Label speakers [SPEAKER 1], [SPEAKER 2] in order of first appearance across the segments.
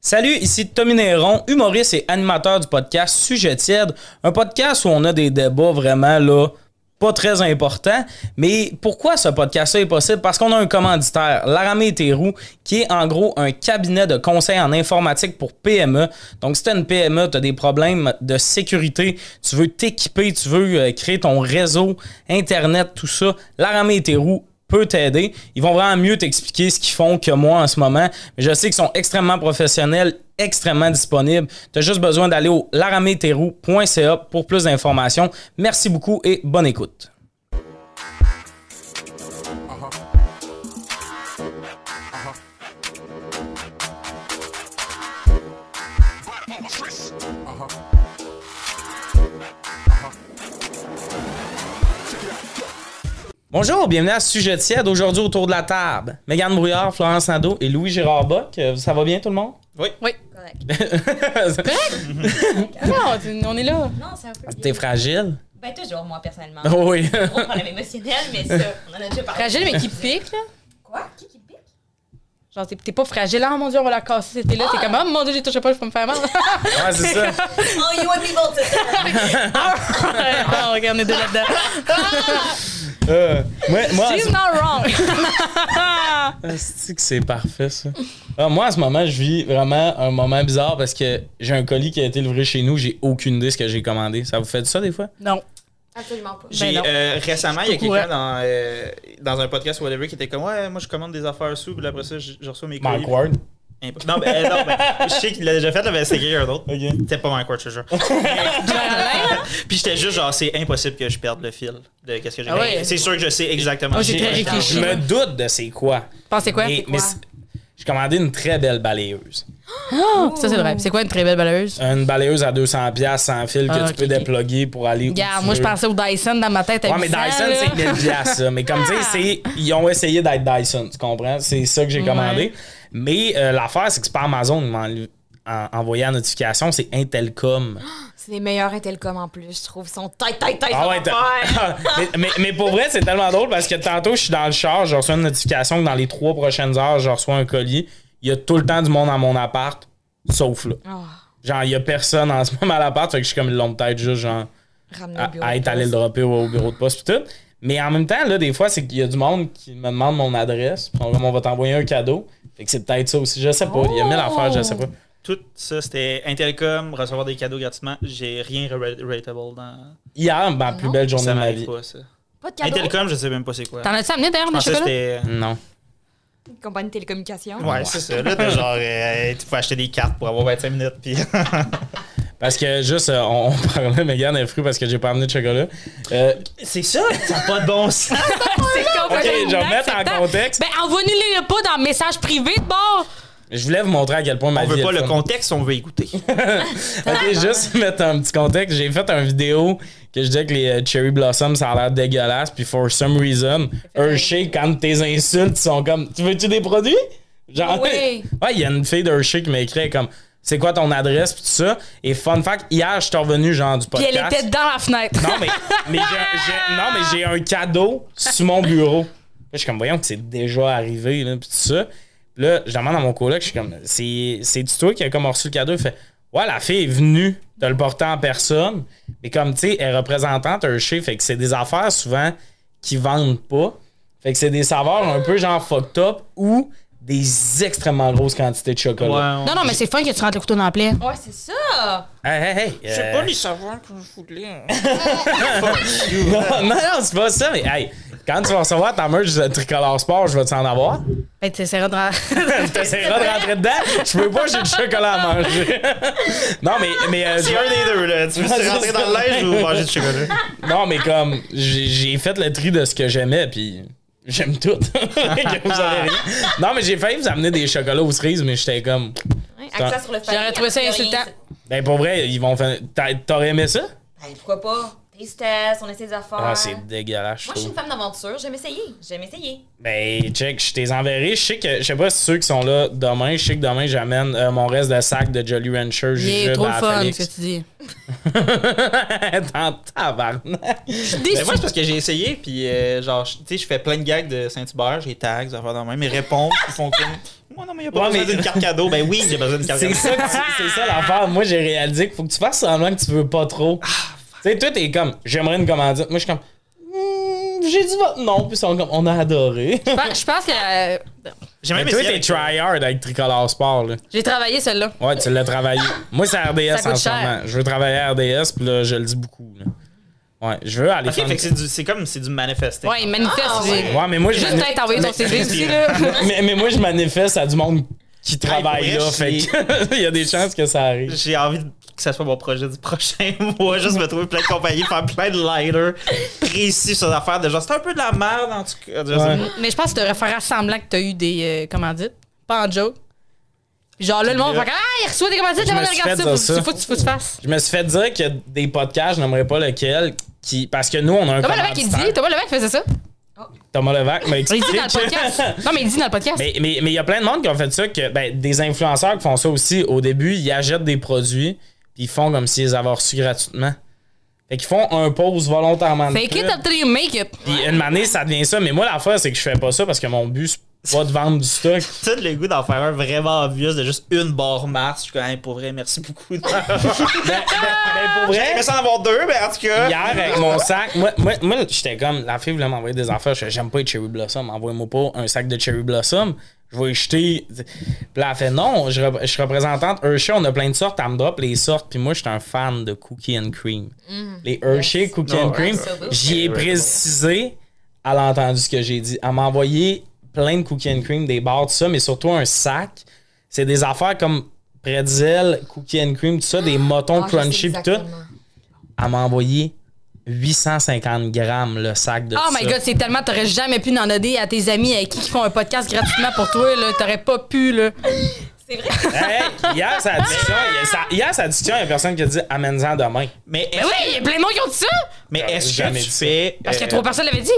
[SPEAKER 1] Salut, ici Tommy Néron, humoriste et animateur du podcast Sujet tiède, un podcast où on a des débats vraiment là pas très importants. mais pourquoi ce podcast-là est possible? Parce qu'on a un commanditaire, l'Aramé Térou, qui est en gros un cabinet de conseil en informatique pour PME. Donc, si tu une PME, tu as des problèmes de sécurité, tu veux t'équiper, tu veux euh, créer ton réseau, Internet, tout ça, l'Aramé Térou peut t'aider. Ils vont vraiment mieux t'expliquer ce qu'ils font que moi en ce moment. Mais je sais qu'ils sont extrêmement professionnels, extrêmement disponibles. Tu as juste besoin d'aller au larameterou.ca pour plus d'informations. Merci beaucoup et bonne écoute. Bonjour, bienvenue à Sujet tiède. Aujourd'hui, autour de la table, Mégane Brouillard, Florence Nadeau et Louis Gérard Bock. Euh, Ça va bien tout le monde?
[SPEAKER 2] Oui.
[SPEAKER 1] Ben,
[SPEAKER 3] Correct.
[SPEAKER 2] Non, tu- on est là.
[SPEAKER 3] Non, c'est un peu.
[SPEAKER 1] T'es
[SPEAKER 3] bien.
[SPEAKER 1] fragile?
[SPEAKER 3] Ben, toujours, moi, personnellement.
[SPEAKER 1] oui.
[SPEAKER 3] Gros problème émotionnel, mais ça, on en a déjà parlé.
[SPEAKER 2] Fragile, mais qui pique, là.
[SPEAKER 3] Quoi Qui qui pique
[SPEAKER 2] Genre, t'es- t'es pas fragile. Ah, mon Dieu, on va la casser. C'était là. C'est comme, oh mon Dieu, j'ai touché pas, je peux me faire mal.
[SPEAKER 4] Ah,
[SPEAKER 1] ouais, c'est
[SPEAKER 2] Ben
[SPEAKER 1] ça.
[SPEAKER 3] Oh, you want people to
[SPEAKER 2] ah, regarde, on est deux là-dedans.
[SPEAKER 1] Euh, moi, moi, en ce
[SPEAKER 2] She's not wrong.
[SPEAKER 1] Asti que c'est parfait, ça. Ah, moi, en ce moment, je vis vraiment un moment bizarre parce que j'ai un colis qui a été livré chez nous. J'ai aucune idée de ce que j'ai commandé. Ça vous fait ça, des fois?
[SPEAKER 2] non.
[SPEAKER 3] Absolument pas.
[SPEAKER 2] Ben
[SPEAKER 4] J'ai
[SPEAKER 2] non.
[SPEAKER 4] euh, récemment, il y a
[SPEAKER 2] Pourquoi?
[SPEAKER 4] quelqu'un dans, euh, dans un podcast ou whatever qui était comme ouais, moi je commande des affaires sous, puis là, après ça je, je reçois mes colis.
[SPEAKER 1] Mark Ward.
[SPEAKER 4] Imp- Non, ben, euh, non, ben, je sais qu'il l'a déjà fait, là, ben, c'est quelqu'un d'autre.
[SPEAKER 1] OK.
[SPEAKER 4] C'était pas Mike Ward, je te jure. puis j'étais juste genre c'est impossible que je perde le fil de qu'est-ce que j'ai.
[SPEAKER 2] Ah ouais.
[SPEAKER 4] C'est sûr que je sais exactement.
[SPEAKER 2] Oh, j'ai très
[SPEAKER 4] exactement-
[SPEAKER 2] réfléchi.
[SPEAKER 1] Je me doute de c'est quoi.
[SPEAKER 2] Pensez quoi?
[SPEAKER 1] Mais-
[SPEAKER 2] C'est quoi?
[SPEAKER 1] mais c'est- J'ai commandé une très belle balayeuse.
[SPEAKER 2] Ah, ça, c'est vrai. Puis C'est quoi une très belle balayeuse?
[SPEAKER 1] Une balayeuse à 200$ sans fil que
[SPEAKER 2] Ah,
[SPEAKER 1] tu
[SPEAKER 2] ok,
[SPEAKER 1] peux
[SPEAKER 2] ok.
[SPEAKER 1] déploguer pour aller. où
[SPEAKER 2] Regarde,
[SPEAKER 1] tu
[SPEAKER 2] moi, je
[SPEAKER 1] veux.
[SPEAKER 2] pensais au Dyson dans ma tête. à
[SPEAKER 1] Ouais, mais
[SPEAKER 2] 800,
[SPEAKER 1] Dyson,
[SPEAKER 2] là.
[SPEAKER 1] c'est 1000 piastres, ça. Mais comme tu sais, c'est- ils ont essayé d'être Dyson, tu comprends? C'est ça que j'ai commandé.
[SPEAKER 2] Ouais.
[SPEAKER 1] Mais euh, l'affaire, c'est que c'est pas Amazon qui m'a enlevé- en- envoyé la notification, c'est Intelcom.
[SPEAKER 3] C'est les meilleurs Intelcom en plus, je trouve. Ils sont tête, tête, tête.
[SPEAKER 1] Ah ouais, t'as- mais, mais, mais pour vrai, c'est tellement drôle parce que tantôt, je suis dans le char, je reçois une notification que dans les trois prochaines heures, je reçois un colis. Il y a tout le temps du monde dans mon appart, sauf là.
[SPEAKER 3] Ah,
[SPEAKER 1] Genre, il y a personne en ce moment à l'appart, fait que je suis comme, ils l'ont peut-être juste, genre,
[SPEAKER 3] Ramener
[SPEAKER 1] à, à être allé le dropper au, au bureau de poste pis tout. Mais en même temps, là, des fois, c'est qu'il y a du monde qui me demande mon adresse, pis on, comme, on va t'envoyer un cadeau. Fait que c'est peut-être ça aussi, je sais pas. Il y a mille affaires, je sais pas.
[SPEAKER 4] Tout ça, c'était Intelcom, recevoir des cadeaux gratuitement. J'ai rien re- rateable dans.
[SPEAKER 1] Hier, ma plus belle journée
[SPEAKER 4] Ça
[SPEAKER 1] de ma
[SPEAKER 4] m'arrive
[SPEAKER 1] vie.
[SPEAKER 4] pas, ça.
[SPEAKER 3] Pas de cadeau.
[SPEAKER 4] Intelcom, je sais même pas c'est quoi.
[SPEAKER 2] T'en as-tu amené d'ailleurs
[SPEAKER 4] Je
[SPEAKER 2] des
[SPEAKER 4] pensais que
[SPEAKER 2] chocolats?
[SPEAKER 4] c'était.
[SPEAKER 1] Non.
[SPEAKER 3] Une compagnie de télécommunications.
[SPEAKER 4] Ouais, c'est ça. Là, t'as genre, euh, tu peux acheter des cartes pour avoir 25 minutes, puis.
[SPEAKER 1] Parce que juste, euh, on, on parlait, Mégane est fruits parce que j'ai pas amené de chocolat. Euh,
[SPEAKER 4] C'est ça, ça n'a pas de bon sens.
[SPEAKER 2] C'est
[SPEAKER 1] ok,
[SPEAKER 2] complètement
[SPEAKER 1] je vais remettre en
[SPEAKER 2] inacceptable.
[SPEAKER 1] contexte.
[SPEAKER 2] Ben, envoie-nous-les pas dans le message privé de bord.
[SPEAKER 1] Je voulais vous montrer à quel point ma
[SPEAKER 4] On
[SPEAKER 1] vie.
[SPEAKER 4] veut
[SPEAKER 1] est
[SPEAKER 4] pas le
[SPEAKER 1] fun.
[SPEAKER 4] contexte, on veut écouter.
[SPEAKER 2] Ah,
[SPEAKER 1] Ok, juste mettre un petit contexte. J'ai fait une vidéo que je disais que les euh, Cherry Blossom, ça a l'air dégueulasse. Puis, for some reason, Hershey, quand tes insultes sont comme Tu veux-tu des produits Genre,
[SPEAKER 2] Oui.
[SPEAKER 1] ouais, il y a une fille d'Hershey qui m'écrit comme C'est quoi ton adresse Puis tout ça. Et fun fact, hier, je suis revenu, genre, du
[SPEAKER 2] Puis
[SPEAKER 1] podcast.
[SPEAKER 2] elle était dans la fenêtre.
[SPEAKER 1] Non, mais, mais j'ai- j'ai- non, mais j'ai un cadeau sur mon bureau. Là, je suis comme, voyons, que c'est déjà arrivé, là, pis tout ça. Puis là, je demande à mon coloc, je suis comme, c'est- c'est-tu toi qui a comme reçu le cadeau? Il fait, ouais, la fille est venue de le porter en personne. Mais comme, tu sais, elle est représentante, un chef, fait que c'est des affaires souvent qui vendent pas. Fait que c'est des saveurs un peu genre fucked up ou des extrêmement grosses quantités de chocolat.
[SPEAKER 2] Non, non, mais c'est fun que tu rentres le couteau dans la plaie.
[SPEAKER 3] Ouais, c'est ça.
[SPEAKER 1] Hey, hey, hey, euh,
[SPEAKER 4] savoir que je voulais.
[SPEAKER 1] non, non, c'est pas ça, mais hey, quand tu vas recevoir ta merch de Tricolore Sport, je vais t'en avoir.
[SPEAKER 2] Ben, tu essaieras de rentrer.
[SPEAKER 1] T'essaieras de rentrer dedans. Je peux pas, j'ai du chocolat à manger. non, mais, mais euh,
[SPEAKER 4] C'est un des deux, là. Tu veux
[SPEAKER 1] Ouais,
[SPEAKER 4] te
[SPEAKER 1] c'est
[SPEAKER 4] rentrer dans
[SPEAKER 1] ça.
[SPEAKER 4] le linge ou manger du chocolat?
[SPEAKER 1] non, mais comme j'ai j'ai fait le tri de ce que j'aimais, puis j'aime tout. Que vous avez rien. Non, mais j'ai failli vous amener des chocolats aux cerises, mais j'étais comme,
[SPEAKER 3] Ouais, accent sur le
[SPEAKER 2] J'aurais trouvé ça insultant.
[SPEAKER 1] ben pour vrai, ils vont faire. t'a- T'aurais aimé ça?
[SPEAKER 3] Ben, pourquoi pas? tristesse, on essaie des affaires.
[SPEAKER 1] Ah, c'est dégueulasse, je
[SPEAKER 3] Moi, je suis une
[SPEAKER 1] trouve.
[SPEAKER 3] femme d'aventure. J'aime essayer. J'aime essayer.
[SPEAKER 1] Ben, check, je t'ai enverré. Je sais que, je sais pas si ceux qui sont là demain, je sais que demain, j'amène euh, mon reste de sac de Jolly Rancher.
[SPEAKER 2] Il est
[SPEAKER 1] jujube
[SPEAKER 2] trop
[SPEAKER 1] à
[SPEAKER 2] le fun
[SPEAKER 1] Félix.
[SPEAKER 2] ce que tu dis.
[SPEAKER 1] T'en tabarnak.
[SPEAKER 4] Mais moi, c'est parce que j'ai essayé, puis euh, genre, je- tu sais, je fais plein de gags de Saint-Hubert, j'ai tags, des affaires dans même, ils répondent, ils font comme. Moi, non, mais il a pas
[SPEAKER 1] Ouais,
[SPEAKER 4] besoin
[SPEAKER 1] mais-
[SPEAKER 4] d'une carte cadeau. Ben oui, j'ai besoin d'une carte
[SPEAKER 1] C'est
[SPEAKER 4] cadeau.
[SPEAKER 1] ça, que tu- c'est ça l'affaire. Moi, j'ai réalisé qu'il faut que tu fasses semblant que tu veux pas trop.
[SPEAKER 2] Ah,
[SPEAKER 1] tu sais, toi, t'es comme, j'aimerais une commandite. Moi, je suis comme, Hmm, j'ai dit votre nom, puis ils sont comme, on a adoré.
[SPEAKER 2] Je pense- Je pense que euh,
[SPEAKER 4] J'ai
[SPEAKER 1] Mais
[SPEAKER 4] même
[SPEAKER 1] toi,
[SPEAKER 4] essayé.
[SPEAKER 1] t'es
[SPEAKER 4] avec-
[SPEAKER 1] tryhard avec Tricolore Sport, là.
[SPEAKER 2] j'ai travaillé celle-là.
[SPEAKER 1] Ouais, tu l'as travaillé. Moi, c'est RDS
[SPEAKER 2] Ça
[SPEAKER 1] en
[SPEAKER 2] coûte
[SPEAKER 1] ce moment.
[SPEAKER 2] cher.
[SPEAKER 1] Je veux travailler à RDS, puis là, je le dis beaucoup, là. Ouais, je veux aller
[SPEAKER 4] Ok,
[SPEAKER 1] faire
[SPEAKER 4] fait
[SPEAKER 1] une-
[SPEAKER 4] que c'est du- c'est comme c'est du manifesting.
[SPEAKER 2] Ouais, il manifeste.
[SPEAKER 3] Ah,
[SPEAKER 2] j'ai-
[SPEAKER 1] Ouais, mais moi, je.
[SPEAKER 2] Juste peut-être envoyer ton CV aussi, là.
[SPEAKER 1] mais, mais moi, je manifeste à du monde qui travaille
[SPEAKER 4] pour
[SPEAKER 1] là.
[SPEAKER 4] vrai,
[SPEAKER 1] Fait
[SPEAKER 4] c'est-
[SPEAKER 1] que il y a des chances que ça arrive.
[SPEAKER 4] J'ai envie de- que ça soit mon projet du prochain mois, juste me trouver plein de compagnies, faire plein de lighters précis sur l'affaire de genre, c'est un peu de la merde en tout cas.
[SPEAKER 1] Ouais.
[SPEAKER 2] Mais je pense que tu devrais faire semblant que tu as eu des euh, commandites. Pas en joke. Genre là, le monde va faire Ah, il reçoit des commandites,
[SPEAKER 1] Je me
[SPEAKER 2] j'aimerais
[SPEAKER 1] suis
[SPEAKER 2] regarder
[SPEAKER 1] fait
[SPEAKER 2] ça. Faut,
[SPEAKER 1] dire ça.
[SPEAKER 2] faut, que tu- faut que tu fasses.
[SPEAKER 1] Je me suis fait dire que des podcasts, je n'aimerais pas lequel. Qui, parce que nous, on a un
[SPEAKER 2] Thomas Levac, il
[SPEAKER 1] commanditaire.
[SPEAKER 2] dit. Thomas Levac faisait ça.
[SPEAKER 1] Thomas Levac m'a
[SPEAKER 2] Il
[SPEAKER 1] expliqué.
[SPEAKER 2] dit dans le
[SPEAKER 1] que-
[SPEAKER 2] podcast. Non, mais il dit dans le podcast.
[SPEAKER 1] Mais il mais, mais il y a plein de monde qui ont fait ça, que ben, des influenceurs qui font ça aussi. Au début, ils achètent des produits, puis ils font comme s'ils les avaient reçus gratuitement. Fait qu'ils font un pause volontairement. de
[SPEAKER 2] Fake it
[SPEAKER 1] pub.
[SPEAKER 2] after you make it.
[SPEAKER 1] Puis une année, ça devient ça. Mais moi, l'affaire, c'est que je fais pas ça parce que mon but, c'est pas de vendre du stock.
[SPEAKER 4] Tout le goût d'en faire un vraiment obvious de juste une barre Mars. Je suis quand même pour vrai, merci beaucoup.
[SPEAKER 1] Ben, pour vrai,
[SPEAKER 4] J'aimerais ça en avoir deux, mais en tout cas.
[SPEAKER 1] hier, avec mon sac, moi, moi, moi, j'étais comme, la fille voulait m'envoyer des affaires. Je fais, J'aime pas les Cherry Blossom. Envoyez-moi pas un sac de Cherry Blossom. Je vais y jeter. Puis là, elle fait, non, je, rep- je suis représentante Hershey. On a plein de sortes. Elle me drop les sortes. Puis moi, j'étais un fan de Cookie and Cream.
[SPEAKER 3] Mm.
[SPEAKER 1] Les Hershey Cookie
[SPEAKER 4] Non,
[SPEAKER 1] and Cream.
[SPEAKER 3] absolument.
[SPEAKER 1] J'y ai précisé. Elle a entendu ce que j'ai dit. Elle m'a envoyé plein de Cookie and Cream, des barres, tout ça, mais surtout un sac. C'est des affaires comme Pretzel, Cookie and Cream, tout ça, des motons
[SPEAKER 3] Ah, je sais
[SPEAKER 1] crunchy, puis tout
[SPEAKER 3] exactement.
[SPEAKER 1] elle m'a envoyé 850 grammes le sac de
[SPEAKER 2] Oh
[SPEAKER 1] ça.
[SPEAKER 2] my god, c'est tellement. T'aurais jamais pu en donner à tes amis avec qui qui font un podcast gratuitement pour toi, là. T'aurais pas pu, là.
[SPEAKER 3] C'est vrai.
[SPEAKER 1] Hey, hier, ça a dit ça.
[SPEAKER 2] Ah!
[SPEAKER 1] Il y a- ça- Hier, ça a dit ça. Il y a personne qui a dit amène-en demain.
[SPEAKER 4] Mais
[SPEAKER 2] Mais
[SPEAKER 4] est-ce
[SPEAKER 2] oui, il y a plein de monde qui ont dit ça.
[SPEAKER 4] mais est-ce
[SPEAKER 1] Ah, Jamais
[SPEAKER 4] que tu
[SPEAKER 1] dit ça.
[SPEAKER 4] fais.
[SPEAKER 2] Parce que
[SPEAKER 1] Eh,
[SPEAKER 4] euh,
[SPEAKER 2] trois personnes l'avaient dit.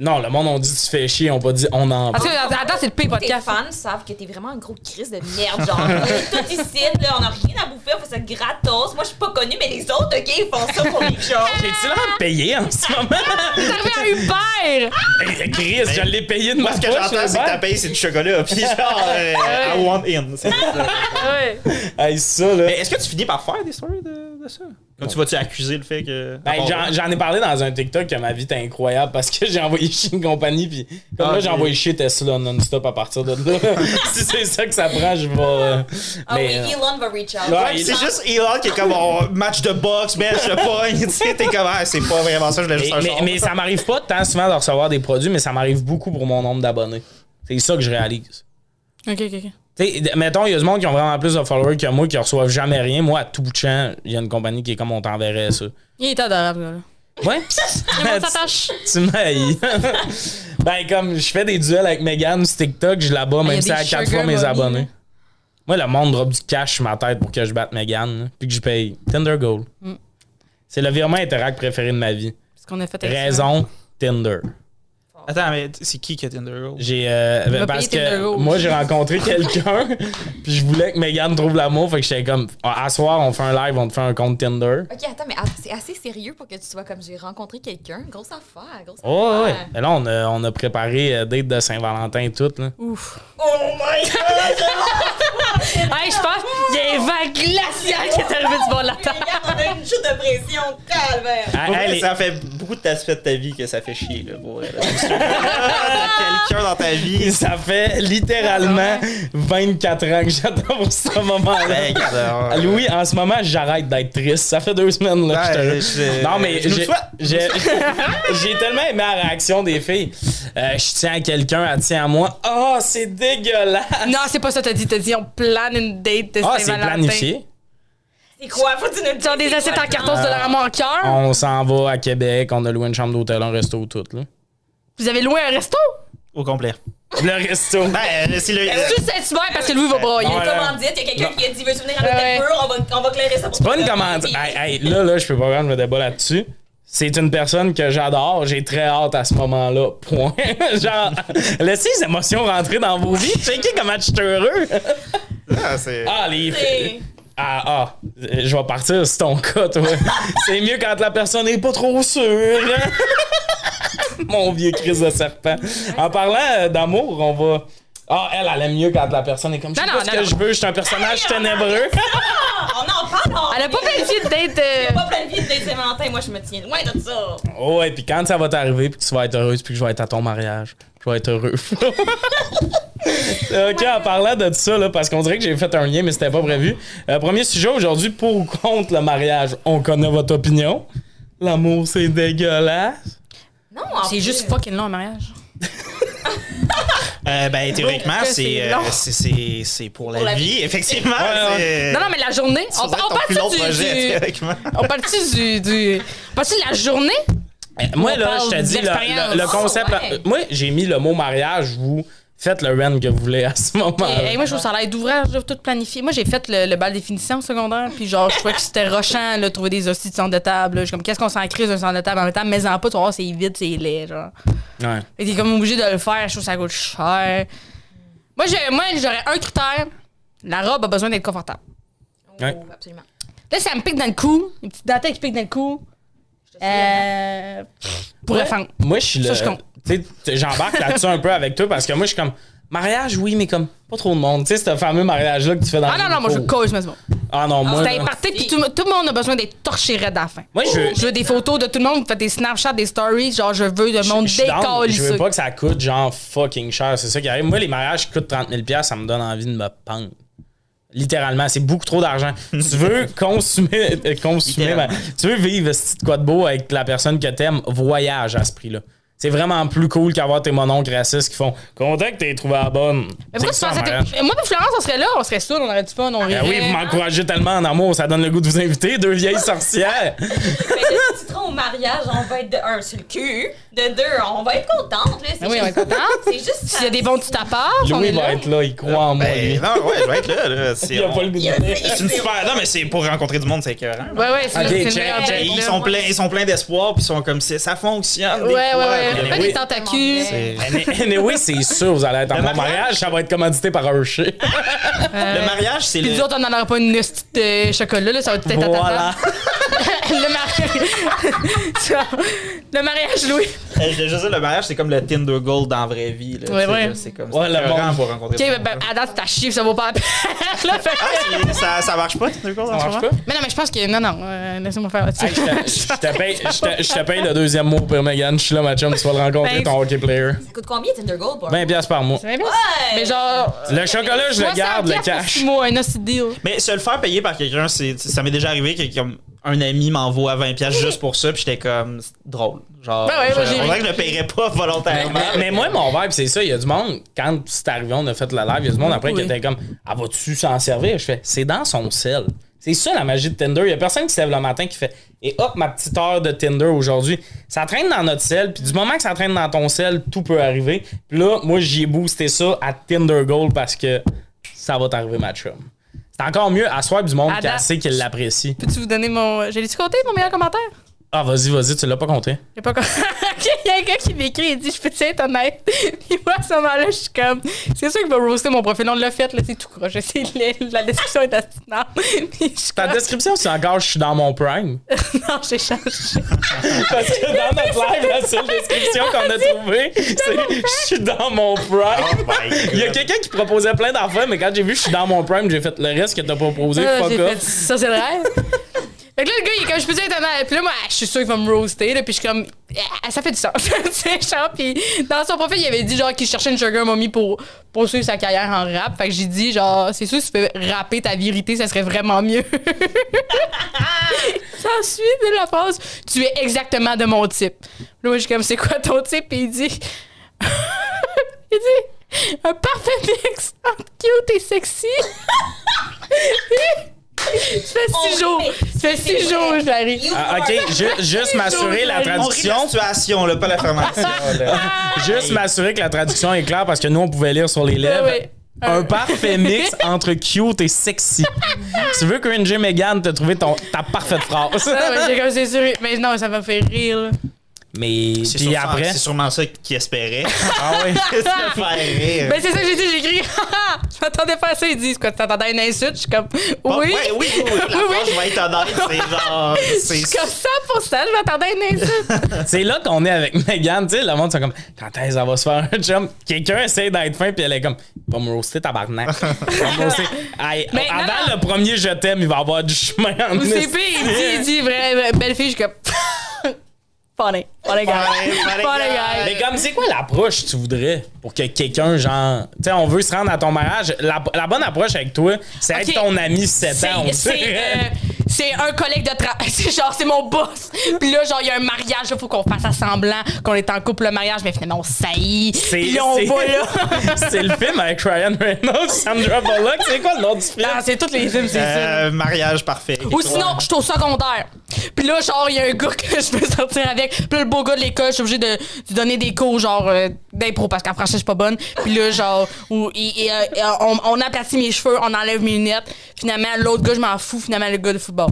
[SPEAKER 1] Non, le monde, on dit tu fais chier. On pas dit on en
[SPEAKER 2] Parce
[SPEAKER 1] veut.
[SPEAKER 2] que, attends, c'est le pire
[SPEAKER 3] Tes
[SPEAKER 2] podcast. hein.
[SPEAKER 3] fans savent que t'es vraiment un gros crise de merde. Genre, on est tous ici, là, on a rien à bouffer, on fait ça gratos. Moi, je suis pas connue, mais les autres, OK, ils font ça pour les gens.
[SPEAKER 1] J'ai-tu le droit de payer en ce moment?
[SPEAKER 2] T'es arrivé à Uber!
[SPEAKER 1] Hey, Chris, je l'ai payé de ma
[SPEAKER 4] Moi, ce que
[SPEAKER 1] poche,
[SPEAKER 4] j'entends, c'est que
[SPEAKER 1] Hubert.
[SPEAKER 4] t'as payé, c'est du chocolat. Puis genre, euh, I want in. C'est ça.
[SPEAKER 2] Ouais.
[SPEAKER 1] Hey, ça, là.
[SPEAKER 4] Mais est-ce que tu finis par faire des stories de, de ça? Comme tu vas-tu accuser le fait que.
[SPEAKER 1] Ben,
[SPEAKER 4] Ah,
[SPEAKER 1] j'en-
[SPEAKER 4] bon.
[SPEAKER 1] J'en ai parlé dans un TikTok que ma vie était incroyable parce que j'ai envoyé chier une compagnie. Puis comme
[SPEAKER 4] Ah,
[SPEAKER 1] là, j'ai
[SPEAKER 4] ok.
[SPEAKER 1] envoyé chier Tesla non-stop à partir de là. si c'est ça que ça prend, je vais. euh,
[SPEAKER 3] Ah oui,
[SPEAKER 1] mais, euh,
[SPEAKER 3] Elon va reach out.
[SPEAKER 1] Ouais,
[SPEAKER 4] Ouais, c'est juste Elon qui est comme on match de boxe, mais je pogne. Tu sais, t'es comme, ah, c'est pas vraiment ça, je voulais
[SPEAKER 1] Mais,
[SPEAKER 4] juste un
[SPEAKER 1] mais-
[SPEAKER 4] char.
[SPEAKER 1] mais ça m'arrive pas tant souvent de recevoir des produits, mais ça m'arrive beaucoup pour mon nombre d'abonnés. C'est ça que je réalise.
[SPEAKER 2] Ok, ok, ok.
[SPEAKER 1] Tu sais, d- mettons, il y a du monde qui ont vraiment plus de followers que moi qui reçoivent jamais rien. Moi, à tout bout de champ, il y a une compagnie qui est comme on t'enverrait ça.
[SPEAKER 2] Il est adorable, là.
[SPEAKER 1] Ouais?
[SPEAKER 2] Le monde s'attache.
[SPEAKER 1] tu m'haïs. ben, comme je fais des duels avec Megan sur TikTok, je la bats,
[SPEAKER 2] Ah, y a
[SPEAKER 1] même si
[SPEAKER 2] des
[SPEAKER 1] elle a quatre
[SPEAKER 2] sugar
[SPEAKER 1] fois mes
[SPEAKER 2] mommy, là.
[SPEAKER 1] abonnés. Moi, le monde drop du cash sur ma tête pour que je batte Megan, là, puis que je paye Tinder Gold.
[SPEAKER 2] Mm.
[SPEAKER 1] C'est le virement Interact préféré de ma vie.
[SPEAKER 2] Ce qu'on a fait avec ça.
[SPEAKER 1] Raison, Tinder.
[SPEAKER 4] Attends, mais t- c'est qui qui a Tinder Gold?
[SPEAKER 1] J'ai euh,
[SPEAKER 2] va
[SPEAKER 1] parce
[SPEAKER 2] payer tes
[SPEAKER 1] que
[SPEAKER 2] euros.
[SPEAKER 1] moi j'ai rencontré quelqu'un puis je voulais que Megan trouve l'amour fait que j'étais comme ah, à à soir on fait un live on te fait un compte Tinder.
[SPEAKER 3] OK, attends, mais att- c'est assez sérieux pour que tu sois comme j'ai rencontré quelqu'un. Grosse affaire, grosse
[SPEAKER 1] Oh ouais.
[SPEAKER 2] Ah.
[SPEAKER 3] affaire.
[SPEAKER 1] Mais là on a, on a préparé euh, date de Saint-Valentin et tout là.
[SPEAKER 2] Ouf.
[SPEAKER 3] Oh my god!
[SPEAKER 2] Hey, je pense qu'il y a une vague glaciale qui est arrivée du bord de la table.
[SPEAKER 3] Regarde, on a une chute de pression, calvaire!
[SPEAKER 1] Ah,
[SPEAKER 4] Pour vrai,
[SPEAKER 1] elle est-
[SPEAKER 4] ça fait beaucoup d'aspects de ta vie que ça fait chier, là, pour vrai, là. T'as Quelqu'un dans ta vie.
[SPEAKER 1] ça fait littéralement
[SPEAKER 2] Ah,
[SPEAKER 1] 24 ans que j'attends pour ce moment-là. Ah,
[SPEAKER 4] Ben, regarde, euh,
[SPEAKER 1] Louis, en ce moment, j'arrête d'être triste. Ça fait deux semaines là, que
[SPEAKER 4] Ouais,
[SPEAKER 1] je te-
[SPEAKER 4] je-
[SPEAKER 1] Non, mais
[SPEAKER 4] je nous
[SPEAKER 1] j'ai-
[SPEAKER 4] souhaite.
[SPEAKER 1] j'ai j'ai tellement aimé la réaction des filles. Euh, je tiens à quelqu'un, elle tient à moi. Oh, c'est dégueulasse!
[SPEAKER 2] Non, c'est pas ça, t'as dit. T'as dit, on plane une date de
[SPEAKER 1] Ah, c'est
[SPEAKER 2] Saint-Valentin.
[SPEAKER 1] planifié.
[SPEAKER 3] C'est quoi? Ah, Faut que tu nous le
[SPEAKER 2] Tu as des assiettes en carton, c'est de la manqueur.
[SPEAKER 1] Ah, On s'en va à Québec, on a loué une chambre d'hôtel, un resto, tout. Là.
[SPEAKER 2] Vous avez loué un resto?
[SPEAKER 4] Au complet.
[SPEAKER 1] Le resto.
[SPEAKER 4] Ben, euh, si le.
[SPEAKER 2] C'est juste cet hiver parce que lui va broyer.
[SPEAKER 1] Euh, Ouais.
[SPEAKER 3] Il y a une commandite, il y a quelqu'un
[SPEAKER 1] Non.
[SPEAKER 3] qui a dit veux-tu venir
[SPEAKER 2] Ouais,
[SPEAKER 3] avec un
[SPEAKER 2] ouais.
[SPEAKER 3] peu, on va, on va clairer ça pour
[SPEAKER 1] C'est pas une
[SPEAKER 3] toi.
[SPEAKER 1] commande.
[SPEAKER 3] Puis-
[SPEAKER 1] Hey, hey, là, là, je peux pas prendre le débat là-dessus. C'est une personne que j'adore. J'ai très hâte à ce moment-là. Point. Genre, laissez les émotions rentrer dans vos vies. Checkez comment je suis heureux.
[SPEAKER 4] Ah, c'est.
[SPEAKER 1] Ah, les.
[SPEAKER 3] C'est-
[SPEAKER 1] Ah, ah. Je vais partir, c'est ton cas, toi. c'est mieux quand la personne est pas trop sûre. hein. Mon vieux Chris de serpent. En parlant euh, d'amour, on va. Ah, elle, elle aime mieux quand la personne est comme je sais
[SPEAKER 2] Non,
[SPEAKER 1] pas
[SPEAKER 2] non,
[SPEAKER 1] ce
[SPEAKER 2] non,
[SPEAKER 1] que
[SPEAKER 2] non.
[SPEAKER 1] je veux, je suis un personnage ténébreux.
[SPEAKER 3] Ah, on en parle! on-
[SPEAKER 2] Elle a pas planifié de date. euh,
[SPEAKER 3] Pas planifié de date Saint-Valentin, moi je me tiens loin de ça!
[SPEAKER 1] Oh, et puis quand ça va t'arriver, puis que tu vas être heureuse, puis que je vais être à ton mariage, je vais être heureux. ok, en parlant de ça, là, parce qu'on dirait que j'ai fait un lien, mais c'était pas prévu. Euh, premier sujet aujourd'hui, pour ou contre le mariage, on connaît votre opinion. L'amour, c'est dégueulasse.
[SPEAKER 3] Non, en
[SPEAKER 2] C'est
[SPEAKER 3] plus.
[SPEAKER 2] juste fucking long un mariage.
[SPEAKER 4] Euh, ben, théoriquement,
[SPEAKER 2] que c'est
[SPEAKER 4] c'est euh,
[SPEAKER 2] long.
[SPEAKER 4] c'est- c'est- c'est pour la,
[SPEAKER 3] Pour la
[SPEAKER 4] vie,
[SPEAKER 3] vie.
[SPEAKER 4] effectivement.
[SPEAKER 1] Ouais, ouais.
[SPEAKER 4] c'est-
[SPEAKER 2] Non, non, mais la journée. On,
[SPEAKER 4] Ça
[SPEAKER 2] on
[SPEAKER 4] doit être ton plus long
[SPEAKER 2] parle-tu
[SPEAKER 4] projet,
[SPEAKER 2] du, du,
[SPEAKER 4] théoriquement.
[SPEAKER 2] On parle-tu du, du. on Parle-tu de la journée?
[SPEAKER 1] Eh, Moi,
[SPEAKER 2] On
[SPEAKER 1] là,
[SPEAKER 2] parle
[SPEAKER 1] je te dis, le- le,
[SPEAKER 2] d'expérience.
[SPEAKER 1] le concept.
[SPEAKER 3] Ah, ouais.
[SPEAKER 1] euh, Moi, j'ai mis le mot mariage, vous faites le run que vous voulez à ce moment-là.
[SPEAKER 2] Et, et Eh, moi, je trouve ça a l'air d'ouvrage, là, tout planifié. Moi, j'ai fait le, le bal des finitions au secondaire, puis genre, je trouvais que c'était rochant, là, de trouver des hosties de centre de table. là. Je suis comme, qu'est-ce qu'on s'en crise d'un centre de table en même temps? Mais en pas, tu vas voir, c'est vide, c'est laid, genre.
[SPEAKER 1] Ouais.
[SPEAKER 2] Et t'es comme obligé de le faire, je trouve que ça coûte cher. Moi, j'ai- moi, j'aurais un critère. La robe a besoin d'être confortable.
[SPEAKER 3] Oh,
[SPEAKER 1] Ouais.
[SPEAKER 3] absolument.
[SPEAKER 2] Là, ça me pique dans le cou. Une petite dentelle qui pique dans le cou.
[SPEAKER 3] Je te suis hein.
[SPEAKER 2] Euh. Pour
[SPEAKER 1] Ouais.
[SPEAKER 2] défendre.
[SPEAKER 1] Moi, je suis
[SPEAKER 2] Ça,
[SPEAKER 1] le.
[SPEAKER 2] je compte.
[SPEAKER 1] tu sais, t- J'embarque là-dessus un peu avec toi parce que moi, je suis comme. Mariage, oui, mais comme pas trop de monde. Tu sais, ce fameux mariage-là que tu fais dans
[SPEAKER 2] Ah
[SPEAKER 1] le
[SPEAKER 2] non, non, moi, je
[SPEAKER 1] cours.
[SPEAKER 2] cause, mais c'est bon.
[SPEAKER 1] Ah non, moi.
[SPEAKER 2] C'était
[SPEAKER 1] là-
[SPEAKER 2] parti, puis tout, tout le monde a besoin d'être torché raide à la fin.
[SPEAKER 1] Moi, je veux.
[SPEAKER 2] Je veux des photos de tout le monde, faites des snapshots, des stories, genre je veux le
[SPEAKER 1] je-
[SPEAKER 2] monde
[SPEAKER 1] je suis down,
[SPEAKER 2] décolle
[SPEAKER 1] Je veux
[SPEAKER 2] ça.
[SPEAKER 1] pas que ça coûte genre fucking cher. C'est ça qui arrive. Moi, les mariages qui coûtent 30 000 ça me donne envie de me pendre. Littéralement, c'est beaucoup trop d'argent. tu veux consommer. euh, consommer
[SPEAKER 4] Littéralement.
[SPEAKER 1] ben, tu veux vivre ce petit quoi de beau avec la personne que t'aimes, voyage à ce prix-là. C'est vraiment plus cool qu'avoir tes mononcles racistes qui font Content que t'aies trouvé la bonne.
[SPEAKER 2] Mais pourquoi
[SPEAKER 1] C'est
[SPEAKER 2] tu
[SPEAKER 1] ça,
[SPEAKER 2] penses
[SPEAKER 1] un
[SPEAKER 2] à
[SPEAKER 1] mariage.
[SPEAKER 2] tes- Moi et Florence, on serait là, on serait saouls, on aurait du fun, on
[SPEAKER 1] Ben
[SPEAKER 2] rirait.
[SPEAKER 1] oui, vous m'encouragez tellement en amour, ça donne le goût de vous inviter, deux vieilles sorcières.
[SPEAKER 3] Fait que si tu te rends au mariage, on va être de un sur le cul, de deux, on va être contente. Là. C'est
[SPEAKER 2] Ben oui, on va
[SPEAKER 3] juste-
[SPEAKER 2] être contente.
[SPEAKER 3] C'est juste ça.
[SPEAKER 2] S'il y a des bons petits tapas, on
[SPEAKER 1] Louis
[SPEAKER 2] est
[SPEAKER 1] va
[SPEAKER 2] là.
[SPEAKER 1] être là, il croit en moi. lui.
[SPEAKER 4] Ben, non, ouais, je vais être là. là. C'est
[SPEAKER 1] Il a pas le goût de venir.
[SPEAKER 4] c'est une super. Non, mais c'est pour rencontrer du monde, c'est écœurant.
[SPEAKER 2] Ouais, ouais, c'est
[SPEAKER 1] Ok,
[SPEAKER 2] c'est le
[SPEAKER 1] check,
[SPEAKER 2] meilleur
[SPEAKER 1] check.
[SPEAKER 2] date,
[SPEAKER 4] Ils
[SPEAKER 2] là.
[SPEAKER 4] sont pleins, ils sont pleins d'espoir, puis ils sont comme si ça fonctionne.
[SPEAKER 2] Ouais,
[SPEAKER 4] des
[SPEAKER 2] ouais,
[SPEAKER 4] fois,
[SPEAKER 2] ouais.
[SPEAKER 4] puis
[SPEAKER 2] Fais
[SPEAKER 1] oui.
[SPEAKER 2] des tentacules. Euh,
[SPEAKER 4] c'est-
[SPEAKER 1] Any- Anyway, c'est sûr, vous allez être en
[SPEAKER 4] Le
[SPEAKER 1] bon
[SPEAKER 4] mariage-
[SPEAKER 1] mariage, ça va être commandité par Hershey.
[SPEAKER 2] Ah,
[SPEAKER 4] Le mariage, c'est
[SPEAKER 2] Puis
[SPEAKER 4] le.
[SPEAKER 2] nous autres, on n'en aura pas une petite de chocolat, là, ça va être peut-être
[SPEAKER 1] Voilà.
[SPEAKER 2] à ta table. le mariage. le mariage, Louis.
[SPEAKER 4] Euh, Je je sais, le mariage, c'est comme le Tinder Gold dans la vraie vie. Là, Tu
[SPEAKER 2] Ouais,
[SPEAKER 4] sais,
[SPEAKER 2] ouais.
[SPEAKER 4] là, C'est comme
[SPEAKER 1] Ouais,
[SPEAKER 4] c'est
[SPEAKER 1] le
[SPEAKER 4] écœurant
[SPEAKER 1] monde.
[SPEAKER 4] pour rencontrer
[SPEAKER 2] Ok,
[SPEAKER 4] du
[SPEAKER 2] ben,
[SPEAKER 4] monde.
[SPEAKER 2] ben, à date, c'est à chiffre, ça vaut pas la peine. là, fait que-
[SPEAKER 4] Ah, ça, ça marche pas, Tinder Gold, en ce
[SPEAKER 1] Ça marche
[SPEAKER 4] moment?
[SPEAKER 1] pas?
[SPEAKER 2] Mais non, mais je pense que. Non, non, euh, laissez-moi faire là-dessus.
[SPEAKER 1] Hey, je te- je te paye- je te- je te paye le deuxième mot pour Megan. Je suis là, ma chum, tu vas le rencontrer,
[SPEAKER 2] Ben,
[SPEAKER 1] ton hockey player.
[SPEAKER 3] Ça coûte combien Tinder Gold? pour un-
[SPEAKER 1] 20$ piastres par mois.
[SPEAKER 2] C'est bien bien.
[SPEAKER 3] Ouais!
[SPEAKER 2] Mais genre.
[SPEAKER 1] Le chocolat, je le
[SPEAKER 2] 60
[SPEAKER 1] garde, le
[SPEAKER 2] piastres pour
[SPEAKER 1] cash.
[SPEAKER 2] six mois, un hostie de deal.
[SPEAKER 4] Mais se le faire payer par quelqu'un, c'est ça m'est déjà arrivé que comme, un ami m'envoie 20$ piastres juste pour ça, puis j'étais comme, c'est drôle. Genre,
[SPEAKER 2] Ben ouais,
[SPEAKER 4] je-
[SPEAKER 2] moi, j'ai
[SPEAKER 4] on
[SPEAKER 2] ri.
[SPEAKER 4] dirait que je le paierais pas volontairement.
[SPEAKER 1] Mais, mais moi, mon vibe, c'est ça. Il y a du monde, quand c'est arrivé, on a fait la live, il y a du monde après
[SPEAKER 2] Oui.
[SPEAKER 1] qui était comme Ah, vas-tu s'en servir Je fais C'est dans son sel. C'est ça la magie de Tinder. Il y a personne qui se lève le matin qui fait Et hop, ma petite heure de Tinder aujourd'hui. Ça traîne dans notre sel. Puis du moment que ça traîne dans ton sel, tout peut arriver. Puis là, moi, j'y ai boosté ça à Tinder Gold parce que ça va t'arriver, ma chum. C'est encore mieux à soi du monde
[SPEAKER 2] À
[SPEAKER 1] qui
[SPEAKER 2] date.
[SPEAKER 1] sait qu'il l'apprécie.
[SPEAKER 2] Peux-tu vous donner mon. J'ai-tu compté mon meilleur commentaire?
[SPEAKER 1] Ah, vas-y, vas-y, tu l'as pas compté.
[SPEAKER 2] J'ai pas compté. Il y a un gars qui m'écrit et dit Je peux-tu être honnête? Puis moi, à ce moment-là, je suis comme. C'est sûr qu'il va roaster mon profil. On l'a fait, là, c'est tout croche. C'est laid. La description est astinante. Puis je suis
[SPEAKER 1] Ta
[SPEAKER 2] comme,
[SPEAKER 1] description, c'est encore je suis dans mon prime.
[SPEAKER 2] Non, j'ai changé.
[SPEAKER 1] Parce que dans notre live, la seule description qu'on a trouvée, c'est je suis dans mon prime. Il
[SPEAKER 4] euh,
[SPEAKER 1] y a quelqu'un qui proposait plein d'affaires, mais quand j'ai vu je suis dans mon prime, j'ai fait le reste que t'as proposé,
[SPEAKER 2] Ah,
[SPEAKER 1] fuck
[SPEAKER 2] j'ai fait
[SPEAKER 1] off.
[SPEAKER 2] ça, c'est le rêve. Fait que là, le gars, il est comme, je peux dire être honnête. Puis là, moi, je suis sûre qu'il va me roaster. Là, puis je suis comme, Ah, ça fait du sens. Tu sais, genre, puis dans son profil, il avait dit genre qu'il cherchait une sugar mommy pour poursuivre sa carrière en rap. Fait que j'ai dit, genre, c'est sûr, si tu peux rapper ta vérité, ça serait vraiment mieux. Ça suit de la phrase, tu es exactement de mon type. Puis Là, moi, je suis comme, c'est quoi ton type? Puis il dit, il dit, un parfait mix entre cute et sexy. Puis- Tu fais six
[SPEAKER 3] On
[SPEAKER 2] jours. Tu fais
[SPEAKER 3] fait. Oh, C'est
[SPEAKER 2] six
[SPEAKER 3] vrai.
[SPEAKER 2] jours, Larry.
[SPEAKER 3] You
[SPEAKER 1] Ah,
[SPEAKER 3] are-
[SPEAKER 1] ok, ju- juste m'assurer la
[SPEAKER 4] On rit de la
[SPEAKER 1] traduction.
[SPEAKER 4] situation, là, pas la fermentation. là.
[SPEAKER 1] Juste m'assurer que la traduction est claire parce que nous, on pouvait lire sur les lèvres.
[SPEAKER 2] Ouais, ouais.
[SPEAKER 1] Un parfait mix entre cute et sexy. tu veux que Ranger Megan te trouve ton, ta parfaite phrase.
[SPEAKER 2] Ah ouais, j'ai comme c'est sûr. Mais non, ça m'a fait rire. là.
[SPEAKER 1] Mais
[SPEAKER 4] C'est
[SPEAKER 1] puis
[SPEAKER 4] sûrement-
[SPEAKER 1] après.
[SPEAKER 4] C'est sûrement ça qu'il espérait.
[SPEAKER 1] Ah oui.
[SPEAKER 4] Se faire rire.
[SPEAKER 2] Ben c'est ça que j'ai dit, j'ai écrit. Haha, je m'attendais pas à ça. Ils disent quoi, tu t'attendais à une insulte? Je suis comme
[SPEAKER 4] Bon,
[SPEAKER 2] oui.
[SPEAKER 4] ouais, oui, oui, oui. La
[SPEAKER 2] Oui, oui.
[SPEAKER 4] phrase, je vais être honnête, c'est genre.
[SPEAKER 2] Je suis
[SPEAKER 4] c'est-
[SPEAKER 2] comme 100%, je m'attendais à une insulte.
[SPEAKER 1] C'est là qu'on est avec Megan, tu sais, le monde sont comme quand est-ce qu'elle va se faire un jump, quelqu'un essaie d'être fin puis elle est comme va me roaster tabarnak. Va me roaster. Hey,
[SPEAKER 2] Mais non,
[SPEAKER 1] avant
[SPEAKER 2] non.
[SPEAKER 1] le premier je t'aime, il va avoir du chemin en
[SPEAKER 2] Ou c'est
[SPEAKER 1] esti.
[SPEAKER 2] pire, il dit, il dit, vrai, belle fille, je suis comme. Funny. Funny guy.
[SPEAKER 4] Funny, funny guy.
[SPEAKER 1] Mais comme c'est quoi l'approche que tu voudrais pour que quelqu'un genre tu sais on veut se rendre à ton mariage, la, la bonne approche avec toi, c'est
[SPEAKER 2] Ok.
[SPEAKER 1] être ton ami 7
[SPEAKER 2] C'est
[SPEAKER 1] ans, on
[SPEAKER 2] c'est,
[SPEAKER 1] dirait.
[SPEAKER 2] euh, c'est un collègue de travail. C'est genre, c'est mon boss. Puis là, genre, il y a un mariage, il faut qu'on fasse à semblant qu'on est en couple le mariage, mais finalement, on saillit. Puis là, on
[SPEAKER 1] c'est-
[SPEAKER 2] va là.
[SPEAKER 1] c'est le film avec Ryan Reynolds, Sandra Bullock, c'est quoi le nom du film
[SPEAKER 2] Non, c'est tous les films, c'est ça.
[SPEAKER 4] Euh, mariage parfait.
[SPEAKER 2] Ou sinon, je suis au secondaire. Puis là, genre, il y a un gars que je veux sortir avec. Puis là, le beau gars de l'école, je suis obligée de lui donner des cours, genre, euh, d'impro, parce qu'en français, je suis pas bonne. Puis là, genre, où il- il, euh, euh, on, on aplatit mes cheveux, on enlève mes lunettes. Finalement, l'autre gars, je m'en fous. Finalement, le gars de football.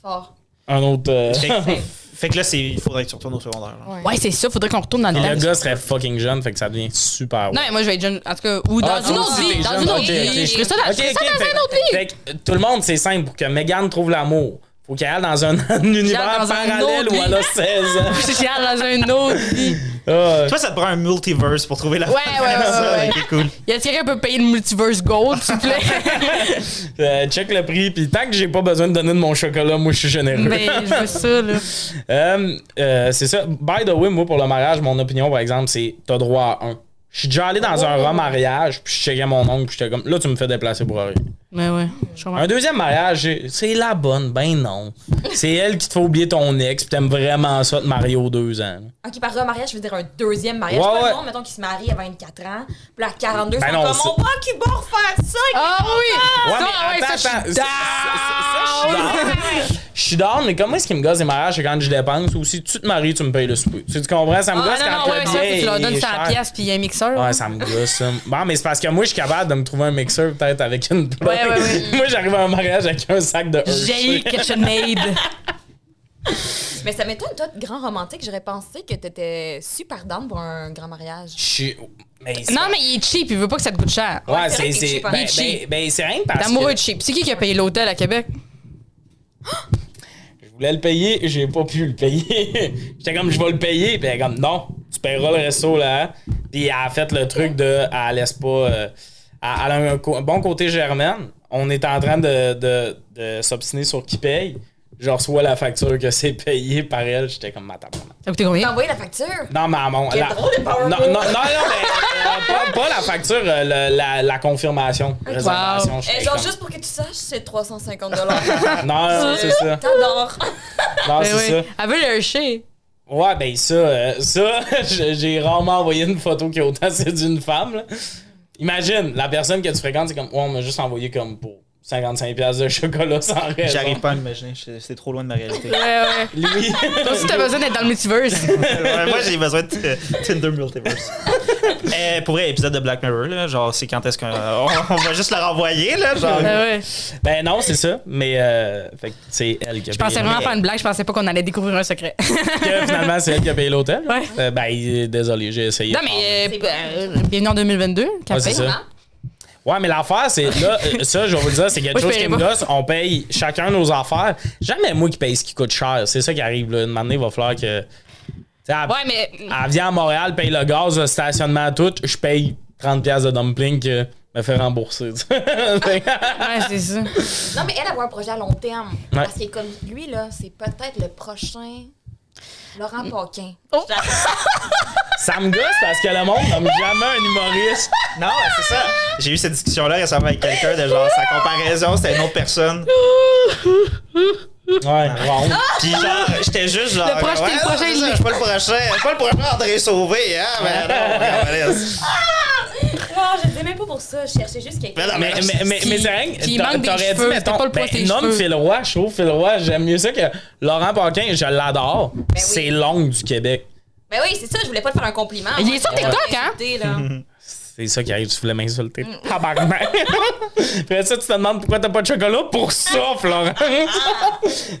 [SPEAKER 3] Fort.
[SPEAKER 1] Un autre euh,
[SPEAKER 4] Fait, fait que là, c'est- il faudrait que tu retournes au secondaire. là.
[SPEAKER 2] Ouais, c'est ça, faudrait qu'on retourne dans le
[SPEAKER 1] le
[SPEAKER 2] temps.
[SPEAKER 1] gars serait fucking jeune, fait que ça devient super
[SPEAKER 2] Non, mais moi, je vais être jeune. En tout cas, ou dans
[SPEAKER 1] Ah,
[SPEAKER 2] une
[SPEAKER 1] toi
[SPEAKER 2] autre
[SPEAKER 1] aussi,
[SPEAKER 2] vie.
[SPEAKER 1] t'es
[SPEAKER 2] Dans
[SPEAKER 1] jeune.
[SPEAKER 2] une
[SPEAKER 1] Ok,
[SPEAKER 2] autre
[SPEAKER 1] ok.
[SPEAKER 2] vie. Je ferais ça dans, je ferais
[SPEAKER 1] Ok,
[SPEAKER 2] ça
[SPEAKER 1] ok,
[SPEAKER 2] dans
[SPEAKER 1] fait-
[SPEAKER 2] une autre vie.
[SPEAKER 1] fait que, euh, tout le monde, c'est simple. Pour que Megan trouve l'amour, faut qu'elle aille dans un, un univers
[SPEAKER 2] dans un
[SPEAKER 1] parallèle
[SPEAKER 2] autre
[SPEAKER 1] où elle a 16 ans.
[SPEAKER 2] Je suis dans une autre vie.
[SPEAKER 1] Ah,
[SPEAKER 4] Toi, ça te prend un multiverse pour trouver la
[SPEAKER 2] Ouais,
[SPEAKER 4] femme.
[SPEAKER 2] ouais, ouais,
[SPEAKER 4] Ça,
[SPEAKER 2] ouais, ouais.
[SPEAKER 4] ok, cool.
[SPEAKER 2] Y a-t-il quelqu'un qui peut payer le multiverse gold, s'il vous plaît?
[SPEAKER 1] euh, check le prix, puis tant que j'ai pas besoin de donner de mon chocolat, moi je suis généreux.
[SPEAKER 2] Ben, je veux ça, là.
[SPEAKER 1] Euh, euh, c'est ça. By the way, moi pour le mariage, mon opinion par exemple, c'est t'as droit à un. Je suis déjà allé dans
[SPEAKER 2] Oh.
[SPEAKER 1] un remariage, puis je checkais mon oncle, puis j'étais comme là, tu me fais déplacer pour rien.
[SPEAKER 2] Mais ouais, je comprends.
[SPEAKER 1] Un deuxième mariage, j'ai- c'est la bonne, ben non. C'est elle qui te fait oublier ton ex, puis t'aimes vraiment ça de marier aux deux ans. là.
[SPEAKER 3] Ok, par remariage, je veux dire un deuxième mariage.
[SPEAKER 1] Ouais,
[SPEAKER 3] Pas le
[SPEAKER 1] ouais.
[SPEAKER 3] monde, mettons, qui se marie à 24 ans, puis à 42,
[SPEAKER 1] Ben
[SPEAKER 3] c'est
[SPEAKER 1] non,
[SPEAKER 3] comme
[SPEAKER 1] c'est-
[SPEAKER 3] on va à Cuba refaire ça.
[SPEAKER 2] Ah oui!
[SPEAKER 1] Ouais,
[SPEAKER 2] Ça,
[SPEAKER 1] mais
[SPEAKER 2] ouais,
[SPEAKER 1] attends,
[SPEAKER 2] ça,
[SPEAKER 1] attends.
[SPEAKER 2] je suis
[SPEAKER 1] Ça, ça, ça, ça, je suis
[SPEAKER 2] down.
[SPEAKER 1] Je suis down, mais comme moi, ce qui me gosse des mariages, c'est quand je dépense, ou si tu te maries, tu me payes le souper. Tu sais, tu comprends? Ça me
[SPEAKER 2] Ah
[SPEAKER 1] gosse
[SPEAKER 2] non,
[SPEAKER 1] quand
[SPEAKER 2] non, ouais,
[SPEAKER 1] le
[SPEAKER 2] ça,
[SPEAKER 1] billet
[SPEAKER 2] tu leur
[SPEAKER 1] est
[SPEAKER 2] donnes 100
[SPEAKER 1] cher.
[SPEAKER 2] piastres puis un mixeur.
[SPEAKER 1] Ouais, ça me gosse, ça. Bon, mais c'est parce que moi, je suis capable de me trouver un mixeur, peut-être, avec une plug.
[SPEAKER 2] Ouais, ouais, ouais.
[SPEAKER 1] moi, j'arrive à un mariage avec un sac de Hershey.
[SPEAKER 2] J'ai KitchenAid.
[SPEAKER 3] Mais ça m'étonne, toi, de grand romantique, j'aurais pensé que t'étais super down pour un grand mariage.
[SPEAKER 1] Je suis- mais c'est-
[SPEAKER 2] Non, mais il est cheap, il veut pas que ça te coûte cher.
[SPEAKER 1] Ouais,
[SPEAKER 3] Ouais, c'est
[SPEAKER 1] c'est.
[SPEAKER 3] vrai qu'il est
[SPEAKER 1] c'est-
[SPEAKER 3] cheap, hein.
[SPEAKER 1] Ben,
[SPEAKER 2] Il est
[SPEAKER 1] ben,
[SPEAKER 2] cheap.
[SPEAKER 1] ben, c'est rien parce que.
[SPEAKER 2] L'amoureux est cheap. C'est qui qui a payé l'hôtel à Québec?
[SPEAKER 1] Je voulais le payer, j'ai pas pu le payer. J'étais comme, je vais le payer. Puis elle est comme, non, tu paieras le resto là. Puis elle a fait le truc de, elle laisse pas. euh, elle a un co- bon côté germaine. On est en train de, de, de s'obstiner sur qui paye. Je reçois la facture que c'est payé par elle. J'étais comme, ma tabarnak.
[SPEAKER 2] Ça a coûté
[SPEAKER 3] T'as
[SPEAKER 1] Ah,
[SPEAKER 2] combien?
[SPEAKER 3] envoyé la facture?
[SPEAKER 1] Non, mais à mon.
[SPEAKER 3] Quel drôle de
[SPEAKER 1] non,
[SPEAKER 3] power
[SPEAKER 1] non, non,
[SPEAKER 3] move.
[SPEAKER 1] non, mais euh, pas, pas la facture, euh, le- la, la confirmation. Réservation.
[SPEAKER 3] Eh,
[SPEAKER 1] j'étais
[SPEAKER 3] genre,
[SPEAKER 1] comme-
[SPEAKER 3] juste pour que tu saches, c'est 350 T'adores.
[SPEAKER 1] Non, non, c'est ça. Non,
[SPEAKER 2] Ben
[SPEAKER 1] c'est
[SPEAKER 2] oui.
[SPEAKER 1] ça.
[SPEAKER 2] Elle veut le Hershey.
[SPEAKER 1] Ouais, ben ça, euh, ça, j'ai j'ai rarement envoyé une photo qui est autant celle d'une femme. là. Imagine, la personne que tu fréquentes, c'est comme, ouais, on m'a juste envoyé comme pour 55$ piastres de chocolat sans raison.
[SPEAKER 4] J'arrive pas à l'imaginer. je- C'est trop loin de ma réalité.
[SPEAKER 2] Ouais, ouais.
[SPEAKER 1] Louis.
[SPEAKER 2] Toi aussi, t'as besoin d'être dans le multiverse.
[SPEAKER 1] Ah
[SPEAKER 4] Ouais, moi, j'ai besoin de euh, Tinder Multiverse. Euh, pour vrai, épisode de Black Mirror, là, genre, c'est quand est-ce qu'on on va juste le renvoyer, là, genre.
[SPEAKER 2] Ouais, ouais.
[SPEAKER 1] ben non, c'est ça, mais euh, fait que c'est elle qui a
[SPEAKER 2] Je pensais
[SPEAKER 1] payé.
[SPEAKER 2] vraiment faire une blague, je pensais pas qu'on allait découvrir un secret.
[SPEAKER 1] Que finalement, c'est elle qui a payé l'hôtel. là.
[SPEAKER 2] Ouais.
[SPEAKER 1] Euh, ben, euh, désolé, j'ai essayé.
[SPEAKER 2] Non,
[SPEAKER 1] de
[SPEAKER 2] mais
[SPEAKER 3] C'est
[SPEAKER 2] euh,
[SPEAKER 3] bon.
[SPEAKER 2] euh, bienvenue en 2022.
[SPEAKER 1] Ouais,
[SPEAKER 2] café.
[SPEAKER 1] c'est ça.
[SPEAKER 3] Hein?
[SPEAKER 1] Ouais, mais l'affaire, c'est là, euh, ça, je vais vous le dire, c'est quelque
[SPEAKER 2] Moi, je
[SPEAKER 1] chose qui me
[SPEAKER 2] paierai pas.
[SPEAKER 1] gosse. On paye chacun nos affaires. Jamais moi qui paye ce qui coûte cher. C'est ça qui arrive, là. Une matinée, il va falloir que. tu sais, elle,
[SPEAKER 2] Ouais, mais
[SPEAKER 1] elle vient à Montréal, paye le gaz, le stationnement, tout. Je paye 30$ de dumpling que me fait rembourser. tu sais. Fait que-
[SPEAKER 2] ouais, c'est ça.
[SPEAKER 3] Non, mais elle avoir un projet à long terme. Parce que comme lui, là, c'est peut-être le prochain Laurent Paquin.
[SPEAKER 2] Oh.
[SPEAKER 1] ça me gosse parce que le monde nomme jamais un humoriste.
[SPEAKER 4] Non, ouais, c'est ça. J'ai eu cette discussion-là récemment avec quelqu'un de genre, sa comparaison, c'était une autre personne.
[SPEAKER 1] Ouais, bon.
[SPEAKER 2] Ah!
[SPEAKER 4] Puis genre, j'étais juste genre.
[SPEAKER 2] Le proche, t'es le
[SPEAKER 4] ouais,
[SPEAKER 2] prochain,
[SPEAKER 4] c'est ça,
[SPEAKER 2] lui.
[SPEAKER 4] Je suis pas le prochain. Je suis pas le prochain André Sauvé, hein, mais non, regarde, Valérie.
[SPEAKER 3] Ouais, encore, je disais même pas pour ça, je cherchais juste quelqu'un.
[SPEAKER 4] Mais non,
[SPEAKER 1] Mais, mais, mais,
[SPEAKER 2] Qui-
[SPEAKER 1] mais c'est rien que
[SPEAKER 2] qui
[SPEAKER 1] t'a-
[SPEAKER 2] manque des
[SPEAKER 1] t'aurais dit,
[SPEAKER 2] cheveux,
[SPEAKER 1] mettons,
[SPEAKER 2] c'était pas le poids
[SPEAKER 1] ben,
[SPEAKER 2] de tes
[SPEAKER 1] nomme
[SPEAKER 2] cheveux.
[SPEAKER 1] Phil Roy, je trouve Phil Roy, j'aime mieux ça que Laurent Paquin, je l'adore.
[SPEAKER 2] Ben
[SPEAKER 1] C'est long du Québec.
[SPEAKER 3] Ben oui, c'est ça, je voulais pas te faire un compliment.
[SPEAKER 2] Il est sur
[SPEAKER 3] Ouais,
[SPEAKER 2] TikTok,
[SPEAKER 3] je voulais
[SPEAKER 2] hein?
[SPEAKER 3] t'insulter, là.
[SPEAKER 1] C'est ça qui arrive, tu voulais m'insulter.
[SPEAKER 2] Mm.
[SPEAKER 1] Tabarnak. Après ça, tu te demandes pourquoi t'as pas de chocolat pour ça, Florence.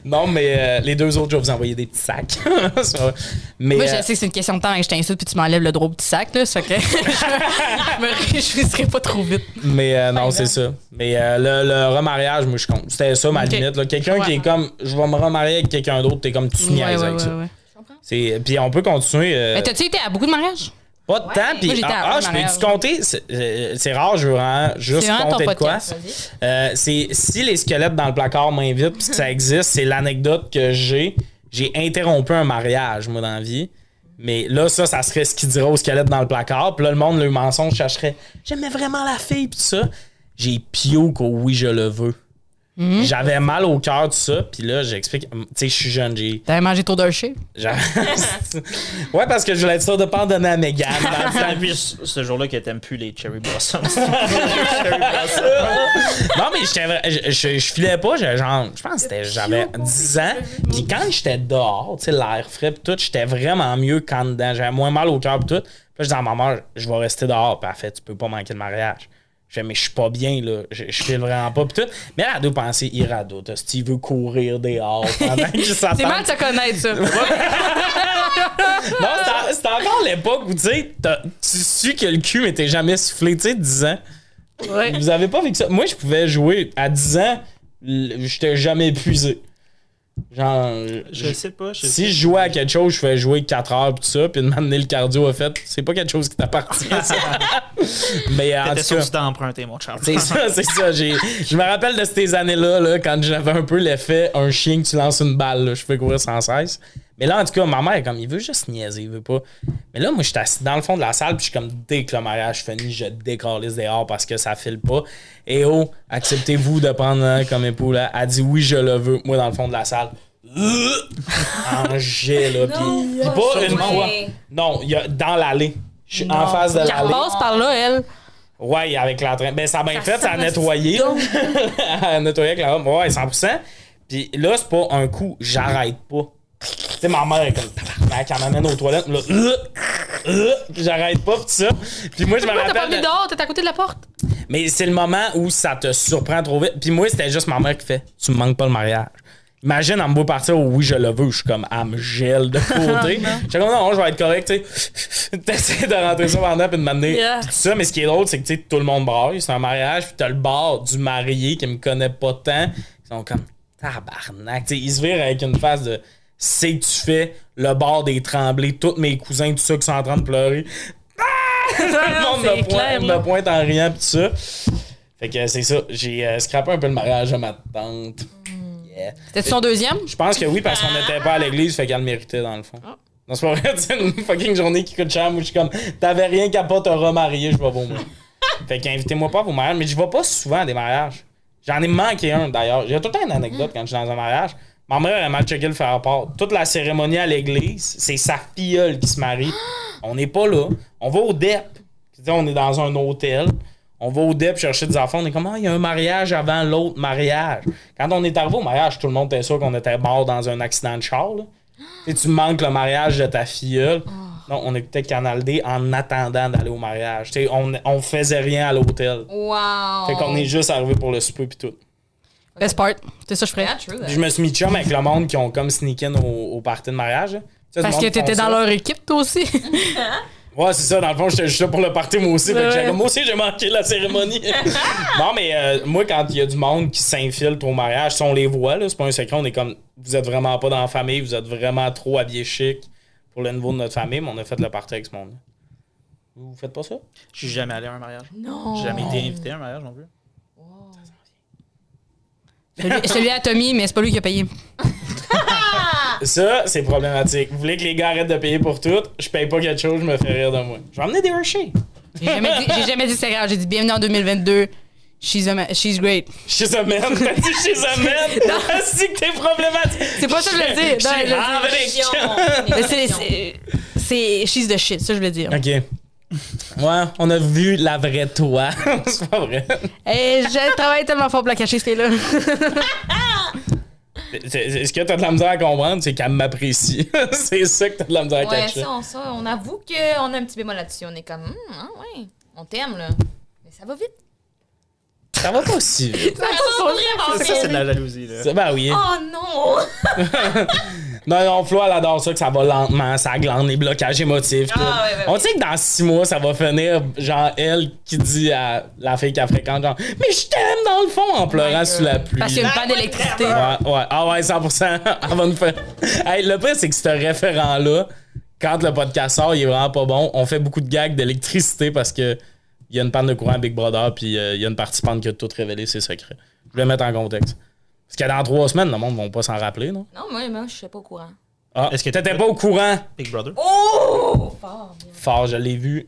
[SPEAKER 1] non, mais euh, les deux autres, je vais vous envoyer des petits sacs. C'est pas vrai. mais
[SPEAKER 2] Moi, je
[SPEAKER 1] euh,
[SPEAKER 2] sais que c'est une question de temps et je t'insulte puis tu m'enlèves le drôle petit sac, là. Ça fait que je me réjouisserai pas trop vite.
[SPEAKER 1] mais euh, non, c'est ça. Mais euh, le, le remariage, moi, je compte. C'était ça ma
[SPEAKER 2] Ok.
[SPEAKER 1] limite. là. Quelqu'un qui
[SPEAKER 2] Ouais.
[SPEAKER 1] est comme, je vais me remarier avec quelqu'un d'autre, t'es comme, tu
[SPEAKER 2] Ouais,
[SPEAKER 1] niaises
[SPEAKER 2] ouais,
[SPEAKER 1] avec
[SPEAKER 2] ouais,
[SPEAKER 1] ça. Euh,
[SPEAKER 2] ouais.
[SPEAKER 1] C'est- Puis on peut continuer. euh,
[SPEAKER 2] Mais t'as-tu été à beaucoup de mariages?
[SPEAKER 1] Pas de temps,
[SPEAKER 2] Moi,
[SPEAKER 1] puis
[SPEAKER 2] j'étais
[SPEAKER 1] ah,
[SPEAKER 2] à
[SPEAKER 1] ah,
[SPEAKER 2] un
[SPEAKER 1] je
[SPEAKER 2] mariage.
[SPEAKER 1] peux-tu compter? C'est euh, c'est rare, je veux vraiment juste
[SPEAKER 2] C'est vraiment
[SPEAKER 1] compter
[SPEAKER 2] ton
[SPEAKER 1] de quoi.
[SPEAKER 2] podcast,
[SPEAKER 1] Euh, c'est si les squelettes dans le placard m'invitent, puis que ça existe, c'est l'anecdote que j'ai. J'ai interrompu un mariage, moi, dans la vie. Mais là, ça, ça serait ce qu'il dirait aux squelettes dans le placard. Puis là, le monde, le mensonge, chercherait J'aimais vraiment la fille, puis tout ça. J'ai pio qu'au oui, je le veux.
[SPEAKER 2] Mhm.
[SPEAKER 1] J'avais mal au cœur, tout ça. Puis là, j'explique. Tu sais, je suis jeune, j'ai
[SPEAKER 2] T'avais mangé trop d'un chien?
[SPEAKER 1] Genre- ouais, parce que je voulais être sûr de pas en donner à Megan. dans le
[SPEAKER 4] T'as
[SPEAKER 1] temps.
[SPEAKER 4] vu ce ce jour-là que t'aimes plus les cherry blossoms. cherry blossoms.
[SPEAKER 1] non, mais j'étais vrai- je, je, je filais pas, j'avais genre, je pense que c'était- j'avais 10 ans. Puis quand j'étais dehors, tu sais, l'air frais, pis tout, j'étais vraiment mieux qu'en dedans. J'avais moins mal au cœur, pis tout. Puis là, je disais à ma mère, je vais rester dehors, Puis elle fait, tu peux pas manquer de mariage. Je fais, mais je suis pas bien, là. Je, je file vraiment pas, pis tout. Mais elle a dû penser, Irado, t'as s'il veut courir dehors pendant qu'il
[SPEAKER 2] C'est
[SPEAKER 1] s'attend.
[SPEAKER 2] mal de se connaître, ça.
[SPEAKER 1] Non, c'est en- c'est encore l'époque où tu sais, t'as- tu sues que le cul mais t'es jamais soufflé, tu sais, 10 ans.
[SPEAKER 2] Ouais.
[SPEAKER 1] Vous avez pas vécu ça. Moi, je pouvais jouer à 10 ans, l- j'étais jamais épuisé. Genre,
[SPEAKER 4] Je
[SPEAKER 1] je-
[SPEAKER 4] sais pas. Je sais.
[SPEAKER 1] si je jouais à quelque chose, je fais jouer 4 heures pis tout ça, puis de m'amener le cardio à fait, c'est pas quelque chose qui t'appartient. ça. Mais en
[SPEAKER 4] T'étais
[SPEAKER 1] tout
[SPEAKER 4] sûr
[SPEAKER 1] cas,
[SPEAKER 4] que tu t'as emprunté, mon Charles.
[SPEAKER 1] c'est ça, c'est ça. j'ai- Je me rappelle de ces années-là, là, quand j'avais un peu l'effet un chien que tu lances une balle, là, je fais courir sans cesse. Mais là, en tout cas, ma mère, comme, il veut juste niaiser, il veut pas. Mais là, moi, je suis assis dans le fond de la salle, puis je suis comme, dès que le mariage finit, je décalise dehors parce que ça file pas. Et oh, acceptez-vous de prendre un comme époux, là. Elle dit, oui, je le veux. Moi, dans le fond de la salle, euh, en jet, là.
[SPEAKER 3] Non,
[SPEAKER 1] Puis,
[SPEAKER 3] pas
[SPEAKER 1] pas une
[SPEAKER 3] jouer.
[SPEAKER 1] fois. Non, il y a dans l'allée. Je suis en face de
[SPEAKER 2] Qui
[SPEAKER 1] l'allée.
[SPEAKER 2] repasse par là, elle.
[SPEAKER 1] Ouais, avec la traîne. Ben, ça a bien fait, ça a
[SPEAKER 3] sent
[SPEAKER 1] nettoyé.
[SPEAKER 3] donc.
[SPEAKER 1] Elle a nettoyé avec la robe. Ouais, 100%. Puis là, c'est pas un coup, j'arrête pas. Tu sais, ma mère, elle est comme, tabarnak, elle m'amène aux toilettes. Là, euh, euh, puis j'arrête pas, pis ça. Puis moi, je me
[SPEAKER 2] Pourquoi t'as
[SPEAKER 1] rappelle.
[SPEAKER 2] parlé
[SPEAKER 1] de-
[SPEAKER 2] dehors? T'es à côté de la porte?
[SPEAKER 1] Mais c'est le moment où ça te surprend trop vite. Puis moi, c'était juste ma mère qui fait, tu me manques pas le mariage. Imagine, elle me voit partir au oui, je le veux. Je suis comme, elle me gèle de côté. J'étais comme, non, je vais être correct, tu sais. T'essaies de rentrer ça pendant puis de m'amener.
[SPEAKER 2] Yeah.
[SPEAKER 1] Puis tout ça, mais ce qui est drôle, c'est que, tu sais, tout le monde braille. C'est un mariage, puis t'as le bar du marié qui me connaît pas tant. Ils sont comme, tabarnak. Tu sais, ils se virent avec une face de, c'est que tu fais le bar des tremblés, tous mes cousins, tout ça qui sont en train de pleurer. Tout le monde me
[SPEAKER 2] C'est clair,
[SPEAKER 1] pointe,
[SPEAKER 2] là.
[SPEAKER 1] me pointe en riant pis tout ça. Fait que c'est ça, j'ai euh, scrappé un peu le mariage à ma tante.
[SPEAKER 2] Hmm.
[SPEAKER 1] Yeah.
[SPEAKER 2] C'était son deuxième?
[SPEAKER 1] Je pense que oui, parce qu'on n'était pas à l'église, fait qu'elle le méritait dans le fond.
[SPEAKER 2] Ah.
[SPEAKER 1] Non, c'est pas vrai, c'est une fucking journée qui coûte cher, moi je suis comme, t'avais rien qu'à pas te remarier, je vais beau moi. fait qu'invitez-moi pas à vos mariages, mais je vais pas souvent à des mariages. J'en ai manqué un d'ailleurs. J'ai tout le temps une anecdote quand je suis dans un mariage. Ma mère, elle m'a checké le faire part. Toute la cérémonie à l'église, c'est sa filleule qui se marie. on n'est pas là. On va au DEP. Tu sais, On est dans un hôtel. On va au DEP chercher des enfants. On est comme, Ah, il y a un mariage avant l'autre mariage. Quand on est arrivé au mariage, tout le monde était sûr qu'on était mort dans un accident de char. là. Tu sais, tu manques le mariage de ta filleule.
[SPEAKER 2] Ah.
[SPEAKER 1] Non, on écoutait Canal D en attendant d'aller au mariage. Tu sais, on, on faisait rien à l'hôtel.
[SPEAKER 3] Wow.
[SPEAKER 1] Fait qu'on est juste arrivé pour le souper puis tout.
[SPEAKER 2] Best part. C'est ça que je ferais.
[SPEAKER 3] Yeah, true, that.
[SPEAKER 1] Puis je me suis mis chum avec le monde qui ont comme sneak in au, au party de mariage. là. Tu sais, le
[SPEAKER 2] Parce
[SPEAKER 1] monde
[SPEAKER 2] que
[SPEAKER 1] font
[SPEAKER 2] t'étais
[SPEAKER 1] ça.
[SPEAKER 2] dans leur équipe, toi aussi.
[SPEAKER 1] Ouais, c'est ça. Dans le fond, j'étais juste là pour le party, moi aussi. Fait que
[SPEAKER 2] Ouais.
[SPEAKER 1] j'étais comme, moi aussi, j'ai manqué la cérémonie. non, mais euh, moi, quand il y a du monde qui s'infiltre au mariage, si on les voit, là, c'est pas un secret. On est comme, vous êtes vraiment pas dans la famille, vous êtes vraiment trop habillés chic pour le niveau de notre famille, mais on a fait le party avec ce monde Vous faites pas ça?
[SPEAKER 4] Je suis jamais allé à un mariage. J'ai
[SPEAKER 3] Non.
[SPEAKER 4] jamais été invité à un mariage non plus.
[SPEAKER 2] Celui celui à Tommy, mais c'est pas lui qui a payé. Ah.
[SPEAKER 1] Ça, c'est problématique. Vous voulez que les gars arrêtent de payer pour tout? Je paye pas quelque chose, je me fais rire de moi. Je vais emmener des Hershey.
[SPEAKER 2] J'ai jamais dit, j'ai jamais dit c'est grave. J'ai dit bienvenue en 2022. She's, a ma- she's great.
[SPEAKER 1] Schizomène. T'as dit schizomène? C'est que t'es problématique. Ah,
[SPEAKER 2] C'est pas ça que je voulais dire.
[SPEAKER 3] Ah,
[SPEAKER 2] Non, je voulais dire-
[SPEAKER 1] J'ai- j'ai-
[SPEAKER 3] Pion.
[SPEAKER 2] Mais c'est, c'est, c'est- she's the shit, ça je voulais dire.
[SPEAKER 1] Ok. Ouais, on a vu la vraie toi. c'est pas vrai.
[SPEAKER 2] Et je travaille tellement fort pour la cacher, ce fille-là.
[SPEAKER 1] C'est- c'est- Ce que t'as de la misère à comprendre, c'est qu'elle m'apprécie. c'est ça que t'as de la misère à
[SPEAKER 3] Ouais,
[SPEAKER 1] cacher.
[SPEAKER 3] ça, on, ça, on avoue qu'on a un petit bémol là-dessus. On est comme, Hum, hein, ouais, on t'aime, là. Mais ça va vite.
[SPEAKER 1] Ça va pas si vite.
[SPEAKER 3] Ça va vraiment
[SPEAKER 4] Ça, c'est
[SPEAKER 3] vite.
[SPEAKER 4] de la jalousie, là.
[SPEAKER 1] Ça- Ben oui.
[SPEAKER 3] Oh non!
[SPEAKER 1] Non, non, Flo, elle adore ça, que ça va lentement, ça glande les blocages émotifs.
[SPEAKER 3] Ah,
[SPEAKER 1] tout.
[SPEAKER 3] ouais, ouais,
[SPEAKER 1] on
[SPEAKER 3] ouais.
[SPEAKER 1] sait que dans six mois, ça va finir, genre, elle qui dit à la fille qu'elle fréquente, genre, mais je t'aime dans le fond, en pleurant
[SPEAKER 3] My
[SPEAKER 1] sous
[SPEAKER 3] God.
[SPEAKER 1] la pluie.
[SPEAKER 2] Parce qu'il y a une
[SPEAKER 4] Ah,
[SPEAKER 2] panne
[SPEAKER 4] ouais,
[SPEAKER 2] d'électricité.
[SPEAKER 4] vraiment.
[SPEAKER 1] Ouais, ouais. Ah ouais, 100%. Elle va nous faire. Hey, le pire, c'est que ce référent-là, quand le podcast sort, il est vraiment pas bon. On fait beaucoup de gags d'électricité parce que il y a une panne de courant à Big Brother, puis euh, il y a une participante qui a tout révélé ses secrets. Je vais le mettre en contexte. Parce que dans trois semaines, le monde ne va pas s'en rappeler, non?
[SPEAKER 3] Non, moi, moi je suis pas au courant.
[SPEAKER 1] Ah,
[SPEAKER 4] Est-ce que
[SPEAKER 1] t'étais pas au courant?
[SPEAKER 4] Big Brother.
[SPEAKER 3] Oh! Fort, bien.
[SPEAKER 1] Fort, je l'ai vu.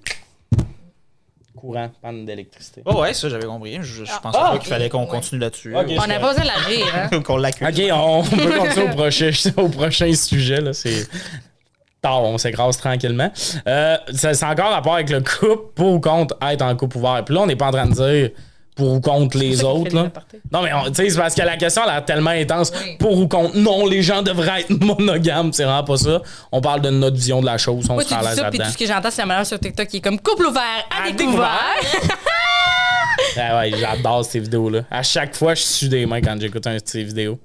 [SPEAKER 1] Courant, panne d'électricité.
[SPEAKER 4] Oh ouais, ça j'avais compris. Je, je pensais
[SPEAKER 1] Ah,
[SPEAKER 4] pas
[SPEAKER 1] ok.
[SPEAKER 4] qu'il fallait qu'on
[SPEAKER 3] Ouais.
[SPEAKER 4] continue là-dessus.
[SPEAKER 1] Ok.
[SPEAKER 2] On n'a pas besoin de la rire, hein.
[SPEAKER 4] Ou qu'on l'accuse.
[SPEAKER 1] Ok, on peut continuer au prochain, au prochain sujet. Là. C'est tard, on s'écrase tranquillement. Euh, ça- c'est encore rapport avec le couple pour ou contre être en couple ouvert. Puis là, on n'est pas en train de dire pour ou contre les
[SPEAKER 2] ça qu'il
[SPEAKER 1] autres.
[SPEAKER 2] fait des
[SPEAKER 1] Là.
[SPEAKER 2] apartés.
[SPEAKER 1] Non, mais on- tu sais, c'est parce que la question elle a l'air tellement intense.
[SPEAKER 3] Oui.
[SPEAKER 1] Pour ou contre, non, les gens devraient être monogames. C'est vraiment pas ça. On parle de notre vision de la chose. On
[SPEAKER 2] Moi,
[SPEAKER 1] se
[SPEAKER 2] tu
[SPEAKER 1] rend à
[SPEAKER 2] dis
[SPEAKER 1] l'aise
[SPEAKER 2] ça, puis
[SPEAKER 1] là-dedans.
[SPEAKER 2] tout ce que j'entends, c'est la manière sur TikTok qui est comme couple ouvert à,
[SPEAKER 1] À
[SPEAKER 2] découvert.
[SPEAKER 1] Ah ouais, j'adore ces vidéos-là. À chaque fois, je suis des mains quand j'écoute un de ces vidéos.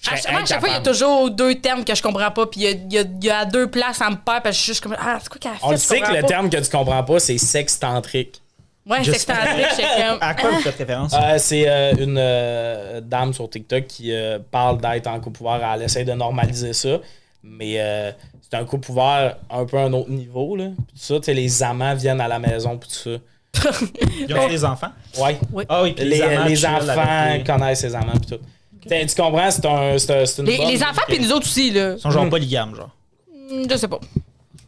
[SPEAKER 1] Je
[SPEAKER 2] À
[SPEAKER 1] serais
[SPEAKER 2] chaque, moi, à chaque fois, il y a
[SPEAKER 1] incapable.
[SPEAKER 2] toujours deux termes que je comprends pas, puis il y a, il y a- il y a deux places à me perdre, parce que je suis juste comme Ah, c'est quoi qu'elle a fait?
[SPEAKER 1] On le
[SPEAKER 2] je
[SPEAKER 1] sait que
[SPEAKER 2] comprends
[SPEAKER 1] le
[SPEAKER 2] pas.
[SPEAKER 1] terme que tu comprends pas, c'est sexe tantrique.
[SPEAKER 2] Ouais,
[SPEAKER 1] Juste-
[SPEAKER 2] c'est tantrique, je sais comme.
[SPEAKER 4] À quoi vous faites référence?
[SPEAKER 1] Euh, c'est euh, une euh, dame sur TikTok qui euh, parle d'être en couple ouvert. Elle essaie de normaliser ça. Mais euh, c'est un couple ouvert un peu à un autre niveau. Là. Puis tout ça, tu sais, les amants viennent à la maison. Puis tout
[SPEAKER 4] Ils ont des enfants?
[SPEAKER 1] ça. Ouais.
[SPEAKER 4] Ah oui, puis
[SPEAKER 1] Les,
[SPEAKER 4] amants
[SPEAKER 1] les
[SPEAKER 4] chillent avec
[SPEAKER 1] enfants
[SPEAKER 4] les-
[SPEAKER 1] connaissent les amants. Puis tout. T'sais, Tu comprends? C'est un, c'est un- c'est une
[SPEAKER 2] Les,
[SPEAKER 1] bonne-
[SPEAKER 2] les enfants, puis nous autres aussi, là.
[SPEAKER 4] Ils sont genre polygames, genre.
[SPEAKER 2] Hmm, Je sais pas.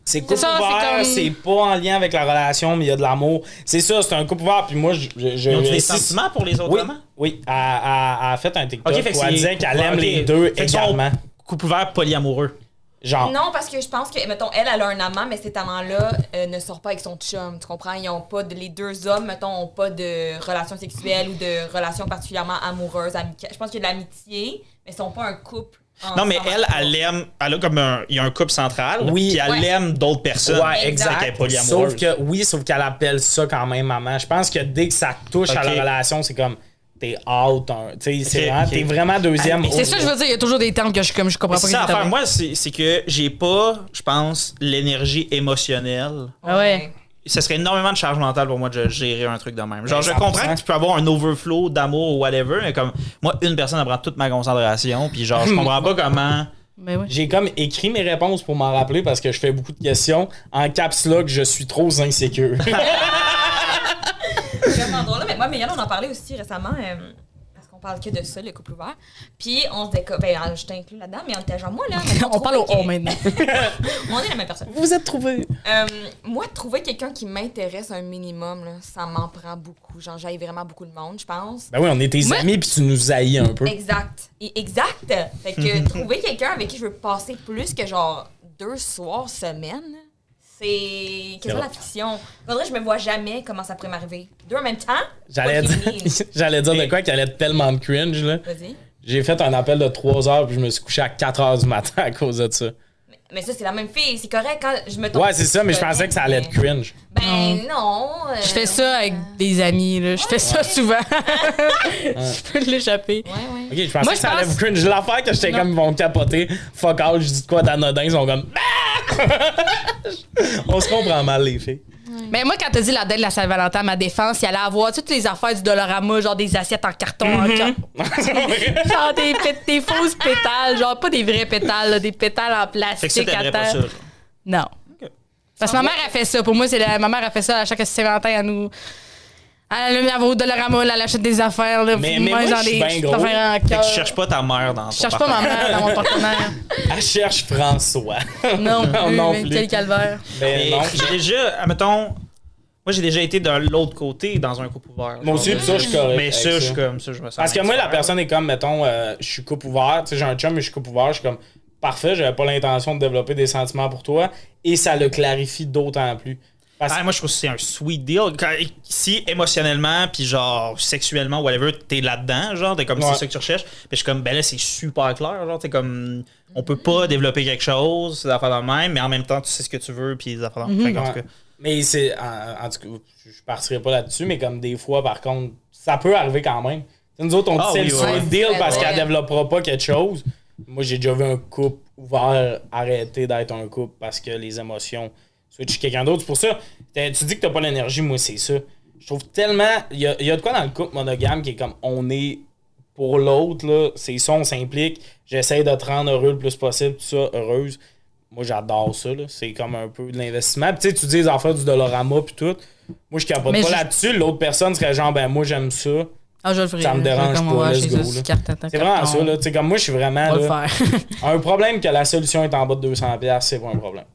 [SPEAKER 1] C'est couple
[SPEAKER 2] ça, c'est
[SPEAKER 1] ouvert,
[SPEAKER 2] comme-
[SPEAKER 1] c'est pas en lien avec la relation, mais il y a de l'amour. C'est ça, c'est un couple ouvert. Puis moi, je. je, je-
[SPEAKER 4] Ils ont des
[SPEAKER 1] si-
[SPEAKER 4] sentiments pour les autres
[SPEAKER 1] Oui,
[SPEAKER 4] amants?
[SPEAKER 1] oui. Elle, elle- elle a fait un TikTok
[SPEAKER 4] Ok, fait que
[SPEAKER 1] où elle
[SPEAKER 4] c'est-
[SPEAKER 1] disait qu'elle aime
[SPEAKER 4] ok.
[SPEAKER 1] les deux
[SPEAKER 4] Fait qu'ils sont-
[SPEAKER 1] également.
[SPEAKER 4] Couple ouvert polyamoureux. Ah.
[SPEAKER 1] Genre.
[SPEAKER 3] Non, parce que je pense que, mettons, elle, elle a un amant, mais cet amant-là euh, ne sort pas avec son chum. Tu comprends? Ils ont pas de, les deux hommes, mettons, ont pas de relation sexuelle ou de relation particulièrement amoureuse, amicale. Je pense qu'il y a de l'amitié, mais ils sont pas un couple.
[SPEAKER 4] Non, mais
[SPEAKER 3] ensemble.
[SPEAKER 4] elle, elle aime. Elle a comme un. Il y a un couple central.
[SPEAKER 1] Oui.
[SPEAKER 4] Puis elle
[SPEAKER 3] Ouais.
[SPEAKER 4] aime d'autres personnes.
[SPEAKER 1] Ouais,
[SPEAKER 3] exact.
[SPEAKER 4] Elle est
[SPEAKER 1] exact.
[SPEAKER 4] polyamoureuse.
[SPEAKER 1] Sauf que, oui, sauf qu'elle appelle ça quand même maman. Je pense que dès que ça touche à
[SPEAKER 4] Ok.
[SPEAKER 1] la relation, c'est comme t'es out. hein. Tu sais, c'est
[SPEAKER 4] Ok,
[SPEAKER 1] vraiment,
[SPEAKER 4] ok.
[SPEAKER 1] t'es vraiment deuxième.
[SPEAKER 2] Ah, C'est ça, je veux dire, il y a toujours des termes que je, comme, je comprends pas.
[SPEAKER 4] C'est ça
[SPEAKER 2] qu'est-ce que
[SPEAKER 4] l'affaire.
[SPEAKER 2] t'as-
[SPEAKER 4] Moi, c'est c'est que j'ai pas, je pense, l'énergie émotionnelle.
[SPEAKER 2] Ah ouais.
[SPEAKER 4] Ce serait énormément de charge mentale pour moi de gérer un truc de même. Genre,
[SPEAKER 1] Ben,
[SPEAKER 4] je
[SPEAKER 1] 100%.
[SPEAKER 4] comprends que tu peux avoir un overflow d'amour ou whatever, mais comme moi, une personne, elle prend toute ma concentration, puis genre, je comprends pas comment.
[SPEAKER 2] Mais Ben oui.
[SPEAKER 1] J'ai comme écrit mes réponses pour m'en rappeler parce que je fais beaucoup de questions. En caps lock, je suis trop insécure.
[SPEAKER 3] vraiment drôle. là. Mais moi, Mélanie, on en parlait aussi récemment. euh, parce qu'on parle que de ça, le couple ouvert. Puis on se déco... Ben, je t'inclus là-dedans, mais on était genre, moi, là... mettons,
[SPEAKER 2] On parle au
[SPEAKER 3] trouver
[SPEAKER 2] on maintenant.
[SPEAKER 3] que- On est la même personne.
[SPEAKER 1] vous êtes trouvé.
[SPEAKER 3] Euh, moi, trouver quelqu'un qui m'intéresse un minimum, là, ça m'en prend beaucoup. Genre, j'aille vraiment beaucoup de monde, je pense.
[SPEAKER 1] Ben oui, on est tes
[SPEAKER 2] Moi-
[SPEAKER 1] amis puis tu nous haïs un peu.
[SPEAKER 3] Exact. Et- exact. Fait que trouver quelqu'un avec qui je veux passer plus que genre deux soirs, semaine, c'est quasiment
[SPEAKER 1] vrai.
[SPEAKER 3] la fiction. En vrai, je me vois jamais comment ça pourrait m'arriver. Deux en même temps.
[SPEAKER 1] J'allais
[SPEAKER 3] pas
[SPEAKER 1] dire,
[SPEAKER 3] fini.
[SPEAKER 1] j'allais dire de quoi qu'elle allait être tellement de cringe, là.
[SPEAKER 3] Vas-y.
[SPEAKER 1] J'ai fait un appel de 3 heures puis je me suis couché à 4 heures du matin à cause de ça.
[SPEAKER 3] Mais ça, c'est la même fille. C'est correct quand je me tombe.
[SPEAKER 1] Ouais, c'est ça, mais je pensais que ça allait être cringe.
[SPEAKER 3] Ben non. euh,
[SPEAKER 2] Je fais ça avec des amis, là. Je fais ça souvent. Je peux l'échapper.
[SPEAKER 3] Ouais, ouais.
[SPEAKER 1] Ok, je pensais
[SPEAKER 2] Moi,
[SPEAKER 1] que
[SPEAKER 2] je
[SPEAKER 1] ça allait
[SPEAKER 2] pense-
[SPEAKER 1] vous cringe. L'affaire que j'étais
[SPEAKER 2] Non.
[SPEAKER 1] comme, ils vont capoter. Fuck all, je dis de quoi d'anodin, ils sont comme. Ah! On se comprend mal, les filles.
[SPEAKER 2] Mais moi, quand t'as dit la date de la Saint-Valentin, à ma défense, il allait avoir toutes les affaires du Dollarama, genre des assiettes en carton, en ca- genre des, pét- des fausses pétales, genre pas des vrais pétales, là, des pétales en
[SPEAKER 4] Fait
[SPEAKER 2] plastique
[SPEAKER 4] que ça,
[SPEAKER 2] à
[SPEAKER 4] t'aimerais
[SPEAKER 2] terre.
[SPEAKER 4] pas ça. genre.
[SPEAKER 2] Non.
[SPEAKER 4] Ok.
[SPEAKER 2] Parce que ma mère a fait ça. Pour moi, c'est la- ma mère a fait ça à chaque Saint-Valentin. Elle nous. Elle, elle, elle va au Dollarama, elle achète des affaires. Là,
[SPEAKER 1] Mais- mais moi, je suis ben gros.
[SPEAKER 2] affaires en
[SPEAKER 4] Fait
[SPEAKER 2] cœur.
[SPEAKER 4] que tu cherches pas ta mère dans
[SPEAKER 2] Je
[SPEAKER 4] ton
[SPEAKER 2] cherche pas ma
[SPEAKER 4] partenaire.
[SPEAKER 2] mère dans mon partenaire.
[SPEAKER 1] Elle cherche François.
[SPEAKER 2] Non, plus,
[SPEAKER 1] Non
[SPEAKER 2] mais
[SPEAKER 1] plus.
[SPEAKER 2] quel calvaire.
[SPEAKER 1] Mais
[SPEAKER 4] Mais
[SPEAKER 1] non.
[SPEAKER 4] J'ai déjà, admettons, moi j'ai déjà été de l'autre côté dans un couple ouvert.
[SPEAKER 1] Moi aussi,
[SPEAKER 4] Genre,
[SPEAKER 1] pis ça, je suis correct
[SPEAKER 4] Mais ça,
[SPEAKER 1] avec
[SPEAKER 4] je
[SPEAKER 1] ça.
[SPEAKER 4] suis comme ça, je me sens.
[SPEAKER 1] Parce que moi, la
[SPEAKER 4] indifférent.
[SPEAKER 1] personne est comme, mettons, euh, je suis coupe ouvert. Tu sais, j'ai un chum, mais je suis coupe ouvert. Je suis comme, parfait, j'avais pas l'intention de développer des sentiments pour toi. Et ça le clarifie d'autant plus. Parce-
[SPEAKER 4] Ah, moi, je trouve que c'est un sweet deal. Quand- si émotionnellement, puis genre sexuellement, whatever, t'es là-dedans, genre, t'es comme
[SPEAKER 1] Ouais.
[SPEAKER 4] c'est ça que tu recherches. Puis je suis comme, ben là, c'est super clair. Genre, t'es comme, on peut pas développer quelque chose, c'est affaires dans le même, mais en même temps, tu sais ce que tu veux, puis les affaires dans le même. Fait qu'en tout
[SPEAKER 1] Ouais.
[SPEAKER 4] cas,
[SPEAKER 1] Mais c'est. En, en tout cas, je- je partirai pas là-dessus, mais comme des fois, par contre, ça peut arriver quand même. Tu sais, nous autres, on dit
[SPEAKER 4] Ah
[SPEAKER 1] c'est
[SPEAKER 4] oui,
[SPEAKER 1] le
[SPEAKER 4] ouais.
[SPEAKER 1] sweet
[SPEAKER 3] Ouais,
[SPEAKER 1] deal
[SPEAKER 3] c'est
[SPEAKER 1] parce
[SPEAKER 3] vrai.
[SPEAKER 1] qu'elle développera pas quelque chose. Moi, j'ai déjà vu un couple ouvert arrêter d'être un couple parce que les émotions switchent chez quelqu'un d'autre. C'est pour ça, t'as- tu dis que t'as pas l'énergie, moi, c'est ça. Je trouve tellement. Il y a, il y a de quoi dans le couple monogame qui est comme on est pour l'autre, là. C'est ça, on s'implique. J'essaie de te rendre heureux le plus possible, tout ça, heureuse. Moi, j'adore ça. là. C'est comme un peu de l'investissement. Puis, tu sais, tu dis les affaires du Dolorama puis tout. Moi, je capote
[SPEAKER 2] Mais
[SPEAKER 1] pas
[SPEAKER 2] je-
[SPEAKER 1] là-dessus. L'autre personne serait genre, ben, moi, j'aime ça.
[SPEAKER 2] Ah, je le ferai.
[SPEAKER 1] Ça me
[SPEAKER 2] là.
[SPEAKER 1] dérange
[SPEAKER 2] Comme
[SPEAKER 1] pas,
[SPEAKER 2] on va
[SPEAKER 1] let's
[SPEAKER 2] chez
[SPEAKER 1] go,
[SPEAKER 2] eux,
[SPEAKER 1] là.
[SPEAKER 2] c'est carte attaque,
[SPEAKER 1] C'est vraiment
[SPEAKER 2] on-
[SPEAKER 1] ça, là. Tu sais, comme moi, je suis vraiment.
[SPEAKER 2] On
[SPEAKER 1] là,
[SPEAKER 2] va le faire.
[SPEAKER 1] un problème que la solution est en bas de 200$, c'est pas un problème.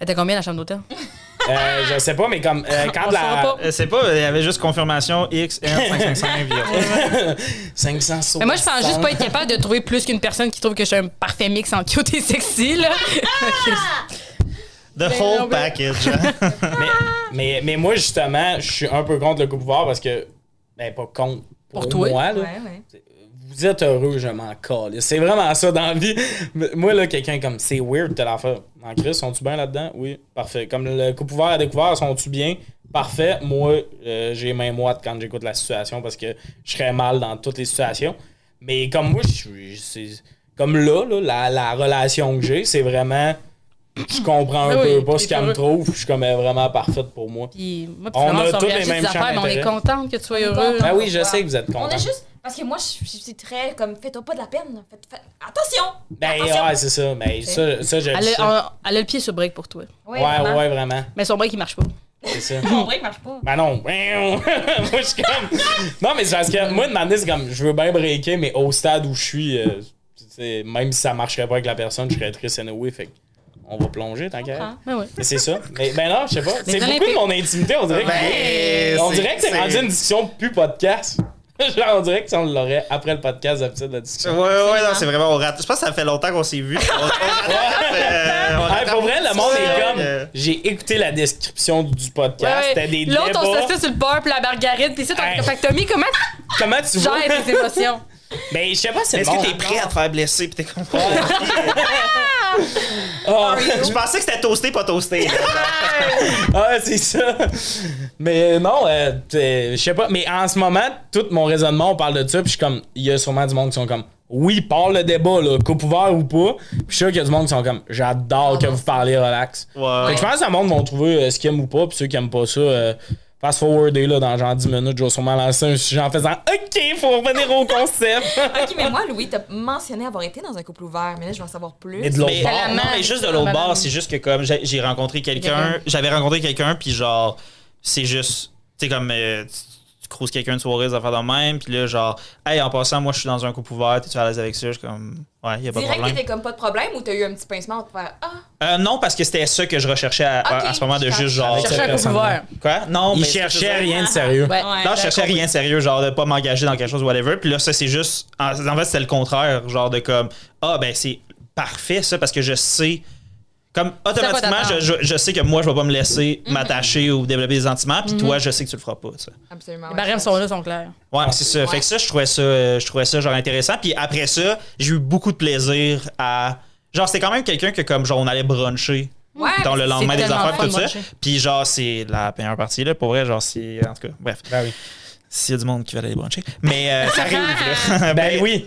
[SPEAKER 2] Elle était combien la chambre d'hôtel?
[SPEAKER 1] Euh, je sais pas, mais comme. euh, quand
[SPEAKER 2] On saura
[SPEAKER 1] la.
[SPEAKER 2] pas.
[SPEAKER 4] euh, c'est pas, il y avait juste confirmation XM555 via.
[SPEAKER 1] 500
[SPEAKER 2] Mais moi, je pense juste pas être capable de trouver plus qu'une personne qui trouve que je suis un parfait mix entre cute et sexy, là. Ah!
[SPEAKER 4] The
[SPEAKER 2] Ben, non,
[SPEAKER 4] whole
[SPEAKER 2] mais-
[SPEAKER 4] package. hein.
[SPEAKER 1] Mais, mais, mais moi, justement, je suis un peu contre le coup pouvoir parce que. Ben, pas contre. Pour,
[SPEAKER 2] Pour toi.
[SPEAKER 1] moi, là.
[SPEAKER 3] Ouais, ouais.
[SPEAKER 1] vous êtes heureux, je m'en colle. C'est vraiment ça dans la vie. Moi, là, quelqu'un est comme, c'est weird, telle affaire. En Chris, sont-tu bien là-dedans? Oui, parfait. Comme le coup ouvert à découvert, sont-tu bien? Parfait. Moi, euh, j'ai main moite quand j'écoute la situation parce que je serais mal dans toutes les situations. Mais comme moi, je suis. c'est- Comme là, là, la, la relation que j'ai, c'est vraiment. Je comprends un
[SPEAKER 2] Ah oui,
[SPEAKER 1] peu pas ce
[SPEAKER 2] t'es
[SPEAKER 1] qu'elle me
[SPEAKER 2] heureux.
[SPEAKER 1] trouve. puis Je suis comme elle est vraiment parfaite pour moi.
[SPEAKER 2] Puis moi,
[SPEAKER 1] On
[SPEAKER 2] puis Florence,
[SPEAKER 1] a
[SPEAKER 2] on
[SPEAKER 1] tous les
[SPEAKER 2] réagit
[SPEAKER 1] mêmes
[SPEAKER 2] des affaires, mais
[SPEAKER 1] champs
[SPEAKER 2] on est
[SPEAKER 1] d'intérêt.
[SPEAKER 2] contente que tu sois heureux.
[SPEAKER 1] Ah
[SPEAKER 2] là.
[SPEAKER 1] oui, je sais que vous êtes
[SPEAKER 3] On
[SPEAKER 1] content.
[SPEAKER 3] est juste. Parce que moi, je, je suis très comme. Fais-toi pas de la peine. Faites- faites- attention!
[SPEAKER 1] Ben
[SPEAKER 3] attention!
[SPEAKER 1] ouais, c'est ça. Mais ça, ça, je le
[SPEAKER 2] Elle
[SPEAKER 1] sais.
[SPEAKER 2] a, elle a le pied sur break pour toi.
[SPEAKER 1] Ouais, ouais, vraiment.
[SPEAKER 2] Mais son break, il marche pas.
[SPEAKER 1] C'est ça.
[SPEAKER 3] Mon break marche pas.
[SPEAKER 1] Ben non. moi, je suis comme. Non, mais c'est parce que moi, de m'amener, c'est comme. Je veux bien breaker, mais au stade où je suis, euh, tu sais, même si ça marcherait pas avec la personne, je serais triste anyway. Fait que on va plonger, t'inquiète.
[SPEAKER 3] comprends.
[SPEAKER 2] Ben ouais.
[SPEAKER 1] Mais c'est ça. Mais ben non, je sais pas. C'est
[SPEAKER 2] Les
[SPEAKER 1] beaucoup de
[SPEAKER 2] Olympiques.
[SPEAKER 1] mon intimité, on dirait. que-
[SPEAKER 4] Ben,
[SPEAKER 1] on dirait que c'est rendu
[SPEAKER 4] c'est-
[SPEAKER 1] une discussion plus podcast. Genre, on dirait que si on l'aurait après le podcast, d'habitude, la
[SPEAKER 4] Ouais,
[SPEAKER 1] discussion.
[SPEAKER 4] ouais, non, c'est vraiment, on rate. Je pense que ça fait longtemps qu'on s'est vu. On- on- euh, on
[SPEAKER 1] Hey,
[SPEAKER 4] rate-
[SPEAKER 1] pour vrai, le monde est
[SPEAKER 4] Ouais,
[SPEAKER 1] comme.
[SPEAKER 4] euh,
[SPEAKER 1] J'ai écouté la description du podcast.
[SPEAKER 2] Ouais,
[SPEAKER 1] C'était des
[SPEAKER 2] ouais. L'autre, on
[SPEAKER 1] débats.
[SPEAKER 2] s'assied sur le beurre puis la margarine. Puis ça,
[SPEAKER 1] Hey.
[SPEAKER 2] ton fait que Tommy, comment
[SPEAKER 1] Comment tu
[SPEAKER 2] tu
[SPEAKER 1] vois?
[SPEAKER 2] gères tes émotions?
[SPEAKER 1] Ben, je sais pas, c'est
[SPEAKER 4] Est-ce
[SPEAKER 1] bon.
[SPEAKER 4] que t'es prêt à te faire blesser? Puis t'es comme. oh,
[SPEAKER 1] Ah.
[SPEAKER 4] Je pensais que c'était toasté, pas toasté.
[SPEAKER 1] Ah, c'est ça. Mais non, euh, t'es- je sais pas. Mais en ce moment, tout mon raisonnement, on parle de ça. Puis je suis comme, il y a sûrement du monde qui sont comme, oui, parle le débat, là, coupe ouvert ou pas. Puis je suis sûr qu'il y a du monde qui sont comme, j'adore que vous parlez relax.
[SPEAKER 4] Ouais.
[SPEAKER 1] Fait que je pense que le monde vont trouver euh, ce qu'ils aiment ou pas. Puis ceux qui aiment pas ça, euh, fast forwarder, là, dans genre 10 minutes, je vais sûrement lancer un sujet en faisant, OK, faut revenir au concept.
[SPEAKER 3] Ok, mais moi, Louis, t'as mentionné avoir été dans un couple ouvert, mais là, je veux en savoir plus.
[SPEAKER 1] Et de l'autre
[SPEAKER 4] Mais,
[SPEAKER 1] bord.
[SPEAKER 2] la
[SPEAKER 4] non,
[SPEAKER 2] main,
[SPEAKER 4] mais juste de
[SPEAKER 2] c'est
[SPEAKER 4] l'autre
[SPEAKER 2] la
[SPEAKER 4] bord,
[SPEAKER 2] main.
[SPEAKER 4] c'est juste que comme j'ai j'ai rencontré quelqu'un,
[SPEAKER 3] Quelqu'un.
[SPEAKER 4] j'avais rencontré quelqu'un, puis genre, c'est juste, tu sais, comme euh, tu, tu croises quelqu'un de soirée, des affaires de même, puis là, genre, hey, en passant, moi, je suis dans un couple ouvert, t'es-tu à l'aise avec ça? Je suis comme, ouais, y a pas de
[SPEAKER 3] Direct,
[SPEAKER 4] problème.
[SPEAKER 3] t'étais comme pas de problème ou t'as eu un petit pincement pour te faire Ah,
[SPEAKER 4] Euh, non, parce que c'était ça que je recherchais à, à-
[SPEAKER 3] Ok,
[SPEAKER 4] à ce moment de
[SPEAKER 3] je
[SPEAKER 4] juste
[SPEAKER 1] comprends.
[SPEAKER 4] genre.
[SPEAKER 1] Avec
[SPEAKER 2] Chercher un coup
[SPEAKER 1] personne-là.
[SPEAKER 2] ouvert.
[SPEAKER 4] Quoi? Non,
[SPEAKER 1] Il
[SPEAKER 4] mais.
[SPEAKER 1] cherchait rien de sérieux.
[SPEAKER 2] Ouais.
[SPEAKER 3] Ouais.
[SPEAKER 4] Non, je cherchais rien de sérieux, genre de pas m'engager dans quelque chose, whatever. Puis là, ça, c'est juste. En, en fait, c'était le contraire, genre de comme. Ah, ben, c'est parfait, ça, parce que je sais. Comme automatiquement,
[SPEAKER 2] t'attendre. Mm-hmm.
[SPEAKER 4] je, je, je sais que moi, je vais pas me laisser m'attacher ou développer des sentiments, puis toi, je sais que tu le feras pas, tu sais.
[SPEAKER 3] Absolument.
[SPEAKER 2] Les
[SPEAKER 3] ouais,
[SPEAKER 2] barèmes
[SPEAKER 3] je
[SPEAKER 2] sont là, sont clairs.
[SPEAKER 4] Ouais, c'est ça. Fait que ça, je trouvais ça, euh, je trouvais ça genre intéressant. Puis après ça, j'ai eu beaucoup de plaisir à. Genre, c'était quand même quelqu'un que, comme, genre, on allait bruncher
[SPEAKER 3] Ouais,
[SPEAKER 4] dans le
[SPEAKER 3] mais
[SPEAKER 4] lendemain des
[SPEAKER 2] Ah, tellement
[SPEAKER 4] affaires,
[SPEAKER 2] fun
[SPEAKER 4] pis tout
[SPEAKER 2] de
[SPEAKER 4] ça.
[SPEAKER 2] bruncher.
[SPEAKER 4] Puis genre, c'est la meilleure partie, là, pour vrai, genre, c'est. En tout cas, bref.
[SPEAKER 1] Ben oui.
[SPEAKER 4] S'il y a du monde qui veut aller bruncher. Mais euh, ça arrive, là.
[SPEAKER 1] Ben oui.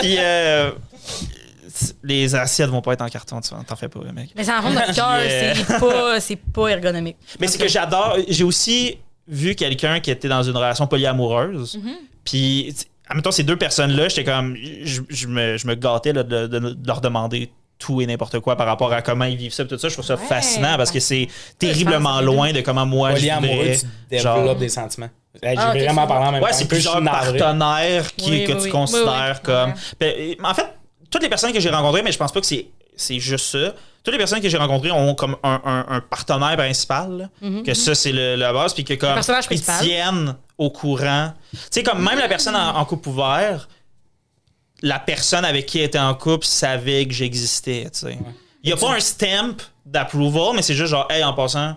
[SPEAKER 4] Puis euh, les assiettes vont pas être en carton, tu vois, t'en fais pas, mec.
[SPEAKER 2] Mais ça en rentre dans le cœur,
[SPEAKER 4] Yeah.
[SPEAKER 2] c'est pas, c'est pas ergonomique.
[SPEAKER 4] Mais c'est que j'adore. J'ai aussi vu quelqu'un qui était dans une relation polyamoureuse. Puis, tu- admettons, ces deux personnes-là, j'étais comme. Je, je me, je me gâtais là, de, de- de leur demander tout et n'importe quoi par rapport à comment ils vivent ça, tout ça. Je trouve ça
[SPEAKER 3] Ouais.
[SPEAKER 4] fascinant parce que c'est terriblement loin de comment moi je
[SPEAKER 1] Polyamoureux,
[SPEAKER 4] vivrais.
[SPEAKER 1] tu
[SPEAKER 4] Genre-
[SPEAKER 1] développes des sentiments. Hey, J'ai
[SPEAKER 2] Ah, ok,
[SPEAKER 1] vraiment
[SPEAKER 2] c'est
[SPEAKER 1] parlé en même temps.
[SPEAKER 4] Ouais, c'est
[SPEAKER 1] que je suis
[SPEAKER 4] plusieurs
[SPEAKER 1] navré.
[SPEAKER 4] partenaires qui,
[SPEAKER 2] Oui,
[SPEAKER 4] que
[SPEAKER 2] oui,
[SPEAKER 4] tu
[SPEAKER 2] oui.
[SPEAKER 4] considères
[SPEAKER 3] Oui, oui.
[SPEAKER 4] comme. Ben, en fait, toutes les personnes que j'ai rencontrées, mais je pense pas que c'est, c'est juste ça. Toutes les personnes que j'ai rencontrées ont comme un, un- un partenaire principal, là, que ça, c'est le, la base, puis que comme.
[SPEAKER 2] Mhm, personnage
[SPEAKER 4] ils
[SPEAKER 2] principal.
[SPEAKER 4] tiennent au courant. Tu sais, comme même la personne en, en couple ouvert, la personne avec qui elle était en couple savait que j'existais, tu sais. Il n'y a pas un stamp d'approval, mais c'est juste genre, hey, en passant,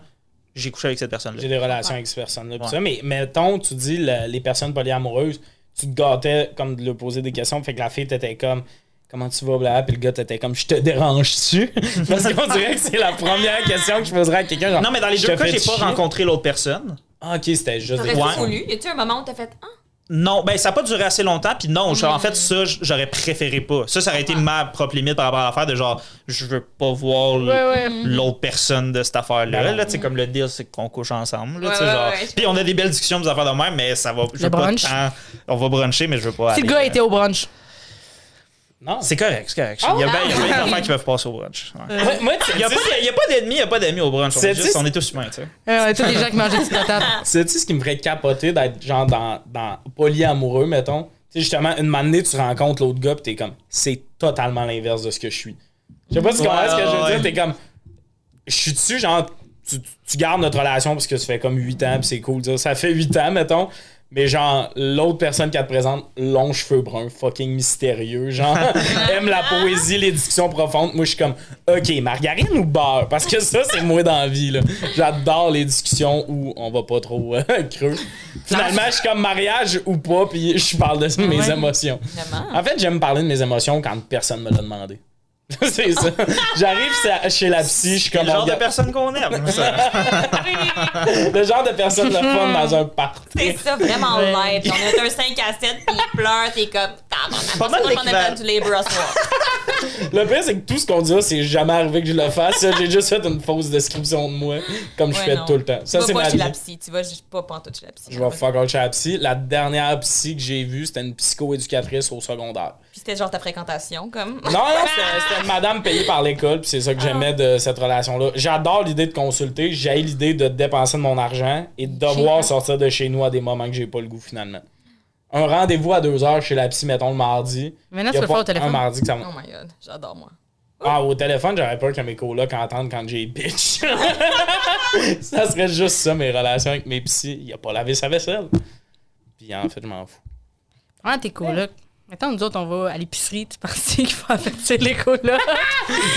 [SPEAKER 4] j'ai couché avec cette
[SPEAKER 1] J'ai
[SPEAKER 4] personne-là.
[SPEAKER 1] des relations avec ces personnes-là. pis
[SPEAKER 4] Ouais.
[SPEAKER 1] ça. Mais mettons, tu dis la- les personnes polyamoureuses, tu te gâtais comme de leur poser des questions. Fait que la fille, t'étais comme. Comment tu vas, blablabla? Puis le gars, t'étais comme, je te dérange-tu? Parce qu'on dirait que c'est la première question que je poserais à quelqu'un. genre,
[SPEAKER 4] Non, mais dans les
[SPEAKER 1] Je
[SPEAKER 4] deux
[SPEAKER 1] te
[SPEAKER 4] cas,
[SPEAKER 1] fais
[SPEAKER 4] j'ai
[SPEAKER 1] chier?
[SPEAKER 4] pas rencontré l'autre personne.
[SPEAKER 1] Ah, ok, c'était juste. des-
[SPEAKER 3] T'aurais-tu
[SPEAKER 4] Ouais.
[SPEAKER 3] voulu? Y a-tu un moment où t'as fait Ah,
[SPEAKER 4] Non, ben ça n'a pas duré assez longtemps, puis non, genre, en fait, ça, j- j'aurais préféré pas. Ça, ça aurait été ma propre limite par rapport à l'affaire de genre, je veux pas voir l-
[SPEAKER 2] Ouais, ouais.
[SPEAKER 4] l'autre personne de cette affaire-là.
[SPEAKER 1] Ben non.
[SPEAKER 4] là, tu sais, comme le deal, c'est qu'on couche ensemble. Là,
[SPEAKER 3] Ouais,
[SPEAKER 4] tu sais,
[SPEAKER 3] ouais,
[SPEAKER 4] genre.
[SPEAKER 3] ouais, je-
[SPEAKER 4] Puis on a des belles discussions, des affaires de même, mais ça va. je veux pas
[SPEAKER 2] brunch.
[SPEAKER 4] tant- On va bruncher, mais je veux pas.
[SPEAKER 2] Si le
[SPEAKER 4] aller,
[SPEAKER 2] gars
[SPEAKER 4] euh,
[SPEAKER 2] était au brunch.
[SPEAKER 1] Non.
[SPEAKER 4] C'est correct, c'est correct. il y a
[SPEAKER 3] Ah,
[SPEAKER 4] bien il y a bien des
[SPEAKER 3] ah,
[SPEAKER 4] enfants qui peuvent passer au brunch. ouais.
[SPEAKER 1] Ouais, Moi,
[SPEAKER 4] Il n'y a, pas de- il y a pas d'ennemis, il n'y a pas d'amis au brunch. On
[SPEAKER 1] C'est-
[SPEAKER 4] est, Euh, juste,
[SPEAKER 1] c'est-
[SPEAKER 4] on est tous humains, tu sais.
[SPEAKER 2] Euh, on a tous des gens qui mangent des petites patates.
[SPEAKER 1] Sais-tu ce qui me ferait capoter d'être genre dans, dans polyamoureux, mettons? Tu sais, justement, une matinée, tu rencontres l'autre gars, pis t'es comme, c'est totalement l'inverse de ce que je suis. Je sais pas si tu comprends
[SPEAKER 4] Ouais,
[SPEAKER 1] ce que je veux
[SPEAKER 4] ouais,
[SPEAKER 1] dire,
[SPEAKER 4] ouais.
[SPEAKER 1] t'es comme, je suis dessus, genre, tu, tu- tu gardes notre relation parce que ça fait comme 8 ans, pis c'est cool, de dire, ça fait 8 ans, mettons. Mais genre, l'autre personne qu'elle te présente, long cheveux bruns, fucking mystérieux, genre, aime la poésie, les discussions profondes. Moi, je suis comme, OK, margarine ou beurre? Parce que ça, c'est moi dans la vie, là. J'adore les discussions où on va pas trop euh, creux. Finalement, je suis comme mariage ou pas, puis je parle de mes
[SPEAKER 2] Ouais.
[SPEAKER 1] émotions.
[SPEAKER 3] vraiment?
[SPEAKER 1] En fait, j'aime parler de mes émotions quand personne me l'a demandé. c'est ça. J'arrive sa- chez la psy, je suis
[SPEAKER 4] C'est
[SPEAKER 1] comme...
[SPEAKER 4] le genre
[SPEAKER 1] on-
[SPEAKER 4] de personne qu'on aime. ça.
[SPEAKER 1] le genre de personne le fun dans un party.
[SPEAKER 3] C'est ça, vraiment light. On est un 5 à 7, puis il pleure, t'es comme Tabarnak,
[SPEAKER 4] Pas mal
[SPEAKER 3] on
[SPEAKER 4] d'équivalent.
[SPEAKER 3] a du labor à soir.
[SPEAKER 1] Le pire, c'est que tout ce qu'on dit là, c'est jamais arrivé que je le fasse. Ça, J'ai juste fait une fausse description de moi, comme je
[SPEAKER 3] Ouais,
[SPEAKER 1] fais
[SPEAKER 3] non.
[SPEAKER 1] tout le temps. Ça,
[SPEAKER 3] Tu
[SPEAKER 1] c'est
[SPEAKER 3] vas pas
[SPEAKER 1] ma
[SPEAKER 3] chez
[SPEAKER 1] vie.
[SPEAKER 3] la psy, tu vas juste pas pantoute chez la psy.
[SPEAKER 1] Je vais fuck all chez la psy. La dernière psy que j'ai vue, c'était une psycho-éducatrice au secondaire.
[SPEAKER 3] Puis c'était genre ta fréquentation, comme.
[SPEAKER 1] Non, non, c'était- c'était une madame payée par l'école, puis c'est ça que j'aimais de cette relation-là. J'adore l'idée de consulter, j'ai l'idée de dépenser de mon argent et de devoir
[SPEAKER 2] Génial.
[SPEAKER 1] sortir de chez nous à des moments que j'ai pas le goût finalement. Un rendez-vous à deux heures chez la psy, mettons le mardi.
[SPEAKER 2] Maintenant,
[SPEAKER 1] Y a
[SPEAKER 2] tu peux le
[SPEAKER 1] pas
[SPEAKER 2] faire au téléphone.
[SPEAKER 1] Un mardi que ça va-
[SPEAKER 3] Oh my god, j'adore moi.
[SPEAKER 1] Ah, au téléphone, j'aurais peur que mes colocs entendent quand j'ai bitch. ça serait juste ça, mes relations avec mes psys. Il a pas lavé sa vaisselle. Puis en fait, je m'en fous.
[SPEAKER 2] Ah, t'es coloc. Attends, nous autres, on va à l'épicerie. Tu pensais qu'il faut affecter les colocs?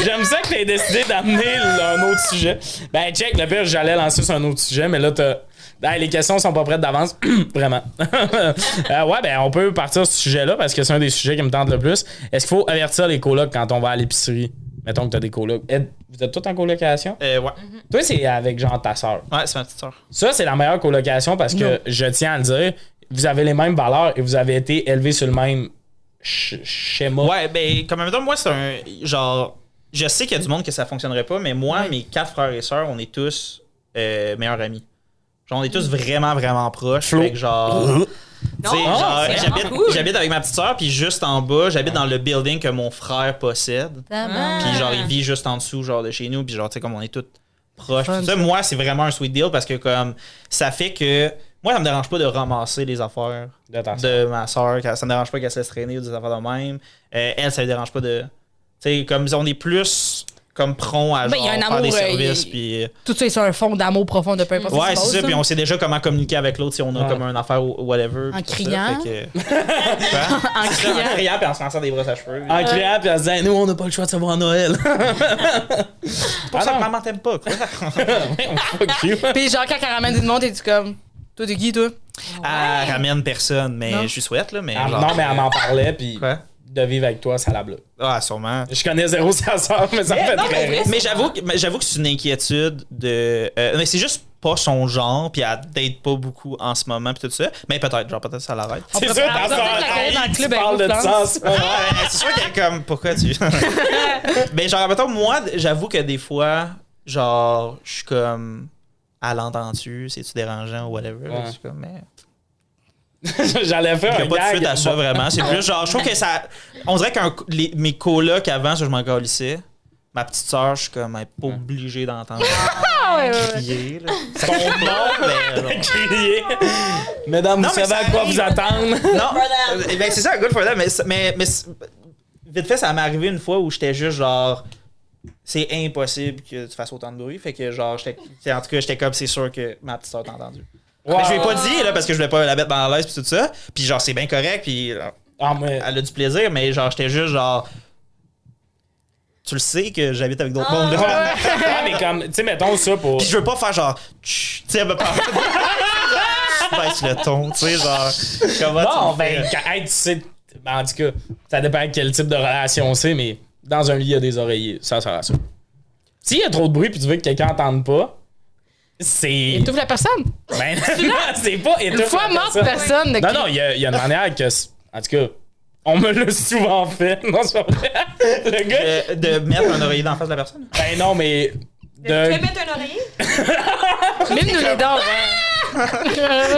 [SPEAKER 1] J'aime ça que t'aies décidé d'amener l- un autre sujet. Ben, check, le pire, j'allais lancer sur un autre sujet, mais là, t'as. Ah, les questions sont pas prêtes d'avance. Vraiment. Euh, ouais, ben, on peut partir sur ce sujet-là parce que c'est un des sujets qui me tente le plus. Est-ce qu'il faut avertir les colocs quand on va à l'épicerie? Mettons que t'as des colocs. Êtes- Vous êtes tous en colocation?
[SPEAKER 4] Euh, ouais,
[SPEAKER 1] Toi, c'est avec genre ta soeur.
[SPEAKER 4] ouais c'est ma petite soeur.
[SPEAKER 1] Ça, c'est la meilleure colocation parce que je tiens à le dire, vous avez les mêmes valeurs et vous avez été élevés sur le même sch- schéma.
[SPEAKER 4] Ouais, ben, comme en même temps, moi, c'est un. Genre, je sais qu'il y a du monde que ça fonctionnerait pas, mais moi, mes quatre frères et sœurs, on est tous euh, meilleurs amis. Genre, on est tous vraiment, vraiment proches.
[SPEAKER 1] Flo.
[SPEAKER 4] Fait que genre. tu
[SPEAKER 3] Non,
[SPEAKER 4] sais, genre,
[SPEAKER 3] c'est vraiment
[SPEAKER 4] j'habite
[SPEAKER 3] cool.
[SPEAKER 4] j'habite avec ma petite sœur, puis juste en bas, j'habite dans le building que mon frère possède.
[SPEAKER 3] Ah.
[SPEAKER 4] Puis genre, il vit juste en dessous, genre, de chez nous. Puis genre, tu sais, comme on est tous proches.
[SPEAKER 2] Fun,
[SPEAKER 4] Puis ça,
[SPEAKER 2] ça.
[SPEAKER 4] moi, c'est vraiment un sweet deal parce que, comme, ça fait que. Moi, ça me dérange pas de ramasser les affaires
[SPEAKER 1] De ta sœur.
[SPEAKER 4] de ma soeur. Ça me dérange pas qu'elle se laisse traîner ou des affaires de même. Euh, elle, ça me dérange pas de. Tu sais, comme on est plus comme prompt à
[SPEAKER 2] Ben,
[SPEAKER 4] genre,
[SPEAKER 2] il y a un
[SPEAKER 4] faire
[SPEAKER 2] amour,
[SPEAKER 4] des
[SPEAKER 2] euh,
[SPEAKER 4] services.
[SPEAKER 2] il-
[SPEAKER 4] puis, euh,
[SPEAKER 2] Tout ça, c'est un fond d'amour profond de peu importe ce
[SPEAKER 4] Ouais,
[SPEAKER 2] qui se
[SPEAKER 4] c'est ça.
[SPEAKER 2] passe,
[SPEAKER 4] Puis
[SPEAKER 2] là.
[SPEAKER 4] on sait déjà comment communiquer avec l'autre si on a
[SPEAKER 1] Ouais.
[SPEAKER 4] comme une affaire ou whatever. puis
[SPEAKER 2] En
[SPEAKER 4] tout ça,
[SPEAKER 2] criant.
[SPEAKER 4] fait que- Quoi?
[SPEAKER 2] En
[SPEAKER 4] C'est ça, En
[SPEAKER 2] criant.
[SPEAKER 4] criant, puis en se lançant des brosses à cheveux.
[SPEAKER 1] En criant Euh, puis en se disant, nous, on n'a pas le choix de savoir Noël.
[SPEAKER 4] C'est pour ça que maman t'aime pas. quoi.
[SPEAKER 1] Fuck you.
[SPEAKER 2] Puis genre, quand elle ramène du monde, t'es comme, toi, t'es qui, toi?
[SPEAKER 4] Elle ramène personne, mais
[SPEAKER 2] Non.
[SPEAKER 4] je lui souhaite, là. Mais
[SPEAKER 1] Ah,
[SPEAKER 4] genre-
[SPEAKER 1] non, mais elle m'en parlait, puis
[SPEAKER 4] Quoi?
[SPEAKER 1] de vivre avec toi, ça la bloque.
[SPEAKER 4] Ah, sûrement.
[SPEAKER 1] Je connais zéro sa soeur, mais ça me fait
[SPEAKER 3] non,
[SPEAKER 1] très
[SPEAKER 3] mais
[SPEAKER 1] rire.
[SPEAKER 4] Mais j'avoue que, mais j'avoue que c'est une inquiétude de. euh, mais c'est juste pas son genre, puis elle date pas beaucoup en ce moment, puis tout ça. Mais peut-être, genre, peut-être ça l'arrête.
[SPEAKER 1] C'est
[SPEAKER 2] peut-
[SPEAKER 1] sûr,
[SPEAKER 2] on
[SPEAKER 1] ta
[SPEAKER 2] peut
[SPEAKER 1] soeur,
[SPEAKER 2] peut-être la connaître dans le
[SPEAKER 1] elle, tu
[SPEAKER 2] club avec
[SPEAKER 1] parles
[SPEAKER 2] vous,
[SPEAKER 1] de ça en
[SPEAKER 2] Florence.
[SPEAKER 1] ce moment.
[SPEAKER 4] Ouais, mais c'est sûr qu'elle est comme. Pourquoi tu. mais genre, mettons, moi, j'avoue que des fois, genre, je suis comme. À l'entendu, c'est-tu dérangeant ou whatever?
[SPEAKER 1] Ouais.
[SPEAKER 4] Je suis comme, mais.
[SPEAKER 1] J'allais faire
[SPEAKER 4] Il
[SPEAKER 1] un
[SPEAKER 4] n'y a pas de
[SPEAKER 1] gag.
[SPEAKER 4] suite à ça,
[SPEAKER 1] Bon,
[SPEAKER 4] vraiment. C'est plus genre, je trouve que ça. On dirait que mes colocs avant, ça, je m'en galissais. Ma petite soeur, je suis comme, elle est pas obligée d'entendre
[SPEAKER 2] Ah, ouais, ouais, ouais.
[SPEAKER 4] crier, là. Ça compte pas, mais. genre.
[SPEAKER 1] crier. Mesdames,
[SPEAKER 4] Non,
[SPEAKER 1] vous
[SPEAKER 4] mais
[SPEAKER 1] savez
[SPEAKER 4] ça
[SPEAKER 1] à quoi
[SPEAKER 4] arrive.
[SPEAKER 1] vous attendre.
[SPEAKER 4] Non,
[SPEAKER 3] Further.
[SPEAKER 4] euh, ben, c'est ça, good for that, mais, c'est- mais, mais c'est- vite fait, ça m'est arrivé une fois où j'étais juste genre, c'est impossible que tu fasses autant de bruit, fait que genre, j'étais, c'est- en tout cas, j'étais comme, c'est sûr que ma petite soeur t'a entendu. Mais je lui ai pas dit, là, parce que je voulais pas la mettre dans l'aise pis tout ça, puis genre, c'est bien correct, puis genre,
[SPEAKER 1] Ah, mais-
[SPEAKER 4] elle a du plaisir, mais genre, j'étais juste genre, tu le sais que j'habite avec d'autres
[SPEAKER 3] Ah,
[SPEAKER 4] mondes.
[SPEAKER 3] ouais.
[SPEAKER 1] Ah, mais comme, tu sais, mettons ça pour.
[SPEAKER 4] Puis je veux pas faire genre, Tch tu sais, me parler. Je baisse le ton, tu sais, genre, comment
[SPEAKER 1] Bon,
[SPEAKER 4] tu le
[SPEAKER 2] euh,
[SPEAKER 4] fais?
[SPEAKER 1] ben, quand- hey, tu sais. ben, en tout cas, ça dépend quel type de relation c'est, mais dans un lit, il y a des oreillers. Ça, ça rassure. S'il y a trop de bruit puis tu veux que quelqu'un entende pas, c'est.
[SPEAKER 2] Étouffe la personne.
[SPEAKER 1] Ben, c'est pas
[SPEAKER 2] Une
[SPEAKER 1] étouffe
[SPEAKER 2] fois
[SPEAKER 1] la
[SPEAKER 2] morte,
[SPEAKER 1] personne.
[SPEAKER 2] personne. de-
[SPEAKER 1] Non, non, il y, a- il y a une manière que. c'est- En tout cas, on me l'a souvent fait. Non, c'est pas vrai. Le gars.
[SPEAKER 4] Euh, de mettre un oreiller d'en face de la personne.
[SPEAKER 1] Ben non, mais.
[SPEAKER 3] Tu
[SPEAKER 1] De...
[SPEAKER 3] peux mettre un oreiller?
[SPEAKER 2] Mime nous les dents.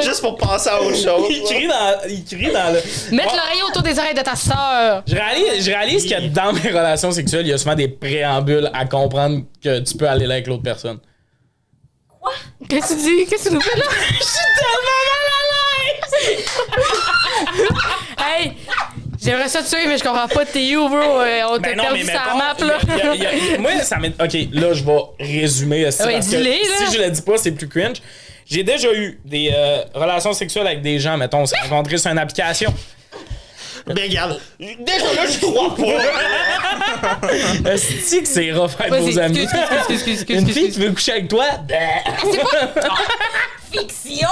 [SPEAKER 4] Juste pour passer à autre chose.
[SPEAKER 1] Il crie dans, il crie dans le.
[SPEAKER 2] Mettre
[SPEAKER 1] Bon,
[SPEAKER 2] l'oreiller autour des oreilles de ta sœur.
[SPEAKER 1] je réalise, je réalise que dans mes relations sexuelles, il y a souvent des préambules à comprendre que tu peux aller là avec l'autre personne.
[SPEAKER 2] Qu'est-ce que tu dis? Qu'est-ce que tu nous fais là?
[SPEAKER 1] Je suis tellement
[SPEAKER 2] Hey! J'aimerais ça te tuer, mais je comprends pas. T'es où, bro? Euh, on t'a
[SPEAKER 1] mal à l'aise! Ben non, mais
[SPEAKER 2] perdu sur la map, là.
[SPEAKER 1] mettons, y a- y a- y a- moi, ça m'est. Ok, là, je vais résumer. aussi,
[SPEAKER 2] Ouais,
[SPEAKER 1] parce que
[SPEAKER 2] dis-les, là.
[SPEAKER 1] si je le dis pas, c'est plus cringe. J'ai déjà eu des euh, relations sexuelles avec des gens, mettons, on s'est rencontrés sur une application.
[SPEAKER 4] Ben, regarde, déjà là, je crois pas.
[SPEAKER 1] Est-ce que c'est rough avec
[SPEAKER 2] Vas-y,
[SPEAKER 1] vos amis?
[SPEAKER 2] excuse, excuse, excuse, excuse,
[SPEAKER 1] Une fille
[SPEAKER 2] excuse.
[SPEAKER 1] qui veut coucher avec toi? Ben,
[SPEAKER 3] Fiction!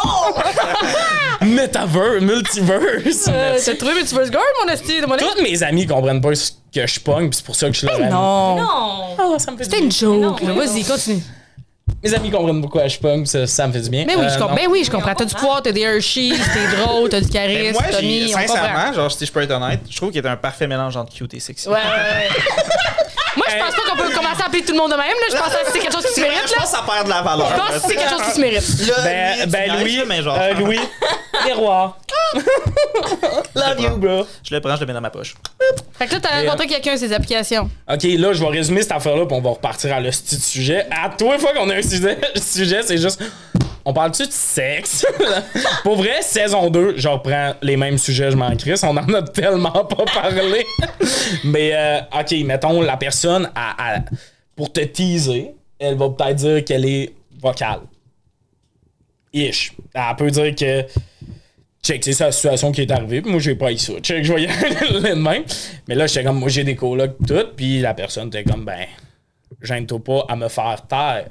[SPEAKER 1] Metaverse, multiverse.
[SPEAKER 2] Euh, T'as trouvé Multiverse Girl, mon esti? de mon
[SPEAKER 1] Toutes mes amis comprennent pas ce que je pogne, pis c'est pour ça que je suis leur ami.
[SPEAKER 2] Non.
[SPEAKER 3] Non!
[SPEAKER 1] Ah, ça me fait du
[SPEAKER 2] C'était
[SPEAKER 1] bien.
[SPEAKER 2] une joke, là.
[SPEAKER 3] Non,
[SPEAKER 2] Vas-y, continue.
[SPEAKER 1] Mes amis comprennent pourquoi je pogne, pis ça, ça me fait du bien.
[SPEAKER 2] Mais oui,
[SPEAKER 1] Euh,
[SPEAKER 2] je
[SPEAKER 1] non. Ben,
[SPEAKER 2] comprends. Ben oui, je comprends. T'as du
[SPEAKER 3] comprend.
[SPEAKER 2] pouvoir, t'as des Hershey, t'es drôle, t'as du
[SPEAKER 4] Mais
[SPEAKER 2] charisme,
[SPEAKER 4] moi, j'ai,
[SPEAKER 2] Tommy, on comprend.
[SPEAKER 4] sincèrement, genre, si je peux être honnête, je trouve qu'il est un parfait mélange entre cute et sexy.
[SPEAKER 2] Ouais, ouais, ouais. Moi, je
[SPEAKER 1] Euh,
[SPEAKER 2] pense pas qu'on peut commencer à appeler tout le monde de même, là. Je pense que c'est quelque chose qui se
[SPEAKER 4] Je
[SPEAKER 2] mérite,
[SPEAKER 4] pense
[SPEAKER 2] là.
[SPEAKER 4] que ça perd de la valeur.
[SPEAKER 2] Je pense que c'est quelque chose qui se mérite.
[SPEAKER 4] Là,
[SPEAKER 1] Ben,
[SPEAKER 4] lui,
[SPEAKER 1] ben
[SPEAKER 4] tu
[SPEAKER 1] Louis,
[SPEAKER 4] niaises, mais genre,
[SPEAKER 1] euh, Louis, miroir. Love you, bro.
[SPEAKER 4] je le prends, je le mets dans ma poche.
[SPEAKER 2] Fait que là, t'as rencontré quelqu'un ces applications.
[SPEAKER 1] Ok, là, je vais résumer cette affaire-là, puis on va repartir à le sti de sujet. À toi, fois qu'on a un sujet, sujet c'est juste. On parle-tu de sexe? Pour vrai, saison 2, je reprends les mêmes sujets, je m'en crisse. On en a tellement pas parlé. Mais, euh, ok, mettons, la personne, à, pour te teaser, elle va peut-être dire qu'elle est vocale. Ish. Elle peut dire que. Check, c'est ça la situation qui est arrivée, puis moi j'ai pas eu ça. Check, je voyais le lendemain. Mais là, j'étais comme, moi j'ai des colocs, pis tout, puis la personne était comme, ben, gêne-toi pas à me faire taire.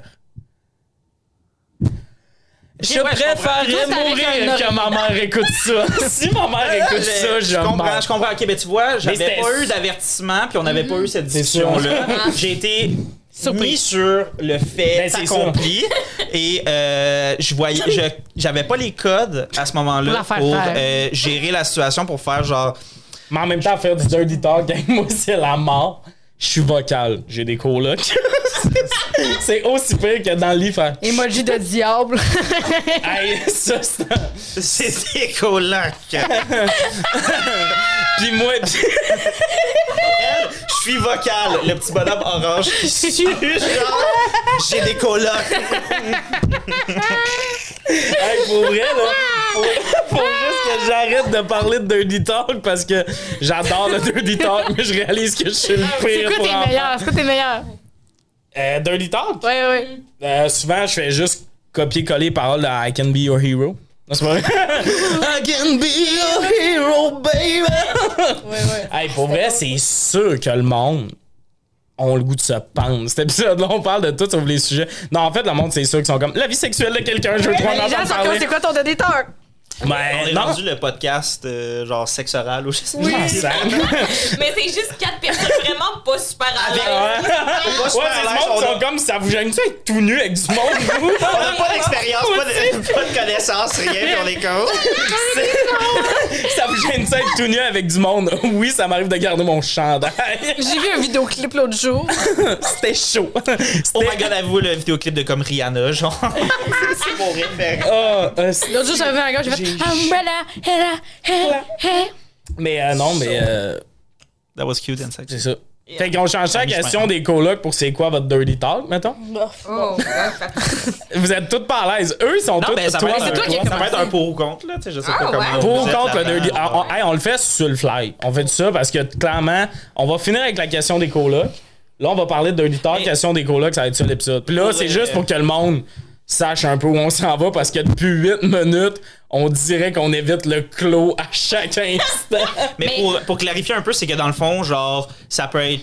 [SPEAKER 1] Je
[SPEAKER 4] ouais, je
[SPEAKER 1] préférerais
[SPEAKER 2] comprends. Tout avec un
[SPEAKER 1] mourir que ma mère écoute ça. si ma mère écoute ça,
[SPEAKER 4] Eh, je,
[SPEAKER 1] je,
[SPEAKER 4] je comprends,
[SPEAKER 1] meurs.
[SPEAKER 4] je comprends. Ok, ben tu vois, j'avais
[SPEAKER 1] c'était-
[SPEAKER 4] pas eu d'avertissement, puis on n'avait pas eu cette discussion-là. J'ai été
[SPEAKER 2] Surpris.
[SPEAKER 4] mis sur le fait
[SPEAKER 1] Ben, c'est ça.
[SPEAKER 4] accompli et euh, je voyais, je- j'avais pas les codes à ce
[SPEAKER 2] Pour
[SPEAKER 4] moment-là
[SPEAKER 2] la faire
[SPEAKER 4] pour
[SPEAKER 2] taire.
[SPEAKER 4] euh, gérer la situation, pour faire genre.
[SPEAKER 1] Mais en même temps, faire du dirty talk avec moi, c'est la mort. Je suis vocal, j'ai des colocs. c'est aussi pire que dans le lit, faire.
[SPEAKER 2] Emoji de diable.
[SPEAKER 1] Hey, ça, c'est un-
[SPEAKER 4] C'est des colocs.
[SPEAKER 1] Puis moi,
[SPEAKER 4] Je suis vocal, le petit bonhomme orange qui suce. genre, J'ai des colocs.
[SPEAKER 1] Hey, pour vrai, là, faut, faut juste que j'arrête de parler de Dirty Talk parce que j'adore le Dirty Talk, mais je réalise que je suis le
[SPEAKER 2] C'est
[SPEAKER 1] pire
[SPEAKER 2] quoi
[SPEAKER 1] pour en
[SPEAKER 2] tes meilleurs? C'est quoi tes meilleurs?
[SPEAKER 1] faire. Euh, Dirty Talk?
[SPEAKER 2] Ouais, ouais.
[SPEAKER 1] Euh, souvent, je fais juste copier-coller paroles de I can be your hero. Non, c'est pas vrai? I can be your hero, baby!
[SPEAKER 2] Ouais, ouais.
[SPEAKER 1] hey, pour vrai, c'est sûr que le monde ont le goût de se pendre. Cet épisode-là, on parle de tout sauf les sujets. Non, en fait, le monde, c'est sûr qu'ils sont comme la vie sexuelle de quelqu'un, je veux trop en
[SPEAKER 2] Les gens
[SPEAKER 1] entendre
[SPEAKER 2] sont comme,
[SPEAKER 1] parler.
[SPEAKER 2] c'est quoi ton détecteur?
[SPEAKER 4] On
[SPEAKER 1] Mais
[SPEAKER 4] est
[SPEAKER 1] Eh, non,
[SPEAKER 4] rendu le podcast euh, genre sexe oral ou je sais
[SPEAKER 1] je m'en sers.
[SPEAKER 3] Mais c'est juste quatre personnes vraiment pas super à l'aise.
[SPEAKER 1] Ah, Ouais,
[SPEAKER 4] pas super
[SPEAKER 1] ouais
[SPEAKER 4] à
[SPEAKER 1] c'est
[SPEAKER 4] l'aise,
[SPEAKER 1] ce monde
[SPEAKER 4] on
[SPEAKER 1] qui
[SPEAKER 4] a-
[SPEAKER 1] sont comme ça vous gêne tu être tout nu avec du monde vous
[SPEAKER 4] On n'a pas d'expérience, pas de, pas de connaissances, rien, puis on est comme.
[SPEAKER 1] ça vous gêne tu être tout nu avec du monde oui ça m'arrive de garder mon chandail
[SPEAKER 2] J'ai vu un vidéoclip l'autre jour.
[SPEAKER 1] c'était chaud
[SPEAKER 4] Oh
[SPEAKER 1] c'était
[SPEAKER 4] my god, avoue le vidéoclip de comme Rihanna, genre. c'est mon référent.
[SPEAKER 1] Ah, euh, c'est-
[SPEAKER 2] L'autre jour, j'avais vu un gars, j'ai fait Ah,
[SPEAKER 1] J'ai-
[SPEAKER 2] Umbrella, hella, hella, hella.
[SPEAKER 1] mais euh, non mais euh,
[SPEAKER 4] That was cute and sexy.
[SPEAKER 1] c'est ça fait qu'on change
[SPEAKER 4] Ah,
[SPEAKER 1] la question des colocs pour c'est quoi votre dirty talk mettons
[SPEAKER 3] Oh,
[SPEAKER 1] vous êtes toutes pas à l'aise eux ils sont tous
[SPEAKER 4] Non, ben ça va
[SPEAKER 1] toi,
[SPEAKER 4] être,
[SPEAKER 1] c'est
[SPEAKER 4] un-
[SPEAKER 1] toi qui
[SPEAKER 4] ça va être un pour ou contre, là, tu sais, je sais
[SPEAKER 3] Ah,
[SPEAKER 4] pas
[SPEAKER 3] ouais.
[SPEAKER 4] comment.
[SPEAKER 1] Pour ou
[SPEAKER 4] vous êtes
[SPEAKER 1] contre le
[SPEAKER 4] là-dedans.
[SPEAKER 1] dirty- on, on- hey, on le fait sur le fly. On fait ça parce que clairement, on va finir avec la question des colocs. Là, on va parler de dirty talk,
[SPEAKER 4] Mais-
[SPEAKER 1] question des colocs, ça va être ça l'épisode. Puis là,
[SPEAKER 4] Pour
[SPEAKER 1] c'est
[SPEAKER 4] le-
[SPEAKER 1] juste pour que le monde sache un peu où on s'en va parce que depuis 8 minutes, on dirait qu'on évite le clos à chaque instant.
[SPEAKER 4] Mais,
[SPEAKER 3] Mais-
[SPEAKER 4] pour, pour clarifier un peu, c'est que dans le fond, genre, ça peut être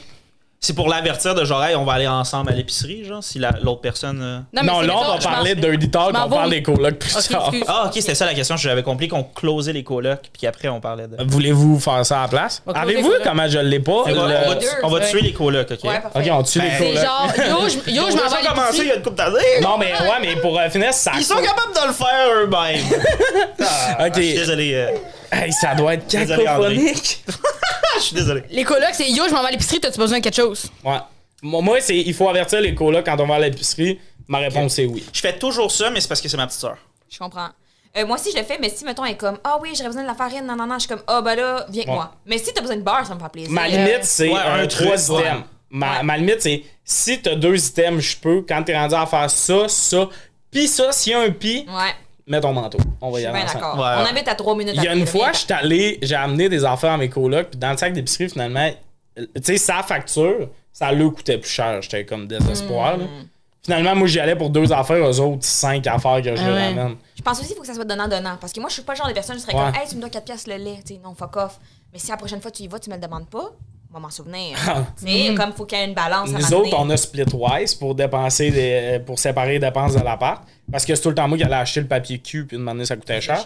[SPEAKER 4] C'est pour l'avertir de genre, hey, on va aller ensemble à l'épicerie, genre, si la- l'autre personne. euh,
[SPEAKER 1] Non,
[SPEAKER 2] c'est
[SPEAKER 1] là, on va
[SPEAKER 2] mettons, je
[SPEAKER 1] parler
[SPEAKER 2] m'en-
[SPEAKER 1] de Dirty Talk,
[SPEAKER 2] m'en
[SPEAKER 1] on
[SPEAKER 2] vais
[SPEAKER 1] parle
[SPEAKER 2] au-
[SPEAKER 1] des colocs plus
[SPEAKER 2] Ok,
[SPEAKER 1] tard.
[SPEAKER 2] excuse.
[SPEAKER 4] Ah, ok, c'était ça la question. J'avais compris qu'on closait les colocs, puis après on parlait de.
[SPEAKER 1] Voulez-vous faire ça à la place?
[SPEAKER 2] On va closer
[SPEAKER 1] Avez-vous
[SPEAKER 2] les colocs.
[SPEAKER 1] comment je l'ai pas?
[SPEAKER 4] On va, on va-
[SPEAKER 1] Le-
[SPEAKER 3] deux,
[SPEAKER 4] on va
[SPEAKER 2] ouais.
[SPEAKER 4] tuer les colocs, ok?
[SPEAKER 3] Ouais,
[SPEAKER 1] Ok,
[SPEAKER 3] parfait.
[SPEAKER 1] on tue les
[SPEAKER 4] Ben,
[SPEAKER 2] C'est
[SPEAKER 1] colocs.
[SPEAKER 2] genre, yo, je, yo, je m'en
[SPEAKER 4] Ils
[SPEAKER 2] vais
[SPEAKER 4] ont
[SPEAKER 2] à
[SPEAKER 4] commencé il y
[SPEAKER 2] l'épicerie.
[SPEAKER 4] a une couple d'années.
[SPEAKER 1] Non, mais ouais, mais pour euh, finir, ça.
[SPEAKER 4] Ils sont capables de le faire eux-mêmes. Ah,
[SPEAKER 1] Ok.
[SPEAKER 4] Je suis désolé. euh,
[SPEAKER 1] Hey, ça doit être
[SPEAKER 4] Désolé,
[SPEAKER 1] cacophonique.
[SPEAKER 4] ah, je suis désolé.
[SPEAKER 2] Les colocs, c'est yo, je m'en vais à l'épicerie, t'as-tu besoin de quelque chose?
[SPEAKER 1] Ouais. Moi, moi, c'est il faut avertir les colocs quand on va à l'épicerie. Ma réponse c'est oui.
[SPEAKER 4] Je fais toujours ça, mais c'est parce que c'est ma petite soeur.
[SPEAKER 3] Je comprends. Euh, moi aussi, je le fais, mais si, mettons, elle est comme Ah oui, j'aurais besoin de la farine, non, non, non, je suis comme Ah, ben là, viens avec
[SPEAKER 1] Ouais.
[SPEAKER 3] moi. Mais si t'as besoin de beurre, ça me fait plaisir.
[SPEAKER 1] Ma limite, c'est
[SPEAKER 4] Ouais,
[SPEAKER 1] un
[SPEAKER 4] un truc,
[SPEAKER 1] trois
[SPEAKER 4] ouais.
[SPEAKER 1] items. Ma, ma limite, c'est si t'as deux items, je peux. Quand t'es rendu à faire ça, ça, pis ça, s'il y a un pis,
[SPEAKER 3] Ouais,
[SPEAKER 1] mets ton manteau. On va
[SPEAKER 3] je
[SPEAKER 1] y
[SPEAKER 3] suis
[SPEAKER 1] aller
[SPEAKER 3] bien
[SPEAKER 1] ensemble.
[SPEAKER 3] d'accord.
[SPEAKER 4] Ouais.
[SPEAKER 3] On habite à trois minutes
[SPEAKER 1] Il y a
[SPEAKER 3] après,
[SPEAKER 1] une
[SPEAKER 3] là,
[SPEAKER 1] fois,
[SPEAKER 3] viens.
[SPEAKER 1] je suis allé, j'ai amené des affaires à mes colocs, puis dans le sac d'épicerie, finalement, euh, tu sais, sa facture, ça leur coûtait plus cher. J'étais comme désespoir. là. Finalement, moi, j'y allais pour deux affaires, eux autres, cinq affaires que je
[SPEAKER 2] Ah ouais.
[SPEAKER 1] ramène.
[SPEAKER 3] Je pense aussi qu'il faut que ça soit donnant-donnant. Parce que moi, je suis pas le genre de personne qui serait
[SPEAKER 1] Ouais.
[SPEAKER 3] comme Hey, tu me dois 4 piastres le lait. Tu sais, non, fuck off. Mais si la prochaine fois tu y vas, tu me le demandes pas, moi, m'en souvenir. tu sais, comme faut qu'il y ait une balance. à
[SPEAKER 1] Ah. Nous autres, on a splitwise pour dépenser des, pour séparer les dépenses de l'appart. Parce que c'est tout le temps moi qui allais acheter le papier cul, puis demander ça coûtait cher.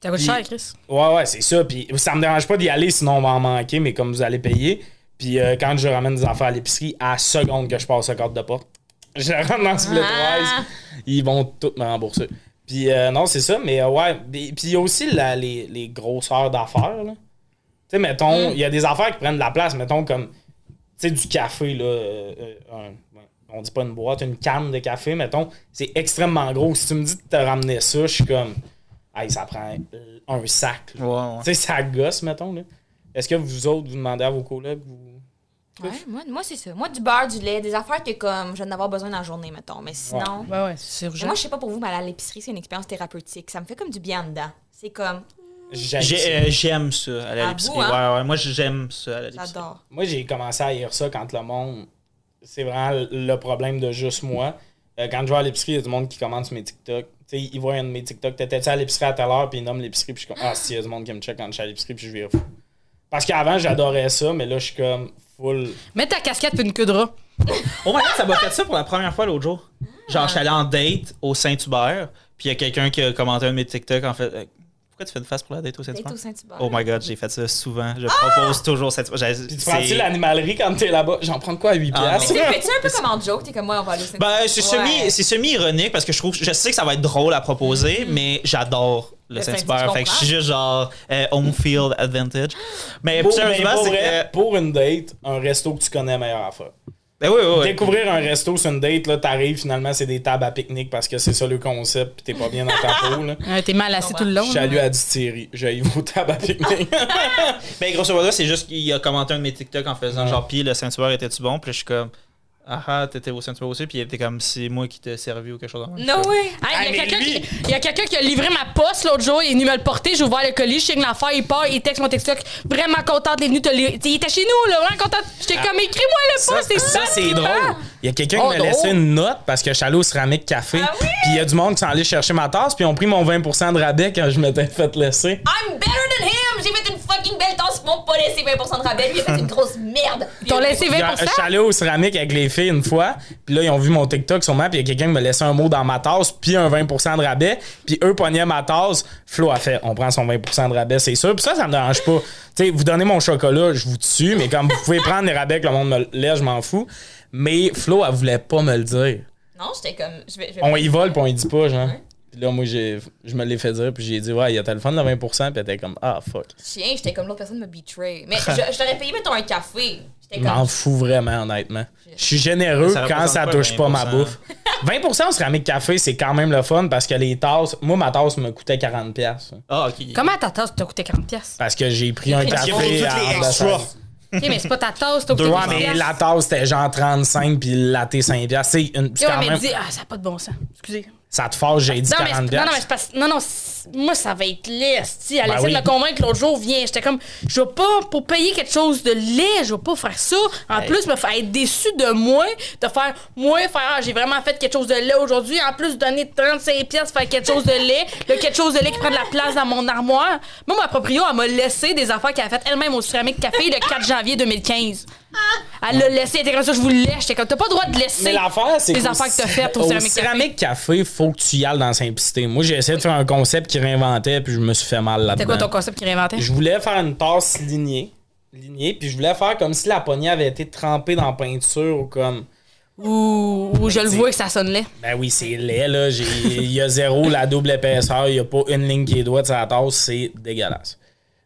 [SPEAKER 2] Ça coûte
[SPEAKER 1] cher,
[SPEAKER 2] cher, Chris.
[SPEAKER 1] Ouais, ouais, c'est ça. Puis ça me dérange pas d'y aller, sinon on va en manquer, mais comme vous allez payer. Puis euh, quand je ramène des affaires à l'épicerie, à la seconde que je passe au carte de porte, je rentre dans Splitwise.
[SPEAKER 3] Ah.
[SPEAKER 1] Ils vont tout me rembourser. Puis euh, non, c'est ça, mais euh, ouais. Puis puis il y a aussi la- les, les grosseurs d'affaires, là. Tu sais, mettons, il y a des affaires qui prennent de la place, mettons, comme, tu sais, du café, là. euh, euh, un- on dit pas une boîte, une canne de café, mettons. C'est extrêmement gros. Si tu me dis de te ramener ça, je suis comme, hey, ça prend euh, un sac, là. Tu sais, ça gosse, mettons, là. Est-ce que vous autres, vous demandez à vos collègues, vous...
[SPEAKER 3] Ouais, moi, moi c'est ça. Moi, du beurre, du lait, des affaires que comme je vais en avoir besoin dans la journée, mettons. Mais sinon.
[SPEAKER 2] Ouais, ouais, c'est
[SPEAKER 3] Mais Moi, je sais pas pour vous, mais aller à l'épicerie, c'est une expérience thérapeutique. Ça me fait comme du bien en dedans. C'est comme,
[SPEAKER 1] J'aime
[SPEAKER 4] J'ai-
[SPEAKER 1] ça.
[SPEAKER 4] euh, J'aime ça, aller à
[SPEAKER 3] Ah,
[SPEAKER 4] l'épicerie.
[SPEAKER 3] vous, hein?
[SPEAKER 4] Ouais, ouais, moi j'aime ça, aller à l'épicerie.
[SPEAKER 3] j'adore.
[SPEAKER 1] Moi, j'ai commencé à haïr ça quand le monde... C'est vraiment le problème de juste moi. Euh, quand je vais à l'épicerie, il y a du monde qui commande sur mes TikTok. Tu sais, ils voient un de mes TikTok. T'étais-tu à l'épicerie à telle heure, puis ils nomment l'épicerie, puis je suis comme... Ah, si, il y a du monde qui me check quand je suis à l'épicerie, puis je vire fou. Parce qu'avant, j'adorais ça, mais là, je suis comme full...
[SPEAKER 2] Mets ta casquette puis une queue de rat.
[SPEAKER 4] Oh my god, ça m'a fait ça pour la première fois l'autre jour.
[SPEAKER 3] Ah.
[SPEAKER 4] Genre, j'étais allé en date au Saint-Hubert, puis il y a quelqu'un qui a commenté un de mes TikTok en fait. euh, Pourquoi tu fais une face pour la date au Saint-Hubert?
[SPEAKER 3] Date au Saint-Hubert. Ah!
[SPEAKER 4] Oh my god, j'ai fait ça souvent. Je propose toujours cette. J'ai-
[SPEAKER 1] Puis tu
[SPEAKER 4] c'est-
[SPEAKER 1] prends-tu l'animalirie quand t'es là-bas? J'en prends de quoi à 8
[SPEAKER 4] Ah,
[SPEAKER 1] piastres?
[SPEAKER 3] Tu sais, fais-tu un peu comme en joke? T'es comme, moi, on va aller au Saint-
[SPEAKER 4] Ben, c'est
[SPEAKER 3] Ouais.
[SPEAKER 4] semi, c'est semi-ironique parce que je trouve, je sais que ça va être drôle à proposer, mais j'adore le
[SPEAKER 3] Le
[SPEAKER 4] Saint-Hubert.
[SPEAKER 3] Saint-Hubert,
[SPEAKER 4] Fait que je
[SPEAKER 3] je
[SPEAKER 4] suis juste genre euh, home field advantage. Mais
[SPEAKER 1] Pour, mais
[SPEAKER 4] sérieusement,
[SPEAKER 1] pour
[SPEAKER 4] c'est
[SPEAKER 1] vrai,
[SPEAKER 4] que-
[SPEAKER 1] pour une date, un resto que tu connais meilleur à faire.
[SPEAKER 4] Ben oui, oui, oui.
[SPEAKER 1] Découvrir un resto sur une date, là, t'arrives, finalement, c'est des tables à pique-nique parce que c'est ça le concept, pis t'es pas bien dans ta peau, là.
[SPEAKER 2] Euh, T'es mal assis tout le long. là.
[SPEAKER 1] Salut à Distillery, j'ai vos tables à pique-nique.
[SPEAKER 4] Ben, grosso modo, c'est juste qu'il a commenté un de mes TikTok en faisant
[SPEAKER 1] Ouais.
[SPEAKER 4] genre, pis le Saint-Hubert était-tu bon? Puis je suis comme, ah ah, t'étais au Saint-Hubert aussi? Puis il était comme, c'est moi qui t'ai servi ou quelque chose. comme ça.
[SPEAKER 3] No way!
[SPEAKER 2] Hey,
[SPEAKER 1] Ah,
[SPEAKER 2] il y a
[SPEAKER 1] mais
[SPEAKER 2] quelqu'un
[SPEAKER 1] lui-
[SPEAKER 2] qui, il y a quelqu'un qui a livré ma poste l'autre jour, il est venu me le porter, j'ai ouvert le colis, je sais que l'affaire, il part, il texte mon TikTok, vraiment contente, il est venu te li- Il était chez nous, là, vraiment contente. J'étais comme, écris-moi le
[SPEAKER 1] Ah. Ça,
[SPEAKER 2] poste, c'est
[SPEAKER 1] ça,
[SPEAKER 2] ça.
[SPEAKER 1] c'est drôle. Il y a quelqu'un
[SPEAKER 2] Oh,
[SPEAKER 1] qui m'a laissé
[SPEAKER 2] drôle.
[SPEAKER 1] une note parce que je suis allé au Ceramic Café.
[SPEAKER 3] Ah oui?
[SPEAKER 1] Puis il y a du monde qui s'en allait chercher ma tasse, puis ils ont pris mon 20% de rabais quand je m'étais fait laisser.
[SPEAKER 3] I'm better than him! J'ai fait une fucking belle tasse, ils m'ont pas laissé 20% de rabais, lui, il a fait une grosse merde!
[SPEAKER 2] Ils t'ont laissé
[SPEAKER 1] Puis, euh,
[SPEAKER 2] 20
[SPEAKER 1] Je suis allé au Ceramic avec les filles une fois, puis là, ils ont vu mon TikTok sûrement, puis il y a quelqu'un qui me laissait un mot dans ma tasse, puis un 20% de rabais, puis eux pognaient ma tasse. Flo a fait, on prend son 20% de rabais, c'est sûr. Puis ça, ça me dérange pas. Tu sais, vous donnez mon chocolat, je vous tue, mais comme vous pouvez prendre les rabais que le monde me laisse, je m'en fous. Mais Flo, elle voulait pas me le dire.
[SPEAKER 3] Non, j'étais comme, je vais. Je vais
[SPEAKER 1] On y vole, puis on y dit pas, genre.
[SPEAKER 3] Ouais.
[SPEAKER 1] Puis là, moi, j'ai, je me l'ai fait dire, puis j'ai dit, ouais, il y a téléphone de 20%, puis elle était comme, ah, fuck.
[SPEAKER 3] Chien, j'étais comme l'autre personne me betray. Mais je, je t'aurais payé, mettons, un café.
[SPEAKER 1] Je
[SPEAKER 3] J'étais
[SPEAKER 1] m'en
[SPEAKER 3] comme.
[SPEAKER 1] fous vraiment, honnêtement. Je suis généreux
[SPEAKER 4] Ça
[SPEAKER 1] quand
[SPEAKER 4] représente
[SPEAKER 1] ça
[SPEAKER 4] pas
[SPEAKER 1] touche pas ma
[SPEAKER 4] 20%.
[SPEAKER 1] bouffe. 20% au céramique café, c'est quand même le fun parce que les tasses. Moi, ma tasse me coûtait 40$. piastres. hein,
[SPEAKER 4] Ah, ok.
[SPEAKER 2] Comment ta tasse t'a coûté 40 pièces
[SPEAKER 1] Parce que j'ai pris un
[SPEAKER 3] Parce
[SPEAKER 1] café
[SPEAKER 3] qu'il
[SPEAKER 1] à
[SPEAKER 3] faut toutes les
[SPEAKER 1] Arbre de
[SPEAKER 4] extras.
[SPEAKER 1] Sens.
[SPEAKER 2] OK, mais c'est pas ta tasse, t'as coûté
[SPEAKER 1] Ouais,
[SPEAKER 2] 40
[SPEAKER 1] mais
[SPEAKER 2] piastres.
[SPEAKER 1] la tasse, c'était genre 35 puis le latte 5 piastres. C'est une- c'est
[SPEAKER 2] Ouais,
[SPEAKER 1] quand
[SPEAKER 2] mais
[SPEAKER 1] même.
[SPEAKER 2] dis, ah, ça n'a pas de bon sens. Excusez.
[SPEAKER 1] Ça te force, j'ai dit
[SPEAKER 2] Non, mais,
[SPEAKER 1] 40$.
[SPEAKER 2] c'est- non, non, mais c'est parce- non, non, c'est- moi, ça va être laid, si. Elle
[SPEAKER 1] Ben
[SPEAKER 2] essaie
[SPEAKER 1] oui.
[SPEAKER 2] de me convaincre l'autre jour, viens. J'étais comme, je veux pas, pour payer quelque chose de laid, je veux pas faire ça.
[SPEAKER 1] Ben.
[SPEAKER 2] En plus, me faire être déçu de moi, de faire, moi, faire, ah, j'ai vraiment fait quelque chose de laid aujourd'hui. En plus, donner 35 pièces faire quelque chose de laid, le quelque chose de laid qui prend de la place dans mon armoire. Moi, ma proprio, elle m'a laissé des affaires qu'elle a faites elle-même au Céramique Café le 4 janvier 2015. Elle l'a laissé intégrer ça, je vous le laisse. J'étais comme, t'as pas le droit de
[SPEAKER 1] Mais
[SPEAKER 2] laisser.
[SPEAKER 1] l'affaire, c'est
[SPEAKER 2] les
[SPEAKER 1] qu'au
[SPEAKER 2] affaires que t'as
[SPEAKER 1] cé-
[SPEAKER 2] faites au Céramique Café.
[SPEAKER 1] Céramique Café, faut que tu y ailles dans la simplicité. Moi, j'ai essayé de faire un concept qui réinventait, puis je me suis fait mal là-dedans.
[SPEAKER 2] C'était quoi ton concept qui réinventait?
[SPEAKER 1] Je voulais faire une tasse lignée, lignée, puis je voulais faire comme si la poignée avait été trempée dans peinture ou comme.
[SPEAKER 2] Ou, ou je le
[SPEAKER 1] tu-
[SPEAKER 2] vois que ça sonne laid.
[SPEAKER 1] Ben oui, c'est laid, là. J'ai- Il y a zéro la double épaisseur, il n'y a pas une ligne qui est droite sur la tasse, c'est dégueulasse.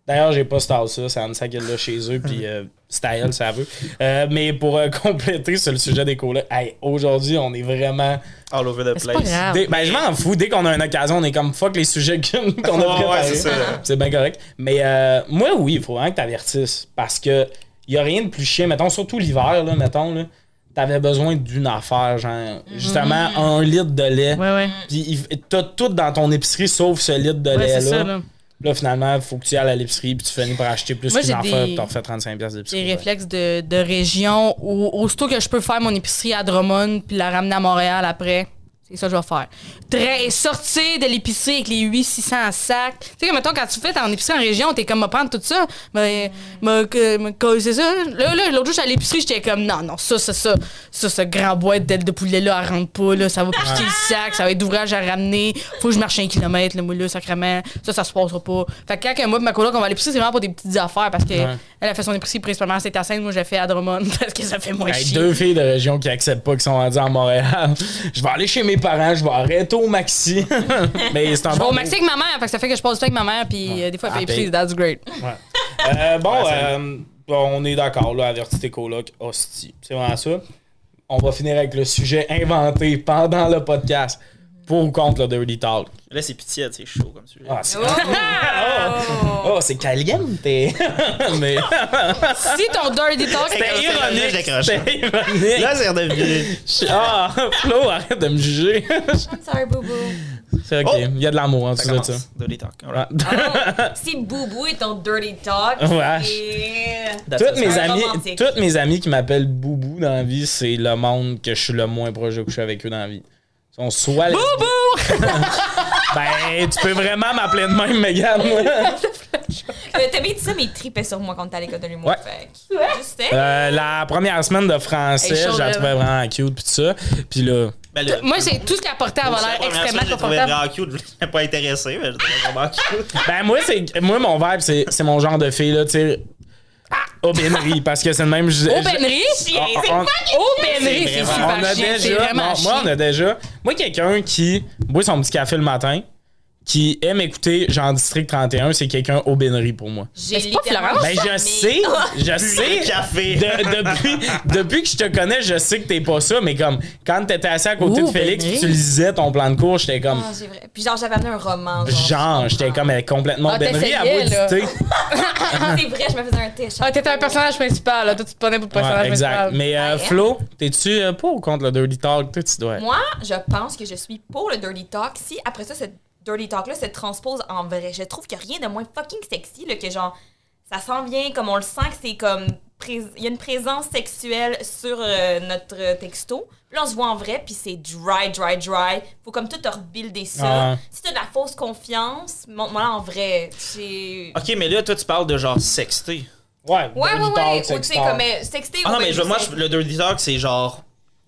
[SPEAKER 1] D'ailleurs, j'ai pas cette tasse-là, c'est Anne qui l'a chez eux, puis euh, c'est à elle, ça veut. Euh, mais pour euh, compléter sur le sujet des colas, hey, aujourd'hui, on est vraiment.
[SPEAKER 4] All over the
[SPEAKER 2] Mais c'est pas
[SPEAKER 4] place.
[SPEAKER 2] grave.
[SPEAKER 1] Dès- ben, je m'en fous. Dès qu'on a une occasion, on est comme fuck les sujets que- qu'on a
[SPEAKER 4] Ouais, ouais,
[SPEAKER 1] préparés.
[SPEAKER 4] c'est ça.
[SPEAKER 1] c'est bien correct. Mais euh, moi, oui, il faut vraiment que t'avertisses. Parce que y a rien de plus chiant. Mettons, surtout l'hiver, là, mettons, là, t'avais besoin d'une affaire, genre, justement, un litre de lait.
[SPEAKER 2] Mhm. Ouais, ouais.
[SPEAKER 1] Puis il- t'as tout dans ton épicerie sauf ce litre de
[SPEAKER 2] Ouais, c'est
[SPEAKER 1] lait-là. là.
[SPEAKER 2] ça, là.
[SPEAKER 1] finalement, faut que tu ailles à l'épicerie puis tu finis par acheter plus
[SPEAKER 2] Moi,
[SPEAKER 1] qu'une
[SPEAKER 2] j'ai
[SPEAKER 1] affaire
[SPEAKER 2] des-
[SPEAKER 1] puis t'en refais 35$ piastres d'épicerie.
[SPEAKER 2] Des
[SPEAKER 1] ouais.
[SPEAKER 2] réflexes de, de région où, aussitôt que je peux faire mon épicerie à Drummond puis la ramener à Montréal après, c'est ça que je vais faire. Très, sortir de l'épicerie avec les 8 600 en sac. Tu sais, mettons, quand tu fais ton épicerie en région, t'es comme, me prendre tout ça, mais, me, que- me causer ça. Là, là, l'autre jour, j'étais à l'épicerie, j'étais comme, non, non, ça, ça, ça, ça, ce grand boîte d'aile de poulet-là, elle rentre pas, là, ça va piquer le sac, ça va être d'ouvrage à ramener, faut que je marche un kilomètre, le moule, sacrément, ça, ça se passera pas. Fait que quand moi et ma coloc, on va à l'épicerie, c'est vraiment pour des petites affaires parce que
[SPEAKER 1] Ouais.
[SPEAKER 2] elle a fait son épicerie principalement à Saint-Hyacinthe. Moi, j'ai fait à Drummond parce que ça fait moins
[SPEAKER 1] Hey,
[SPEAKER 2] chier.
[SPEAKER 1] deux filles de région qui acceptent pas qu'ils sont rendues à Montréal. Je vais aller chez mes parents, je vais arrêter au maxi. Mais c'est un
[SPEAKER 2] Je vais
[SPEAKER 1] bon.
[SPEAKER 2] au maxi avec ma mère, fait que ça fait que je passe du temps avec ma mère, puis euh, des fois, elle fait
[SPEAKER 1] Ah,
[SPEAKER 2] l'épicerie,
[SPEAKER 1] ben.
[SPEAKER 2] that's great.
[SPEAKER 1] mot. Ouais. Euh, bon,
[SPEAKER 4] Ouais, ça-
[SPEAKER 1] euh, bon, on est d'accord là, avertis tes colocs, hostie. C'est vraiment ça. On va finir avec le sujet inventé pendant le podcast. Pour ou contre le Dirty Talk?
[SPEAKER 4] Là, c'est pitié, c'est chaud comme sujet.
[SPEAKER 1] Ah, c'est
[SPEAKER 3] Oh!
[SPEAKER 1] oh, c'est caliente! Mais.
[SPEAKER 2] Si ton dirty talk,
[SPEAKER 4] C'était
[SPEAKER 1] C'était
[SPEAKER 4] ironique, je
[SPEAKER 1] ironique!
[SPEAKER 4] décroche.
[SPEAKER 1] C'était ironique!
[SPEAKER 4] Là, c'est redevenu.
[SPEAKER 1] Ah, Flo, arrête de me juger!
[SPEAKER 3] I'm sorry, Boubou.
[SPEAKER 1] C'est ok,
[SPEAKER 4] Oh!
[SPEAKER 1] il y a de l'amour en
[SPEAKER 4] Ça
[SPEAKER 1] dessous de
[SPEAKER 4] commence.
[SPEAKER 1] ça.
[SPEAKER 4] Dirty talk. All
[SPEAKER 1] Ouais.
[SPEAKER 4] right.
[SPEAKER 3] Oh. Si Boubou est ton dirty talk,
[SPEAKER 1] Ouais.
[SPEAKER 3] c'est-
[SPEAKER 4] That's
[SPEAKER 1] Ah. Toutes
[SPEAKER 4] it.
[SPEAKER 1] mes,
[SPEAKER 3] Un
[SPEAKER 1] amis,
[SPEAKER 3] romantique.
[SPEAKER 1] toutes mes amis qui m'appellent Boubou dans la vie, c'est le monde que je suis le moins proche de coucher avec eux dans la vie. Ils sont soit les-
[SPEAKER 2] boubou!
[SPEAKER 1] Ben, tu peux vraiment m'appeler de même, Megan.
[SPEAKER 3] Euh, T'avais dit ça, mais il tripait sur moi quand t'es à l'école de l'humour.
[SPEAKER 1] Ouais.
[SPEAKER 3] Fait que, juste, hein?
[SPEAKER 1] Euh, la première semaine de français,
[SPEAKER 2] Hey,
[SPEAKER 1] je
[SPEAKER 2] chaud,
[SPEAKER 1] la
[SPEAKER 2] là.
[SPEAKER 1] trouvais vraiment cute, pis tout ça. Puis là,
[SPEAKER 4] Ben, le-
[SPEAKER 2] Moi, c'est tout ce qu'elle apportait avant l'air extrêmement confortable.
[SPEAKER 4] Je l'ai trouvé vraiment cute. Je l'ai pas intéressé, mais je l'ai trouvé vraiment cute.
[SPEAKER 1] ben moi, c'est moi mon vibe, c'est c'est mon genre de fille, là, tu sais. Aubainerie, parce que c'est le même. je- je-
[SPEAKER 2] Aubainerie!
[SPEAKER 1] on-
[SPEAKER 3] c'est
[SPEAKER 1] on-
[SPEAKER 2] Aubainerie, c'est
[SPEAKER 4] vraiment-
[SPEAKER 1] on a
[SPEAKER 2] super chiant. C'est
[SPEAKER 1] déjà,
[SPEAKER 2] vraiment
[SPEAKER 1] non, moi, on
[SPEAKER 2] chiant.
[SPEAKER 1] a déjà. Moi, quelqu'un qui boit son petit café le matin, qui aime écouter genre District 31, c'est quelqu'un aubainerie pour moi.
[SPEAKER 3] J'ai
[SPEAKER 2] c'est pas
[SPEAKER 3] littéralement
[SPEAKER 2] Florence.
[SPEAKER 1] Ben, je
[SPEAKER 3] jamais-
[SPEAKER 1] sais, je
[SPEAKER 4] Puis le
[SPEAKER 1] sais.
[SPEAKER 4] café.
[SPEAKER 1] De- depuis, depuis que je te connais, je sais que t'es pas ça, mais comme quand t'étais assis à côté
[SPEAKER 2] Ouh,
[SPEAKER 1] de Félix,
[SPEAKER 2] ben,
[SPEAKER 1] pis tu lisais ton plan de cours, j'étais comme.
[SPEAKER 3] Ah, j'ai vrai. Puis genre, j'avais amené un roman.
[SPEAKER 1] Genre, j'étais comme elle est complètement
[SPEAKER 2] Ah,
[SPEAKER 1] aubainerie à
[SPEAKER 2] t'essayais,
[SPEAKER 1] bout du thé.
[SPEAKER 3] C'est vrai, je me faisais un thé.
[SPEAKER 2] Ah, t'étais un personnage principal, là. Toi, tu te prenais pour le personnage
[SPEAKER 1] Ouais, exact.
[SPEAKER 2] principal.
[SPEAKER 1] Mais euh,
[SPEAKER 3] Ah,
[SPEAKER 1] Flo, t'es-tu euh, pour ou contre le Dirty Talk? Toi, tu dois. être.
[SPEAKER 3] Moi, je pense que je suis pour le dirty talk si après ça, ce dirty talk-là se transpose en vrai. Je trouve qu'il n'y a rien de moins fucking sexy là, que genre, ça s'en vient, comme on le sent, que c'est comme. pré- Il y a une présence sexuelle sur euh, notre euh, texto. Puis là, on se voit en vrai, puis c'est dry, dry, dry. Faut comme tout te rebuilder ça.
[SPEAKER 1] Ah.
[SPEAKER 3] Si t'as de la fausse confiance, montre-moi en vrai. C'est.
[SPEAKER 4] Ok, mais là, toi, tu parles de genre sexté.
[SPEAKER 1] Ouais,
[SPEAKER 3] Ouais,
[SPEAKER 1] Dirty Talk,
[SPEAKER 3] ouais, ouais. Ou tu
[SPEAKER 1] sex
[SPEAKER 3] sais,
[SPEAKER 1] talk.
[SPEAKER 3] comme euh, sexter
[SPEAKER 4] Ah
[SPEAKER 3] ou
[SPEAKER 4] non, mais
[SPEAKER 3] ben,
[SPEAKER 4] je, moi,
[SPEAKER 3] sex-
[SPEAKER 4] je- le dirty talk, c'est genre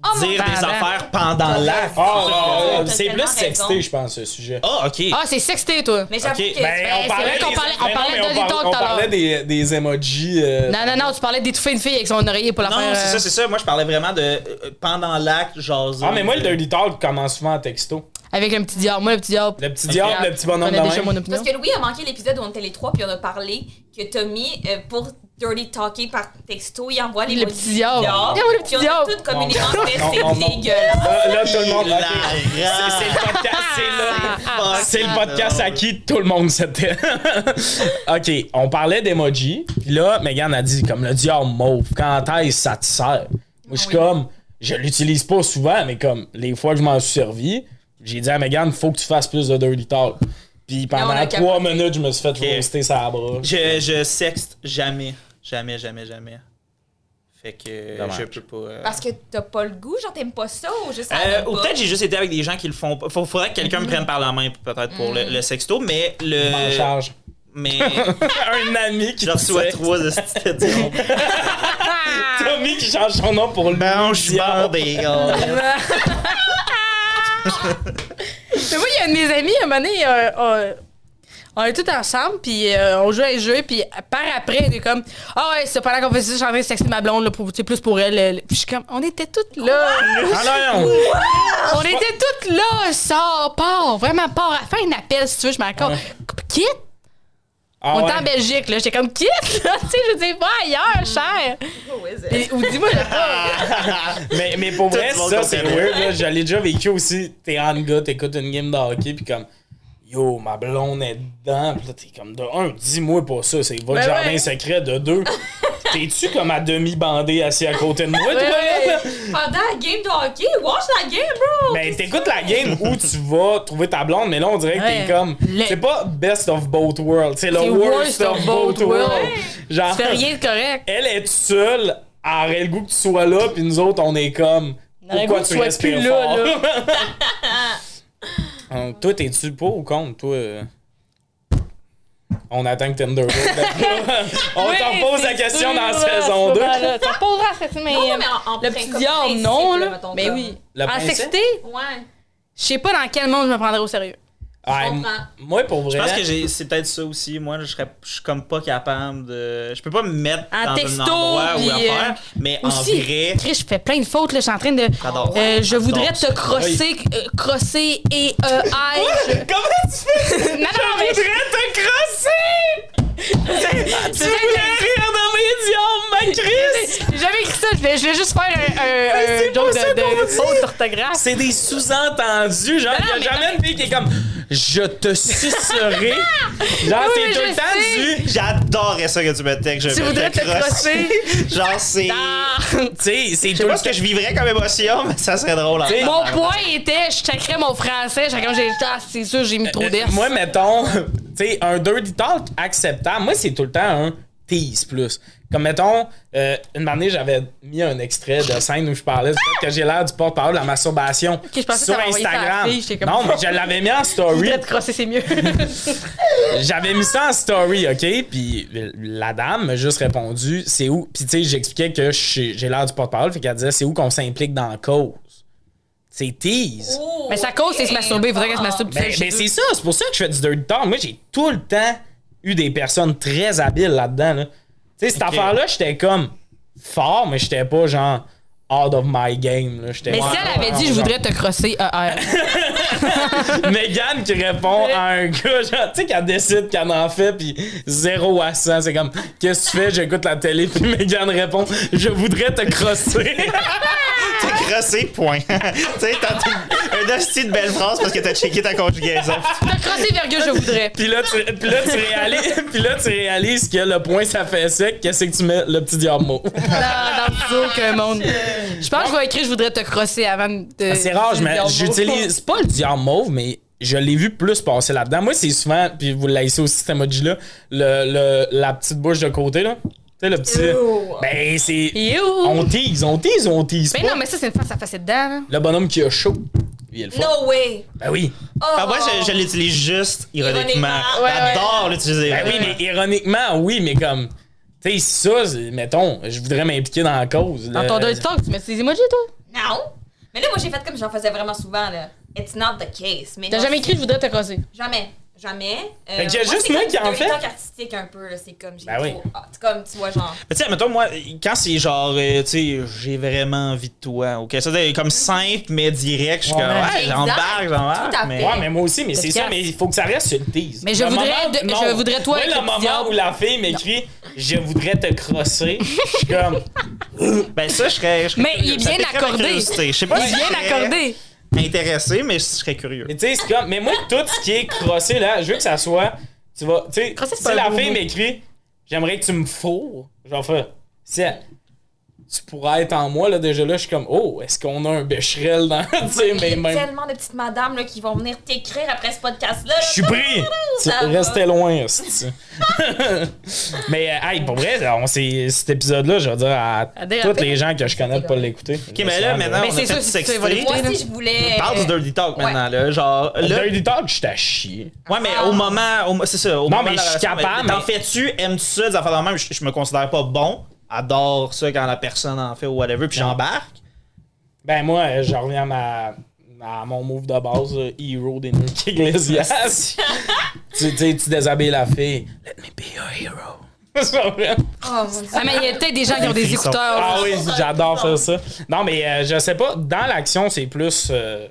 [SPEAKER 3] Oh, mon
[SPEAKER 4] dire des
[SPEAKER 2] pendant.
[SPEAKER 4] affaires pendant l'acte.
[SPEAKER 1] Ah, ah,
[SPEAKER 3] T'as
[SPEAKER 1] ah,
[SPEAKER 3] tellement
[SPEAKER 1] c'est plus
[SPEAKER 3] raison.
[SPEAKER 1] sexté, je pense, ce sujet.
[SPEAKER 4] Ah, ok.
[SPEAKER 2] Ah, c'est sexté, toi.
[SPEAKER 3] Mais j'avoue
[SPEAKER 4] Ok,
[SPEAKER 3] que.
[SPEAKER 1] Ben,
[SPEAKER 2] on c'est parlait vrai qu'on des- parlait- on
[SPEAKER 1] mais
[SPEAKER 2] parlait
[SPEAKER 1] mais
[SPEAKER 2] de Dirty
[SPEAKER 1] on
[SPEAKER 2] Talk
[SPEAKER 1] on
[SPEAKER 2] tout à
[SPEAKER 1] parlait
[SPEAKER 2] l'heure.
[SPEAKER 1] des, des emojis. euh,
[SPEAKER 2] Non, non, non, tu parlais d'étouffer une fille avec son oreiller pour la
[SPEAKER 4] non,
[SPEAKER 2] faire.
[SPEAKER 4] c'est
[SPEAKER 2] euh,
[SPEAKER 4] ça, c'est ça. Moi, je parlais vraiment de euh, pendant l'acte, jaser.
[SPEAKER 1] Ah, mais moi, le Dirty Talk commence souvent en texto.
[SPEAKER 2] Avec un petit diable. Moi, le petit diable.
[SPEAKER 1] Le petit diable, le petit bonhomme de
[SPEAKER 2] On a déjà
[SPEAKER 1] même.
[SPEAKER 2] mon opinion.
[SPEAKER 3] Parce que Louis a manqué l'épisode où on était les trois, puis on a parlé que Tommy, euh, pour dirty talker par texto, il envoie les
[SPEAKER 2] Le
[SPEAKER 3] mots
[SPEAKER 2] petit
[SPEAKER 3] du
[SPEAKER 2] diable. Il envoie le petit
[SPEAKER 3] Puis on a
[SPEAKER 2] diable.
[SPEAKER 3] toutes communiqué
[SPEAKER 1] Non,
[SPEAKER 3] en fait,
[SPEAKER 1] non, non, non.
[SPEAKER 3] c'est dégueulasse.
[SPEAKER 1] Là, Ah, là, tout le monde.
[SPEAKER 4] La
[SPEAKER 1] ok. C'est c'est le podcast, c'est
[SPEAKER 2] Ah,
[SPEAKER 1] là. C'est le podcast à qui tout le monde s'était. ok, on parlait d'emoji. Puis là, Megan a dit, comme le diable mauve, quand est-ce que ça te sert? Moi, je suis
[SPEAKER 3] Oui.
[SPEAKER 1] comme, je l'utilise pas souvent, mais comme les fois que je m'en suis servi, j'ai dit à Megan, faut que tu fasses plus de 2 litres. Puis
[SPEAKER 3] on
[SPEAKER 1] pendant
[SPEAKER 3] a
[SPEAKER 1] trois
[SPEAKER 3] capoté.
[SPEAKER 1] minutes, je me suis fait roaster sa bras.
[SPEAKER 4] Ah, Je, je sexte jamais. Jamais, jamais, jamais. Fait que euh,
[SPEAKER 1] Dommage.
[SPEAKER 4] je peux pas. euh,
[SPEAKER 3] Parce que t'as pas le goût, genre t'aimes pas ça, ou juste ça
[SPEAKER 4] Euh,
[SPEAKER 3] donne
[SPEAKER 4] ou
[SPEAKER 3] pas.
[SPEAKER 4] peut-être j'ai juste été avec des gens qui le font pas. Faut- Faudrait que quelqu'un
[SPEAKER 2] Mm-hmm.
[SPEAKER 4] me prenne par la main peut-être pour le, le sexto, mais
[SPEAKER 1] En
[SPEAKER 4] le.
[SPEAKER 1] charge.
[SPEAKER 4] Mais
[SPEAKER 1] Un ami qui
[SPEAKER 4] je reçois
[SPEAKER 1] disait,
[SPEAKER 4] trois de cette
[SPEAKER 1] Tommy Tommy qui change son nom pour lui.
[SPEAKER 4] Mange bordel.
[SPEAKER 2] Mais moi, il y a un de mes amis, à un moment donné, euh, euh, on est tous ensemble, puis euh, on joue à un jeu, puis par après, il est comme « Ah ouais, c'est pendant qu'on faisait ça, je suis en train de sexer ma blonde, là, pour, tu sais, plus pour elle. elle. » Puis je suis comme « On était toutes là.
[SPEAKER 1] Ah non!
[SPEAKER 2] on était toutes là. Sors, pars, vraiment pars. Fais un appel, si tu veux, je m'accorde. Quitte.
[SPEAKER 1] Ah
[SPEAKER 2] on
[SPEAKER 1] ouais.
[SPEAKER 2] était en Belgique, là. J'étais comme « Quitte, là. » Tu sais, je dis « Va ailleurs, cher. Ah.
[SPEAKER 3] Who is
[SPEAKER 2] Puis-
[SPEAKER 3] it?
[SPEAKER 2] Ou dis-moi le pas.
[SPEAKER 1] mais, mais pour vrai,
[SPEAKER 4] Tout le monde
[SPEAKER 1] ça, c'est
[SPEAKER 4] comprend.
[SPEAKER 1] weird. Là. Je l'ai déjà vécu aussi. T'es en gars, t'écoutes une game de hockey, puis comme, yo, ma blonde est dedans. Puis là, t'es comme, de un, dis-moi pas ça, c'est votre
[SPEAKER 2] Ben
[SPEAKER 1] jardin
[SPEAKER 2] ouais.
[SPEAKER 1] secret. De deux, t'es-tu comme à demi-bandé assis à côté de moi, toi?
[SPEAKER 2] ouais.
[SPEAKER 1] là?
[SPEAKER 3] Pendant la game de hockey, watch la game, bro!
[SPEAKER 1] Ben, t'écoutes la game où tu vas trouver ta blonde, mais là, on dirait que
[SPEAKER 2] Ouais.
[SPEAKER 1] t'es comme.
[SPEAKER 2] Le-
[SPEAKER 1] C'est pas best of both worlds, c'est le
[SPEAKER 2] C'est
[SPEAKER 1] worst, of both worlds.
[SPEAKER 2] worlds.
[SPEAKER 1] Genre,
[SPEAKER 2] Tu fais rien de correct.
[SPEAKER 1] elle est toute seule, elle aurait le goût que tu sois là, puis nous autres, on est comme.
[SPEAKER 2] aurait
[SPEAKER 1] Pourquoi
[SPEAKER 2] le goût que
[SPEAKER 1] tu
[SPEAKER 2] tu sois
[SPEAKER 1] respires
[SPEAKER 2] plus là,
[SPEAKER 1] fort? Hum, toi, t'es-tu pour ou contre, toi? euh? On attend que Tinder Gold. On
[SPEAKER 2] Oui,
[SPEAKER 1] t'en pose la
[SPEAKER 2] c'est
[SPEAKER 1] question
[SPEAKER 2] sûr,
[SPEAKER 1] dans
[SPEAKER 2] là,
[SPEAKER 1] saison
[SPEAKER 2] ce
[SPEAKER 1] 2.
[SPEAKER 2] moment-là. T'en poseras à cette mais.
[SPEAKER 3] Non, mais en- en
[SPEAKER 2] Le
[SPEAKER 3] prin-
[SPEAKER 2] petit
[SPEAKER 3] comme
[SPEAKER 2] diable,
[SPEAKER 3] principe,
[SPEAKER 2] non,
[SPEAKER 3] là,
[SPEAKER 2] là.
[SPEAKER 3] mettons,
[SPEAKER 2] Mais
[SPEAKER 3] comme-
[SPEAKER 2] oui.
[SPEAKER 1] La
[SPEAKER 2] en
[SPEAKER 1] princesse?
[SPEAKER 2] sexté,
[SPEAKER 3] Ouais.
[SPEAKER 2] je sais pas dans quel monde je me prendrais au sérieux.
[SPEAKER 1] Ouais,
[SPEAKER 3] comprends.
[SPEAKER 1] Ah, moi, pour vrai.
[SPEAKER 4] Je pense que j'ai- c'est peut-être ça aussi. Moi, je serais je suis comme pas capable de. Je peux pas me mettre
[SPEAKER 2] En
[SPEAKER 4] dans
[SPEAKER 2] texto,
[SPEAKER 4] un endroit ou
[SPEAKER 2] puis,
[SPEAKER 4] en
[SPEAKER 2] euh,
[SPEAKER 4] faire, mais en
[SPEAKER 2] Aussi,
[SPEAKER 4] vrai,
[SPEAKER 2] Chris, je fais plein de fautes, là. Je suis en train de.
[SPEAKER 4] j'adore.
[SPEAKER 2] Euh, je voudrais
[SPEAKER 4] J'adore ça.
[SPEAKER 2] te crosser, euh, crosser et euh, I.
[SPEAKER 1] Comment tu fais?
[SPEAKER 2] Non, Ah non, mais.
[SPEAKER 1] Je voudrais te crosser! tu
[SPEAKER 2] c'est-
[SPEAKER 1] voulais rire dans mes yeux, ma Chris!
[SPEAKER 2] J'ai jamais écrit ça, je vais, je vais juste faire un, un,
[SPEAKER 1] c'est
[SPEAKER 2] un joke
[SPEAKER 1] pas ça
[SPEAKER 2] de, de
[SPEAKER 1] qu'on dit.
[SPEAKER 2] faute d'orthographe.
[SPEAKER 1] C'est des sous-entendus, genre,
[SPEAKER 2] non,
[SPEAKER 1] il
[SPEAKER 2] mais
[SPEAKER 1] y a jamais une fille qui est comme Je te sucerai. genre,
[SPEAKER 2] Oui,
[SPEAKER 1] c'est
[SPEAKER 2] oui,
[SPEAKER 1] tout
[SPEAKER 2] je
[SPEAKER 1] le
[SPEAKER 2] sais.
[SPEAKER 1] temps du.
[SPEAKER 4] J'adorerais ça que tu me textes. Je
[SPEAKER 2] Tu
[SPEAKER 4] vais
[SPEAKER 2] voudrais te
[SPEAKER 4] crosser.
[SPEAKER 2] crosser.
[SPEAKER 4] Genre, c'est.
[SPEAKER 2] Ah.
[SPEAKER 1] Tu sais, c'est
[SPEAKER 4] Je
[SPEAKER 1] tout
[SPEAKER 4] sais
[SPEAKER 1] le
[SPEAKER 4] pas ce que je vivrais comme émotion, mais ça serait drôle. en
[SPEAKER 1] T'sais,
[SPEAKER 4] temps.
[SPEAKER 2] Mon point était, je chacrais mon français, chacun j'ai ah, c'est sûr, j'ai mis trop d'air.
[SPEAKER 1] Euh, Moi, mettons, tu sais, un dirty talk acceptable, moi, c'est tout le temps un tease plus. Comme, mettons, euh, une année, j'avais mis un extrait de scène où je parlais du fait que j'ai l'air du porte-parole de la masturbation
[SPEAKER 2] je pensais que
[SPEAKER 1] sur
[SPEAKER 2] t'avais envoyé ça à la
[SPEAKER 1] Instagram.
[SPEAKER 2] fille, j'étais comme-
[SPEAKER 1] non, mais je l'avais mis en
[SPEAKER 2] Je
[SPEAKER 1] story.
[SPEAKER 2] voudrais te crosser, c'est mieux.
[SPEAKER 1] J'avais mis ça en story, OK? Puis la dame m'a juste répondu, c'est où? Puis tu sais, j'expliquais que j'ai j'ai l'air du porte-parole, fait qu'elle disait, c'est où qu'on s'implique dans la cause? C'est tease.
[SPEAKER 3] Oh,
[SPEAKER 2] mais sa cause, c'est se masturber. Il faudrait qu'elle se
[SPEAKER 3] ah.
[SPEAKER 2] masturbe toute
[SPEAKER 1] Ben,
[SPEAKER 2] seule chez
[SPEAKER 1] ben,
[SPEAKER 2] eux.
[SPEAKER 1] c'est ça, c'est pour ça que je fais du dirty talk. Moi, j'ai tout le temps eu des personnes très habiles là-dedans. là. Tu sais, cette
[SPEAKER 4] Ok.
[SPEAKER 1] affaire-là, j'étais comme fort, mais j'étais pas genre out of my game. là. J'étais
[SPEAKER 2] Mais
[SPEAKER 1] genre-
[SPEAKER 2] si elle avait dit, je voudrais te crosser, euh, euh,
[SPEAKER 1] Mégane qui répond à un gars, genre, tu sais, qu'elle décide qu'elle en fait, puis 0 à 100. C'est comme, qu'est-ce que tu fais? J'écoute la télé, puis Mégane répond, je voudrais te crosser.
[SPEAKER 4] T'es crossé, point. tu sais, t'as une- une hostie de belle phrase parce que t'as checké ta conjugaison.
[SPEAKER 2] te crosser, virgule, je voudrais.
[SPEAKER 1] puis, là, tu, puis, là, tu réalises, puis là, tu réalises que le point, ça fait sec. Qu'est-ce que tu mets? Le petit diable mot.
[SPEAKER 2] dans, dans le zoo qu'un monde. Je pense que je vais écrire, je voudrais te crosser avant de.
[SPEAKER 1] Ah, C'est rare, je mets-
[SPEAKER 2] de-
[SPEAKER 1] j'utilise c'est pas le diable mauve, mais je l'ai vu plus passer là-dedans. Moi, c'est souvent, puis vous l'avez aussi cet emoji-là, le, le- la petite bouche de côté, là. Tu sais, le petit.
[SPEAKER 3] Ew.
[SPEAKER 1] Ben, c'est.
[SPEAKER 2] You.
[SPEAKER 1] On tease, on tease, on tease.
[SPEAKER 2] Mais
[SPEAKER 1] pas.
[SPEAKER 2] non, mais ça, c'est une face à face dedans. hein.
[SPEAKER 1] Le
[SPEAKER 2] là.
[SPEAKER 1] bonhomme qui a chaud, lui, il est le fun.
[SPEAKER 3] No way!
[SPEAKER 1] Ben oui.
[SPEAKER 3] Oh.
[SPEAKER 4] Ah, moi, je, je l'utilise juste ironiquement.
[SPEAKER 3] Ironiquement. Ouais,
[SPEAKER 2] ouais.
[SPEAKER 4] J'adore l'utiliser.
[SPEAKER 1] Ben oui, mais ironiquement, oui, mais comme. Tu sais, ça, c'est- mettons, je voudrais m'impliquer dans la cause. euh,
[SPEAKER 2] Dans
[SPEAKER 1] là.
[SPEAKER 2] ton dirty talk, tu mets des emojis, toi.
[SPEAKER 3] Non! Mais là, moi, j'ai fait comme j'en faisais vraiment souvent, là. It's not the case. Mais
[SPEAKER 2] T'as
[SPEAKER 3] non,
[SPEAKER 2] jamais
[SPEAKER 3] c'est-
[SPEAKER 2] écrit, je voudrais te crosser.
[SPEAKER 3] Jamais. Jamais. Euh,
[SPEAKER 1] Fait qu'il y a
[SPEAKER 3] moi,
[SPEAKER 1] juste
[SPEAKER 3] c'est
[SPEAKER 1] moi
[SPEAKER 3] comme
[SPEAKER 1] qui en
[SPEAKER 3] du
[SPEAKER 1] fait.
[SPEAKER 3] talk artistique un peu, là. C'est comme j'ai
[SPEAKER 1] Ben oui.
[SPEAKER 3] trop- ah, c'est comme, tu vois, genre.
[SPEAKER 4] Mais tu sais, mettons, moi, quand c'est genre, euh, tu sais, j'ai vraiment envie de toi, ok? Ça, c'est comme simple, mais direct. Je suis
[SPEAKER 1] Ouais,
[SPEAKER 4] comme, ouais,
[SPEAKER 3] exact.
[SPEAKER 4] j'embarque,
[SPEAKER 3] Tout à
[SPEAKER 4] j'embarque.
[SPEAKER 3] fait.
[SPEAKER 4] Mais...
[SPEAKER 1] Ouais, mais moi aussi, mais c'est
[SPEAKER 2] Efficace.
[SPEAKER 1] ça, mais il faut que ça reste sur le tease.
[SPEAKER 2] Mais je voudrais de- je voudrais
[SPEAKER 1] Moi,
[SPEAKER 2] toi avec
[SPEAKER 1] le
[SPEAKER 2] le petit
[SPEAKER 1] moment
[SPEAKER 2] diable.
[SPEAKER 1] où la fille m'écrit Je voudrais te crosser, je suis comme.
[SPEAKER 4] Ben, ça, je serais. je serais
[SPEAKER 2] Mais
[SPEAKER 4] curieux.
[SPEAKER 2] il est
[SPEAKER 4] Ça
[SPEAKER 2] bien
[SPEAKER 4] piquerait ma
[SPEAKER 2] accordé.
[SPEAKER 4] curiosité. Je sais pas si
[SPEAKER 2] Il vient
[SPEAKER 4] je serais
[SPEAKER 2] d'accorder.
[SPEAKER 4] Intéressé, mais je serais curieux.
[SPEAKER 1] Mais tu sais, c'est comme. Mais moi, tout ce qui est crossé, là, je veux que ça soit. Tu vas. Tu sais,
[SPEAKER 2] Crosser, c'est
[SPEAKER 1] si
[SPEAKER 2] pas un
[SPEAKER 1] la
[SPEAKER 2] gros
[SPEAKER 1] fille
[SPEAKER 2] mot.
[SPEAKER 1] m'écrit J'aimerais que tu me fourres, genre, fais. Si elle- tu pourrais être en moi, là, déjà là, je suis comme Oh, est-ce qu'on a un bécherel dans. tu sais,
[SPEAKER 3] Il
[SPEAKER 1] mais
[SPEAKER 3] y a
[SPEAKER 1] Ben, même.
[SPEAKER 3] tellement de petites madames, là, qui vont venir t'écrire après ce podcast-là. là.
[SPEAKER 1] Je suis pris! Tu-
[SPEAKER 3] Ça va.
[SPEAKER 1] Restez loin, c'est-tu. Mais, euh, hey, pour vrai, on s'est- cet épisode-là, je veux dire à
[SPEAKER 2] À déraper.
[SPEAKER 1] tous les gens que je connais de pas l'écouter.
[SPEAKER 4] Ok, mais là, maintenant,
[SPEAKER 2] Mais
[SPEAKER 4] on
[SPEAKER 2] c'est
[SPEAKER 4] a
[SPEAKER 2] ça,
[SPEAKER 4] fait
[SPEAKER 2] si
[SPEAKER 4] du
[SPEAKER 2] tu sais, va
[SPEAKER 4] sexting.
[SPEAKER 3] Moi aussi, je voulais.
[SPEAKER 4] Parle du dirty talk
[SPEAKER 3] Ouais.
[SPEAKER 4] maintenant, là. Genre, là.
[SPEAKER 1] Dirty Talk, j'étais à chier.
[SPEAKER 4] Ouais, mais au moment. au mo- c'est ça. Au
[SPEAKER 1] Non,
[SPEAKER 4] moment
[SPEAKER 1] mais
[SPEAKER 4] de la
[SPEAKER 1] je suis
[SPEAKER 4] relation,
[SPEAKER 1] capable,
[SPEAKER 4] T'en
[SPEAKER 1] mais-
[SPEAKER 4] fais-tu, aimes-tu ça, des affaires de même? Je, je me considère pas bon. adore ça quand la personne en fait ou whatever, puis
[SPEAKER 1] Non.
[SPEAKER 4] j'embarque.
[SPEAKER 1] Ben moi, euh, je reviens à, ma, à mon move de base, euh, hero d'Enrique Iglesias. tu, tu sais, tu déshabilles la fille. Let me be your hero. C'est pas vrai?
[SPEAKER 3] Oh mon dieu.
[SPEAKER 2] Ah, mais il y a peut-être des gens qui ont des
[SPEAKER 4] Ils sont-
[SPEAKER 2] écouteurs.
[SPEAKER 1] Ah oui,
[SPEAKER 3] ça,
[SPEAKER 1] j'adore
[SPEAKER 3] ça.
[SPEAKER 1] faire ça. Non, mais euh, je sais pas, dans l'action, c'est plus. euh,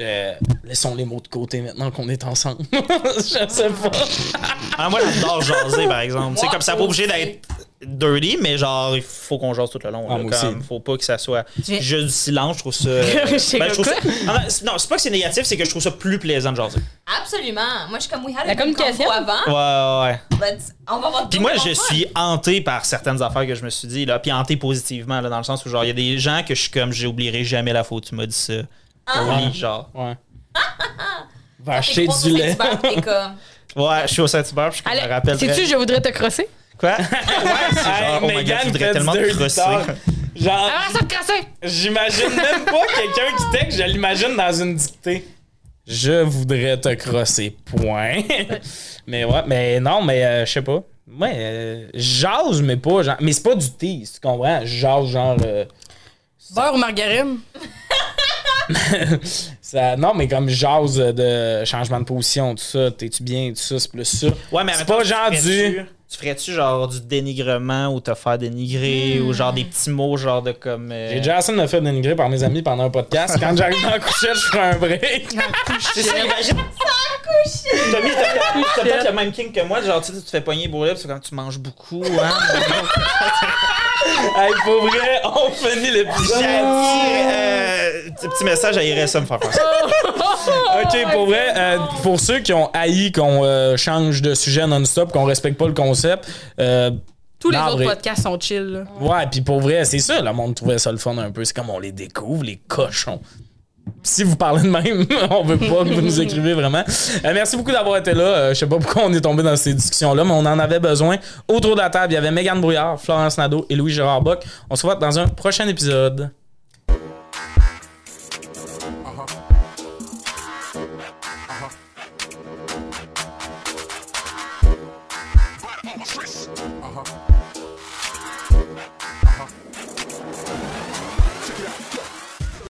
[SPEAKER 1] euh, laissons les mots de côté maintenant qu'on est ensemble. je sais pas.
[SPEAKER 4] Ah, moi, j'adore jaser, par exemple. C'est
[SPEAKER 3] Moi
[SPEAKER 4] comme ça, pas
[SPEAKER 3] aussi.
[SPEAKER 4] obligé d'être dirty, mais genre, il faut qu'on jase tout le long.
[SPEAKER 1] Ah,
[SPEAKER 4] là,
[SPEAKER 1] moi
[SPEAKER 4] comme,
[SPEAKER 1] aussi.
[SPEAKER 4] faut pas que ça soit
[SPEAKER 2] viens-
[SPEAKER 4] juste du silence, je trouve ça. Ben,
[SPEAKER 2] sais
[SPEAKER 4] je trouve
[SPEAKER 2] pas.
[SPEAKER 4] ça- Ah, non, c'est- non, c'est pas que c'est négatif, c'est que je trouve ça plus plaisant de jaser.
[SPEAKER 3] Absolument. Moi, je suis comme, we had
[SPEAKER 2] La
[SPEAKER 3] a good
[SPEAKER 2] communication.
[SPEAKER 3] combo avant.
[SPEAKER 4] Ouais, ouais, ouais.
[SPEAKER 3] but on va avoir
[SPEAKER 4] Puis
[SPEAKER 3] d'autres
[SPEAKER 4] moi, je
[SPEAKER 3] combos.
[SPEAKER 4] suis hanté par certaines affaires que je me suis dit, là, puis hanté positivement, là, dans le sens où, genre, il y a des gens que je suis comme, j'oublierai jamais la faute, tu m'as dit ça.
[SPEAKER 3] Ah.
[SPEAKER 4] Oui, genre.
[SPEAKER 1] Ouais. Va
[SPEAKER 3] T'es
[SPEAKER 1] acheter
[SPEAKER 3] trois
[SPEAKER 1] du
[SPEAKER 3] au
[SPEAKER 1] lait.
[SPEAKER 3] Saint-Hubert, t'es comme,
[SPEAKER 4] Ouais, je suis au Saint-Hubert, puis je
[SPEAKER 2] Allez,
[SPEAKER 4] me rappelle.
[SPEAKER 2] sais-tu,
[SPEAKER 4] très-
[SPEAKER 2] je voudrais te crosser?
[SPEAKER 4] Quoi? ouais, c'est genre, oh my God,
[SPEAKER 1] Mégane fait
[SPEAKER 4] je voudrais
[SPEAKER 1] du
[SPEAKER 4] tellement te
[SPEAKER 1] dirty
[SPEAKER 4] crosser.
[SPEAKER 1] talk. Genre,
[SPEAKER 2] Ah, ça te crosser!
[SPEAKER 1] J'imagine même pas quelqu'un qui texte, je l'imagine dans une dictée. Je voudrais te crosser, point. mais ouais, mais non, mais euh, je sais pas. Ouais, euh, jase, mais pas genre. Mais c'est pas du tease, tu comprends? Jase, genre. euh,
[SPEAKER 2] Beurre ou margarine?
[SPEAKER 1] ça, non, mais comme jase de changement de position, tout ça, t'es-tu bien, tout ça, c'est plus ça.
[SPEAKER 4] Ouais, mais
[SPEAKER 1] C'est
[SPEAKER 4] mettons,
[SPEAKER 1] pas
[SPEAKER 4] tu
[SPEAKER 1] genre
[SPEAKER 4] ferais-tu-
[SPEAKER 1] du-
[SPEAKER 4] Tu ferais-tu genre du dénigrement ou te faire dénigrer ou genre des petits mots genre de comme. euh,
[SPEAKER 1] J'ai déjà assez de me faire dénigrer par mes amis pendant un podcast. Quand j'arrive dans la couchette, je ferai un break.
[SPEAKER 4] C'est ça, imagine. T'as mis t'as- t'as peut-être le même king que moi, genre tu sais, tu te fais pogner pour c'est quand tu manges beaucoup, hein.
[SPEAKER 1] hey, pour vrai, on finit
[SPEAKER 4] J'ai dit,
[SPEAKER 1] l'épisode.
[SPEAKER 4] euh, petit petit message à IRSA me faire faire ça.
[SPEAKER 1] Ok, pour vrai, euh, pour ceux qui ont haï qu'on euh, change de sujet non-stop, qu'on respecte pas le concept, euh,
[SPEAKER 2] Tous les
[SPEAKER 1] Non,
[SPEAKER 2] autres
[SPEAKER 1] vrai.
[SPEAKER 2] podcasts sont chill, là.
[SPEAKER 1] ouais, puis pour vrai, c'est ça, le monde trouvait ça le fun un peu. C'est comme on les découvre, les cochons. Si vous parlez de même, on veut pas que vous nous écrivez vraiment. Euh, merci beaucoup d'avoir été là. Euh, je sais pas pourquoi on est tombé dans ces discussions-là, mais on en avait besoin. Autour de la table, il y avait Megan Brouillard, Florence Nadeau et Louis Gérard Bock. On se voit dans un prochain épisode.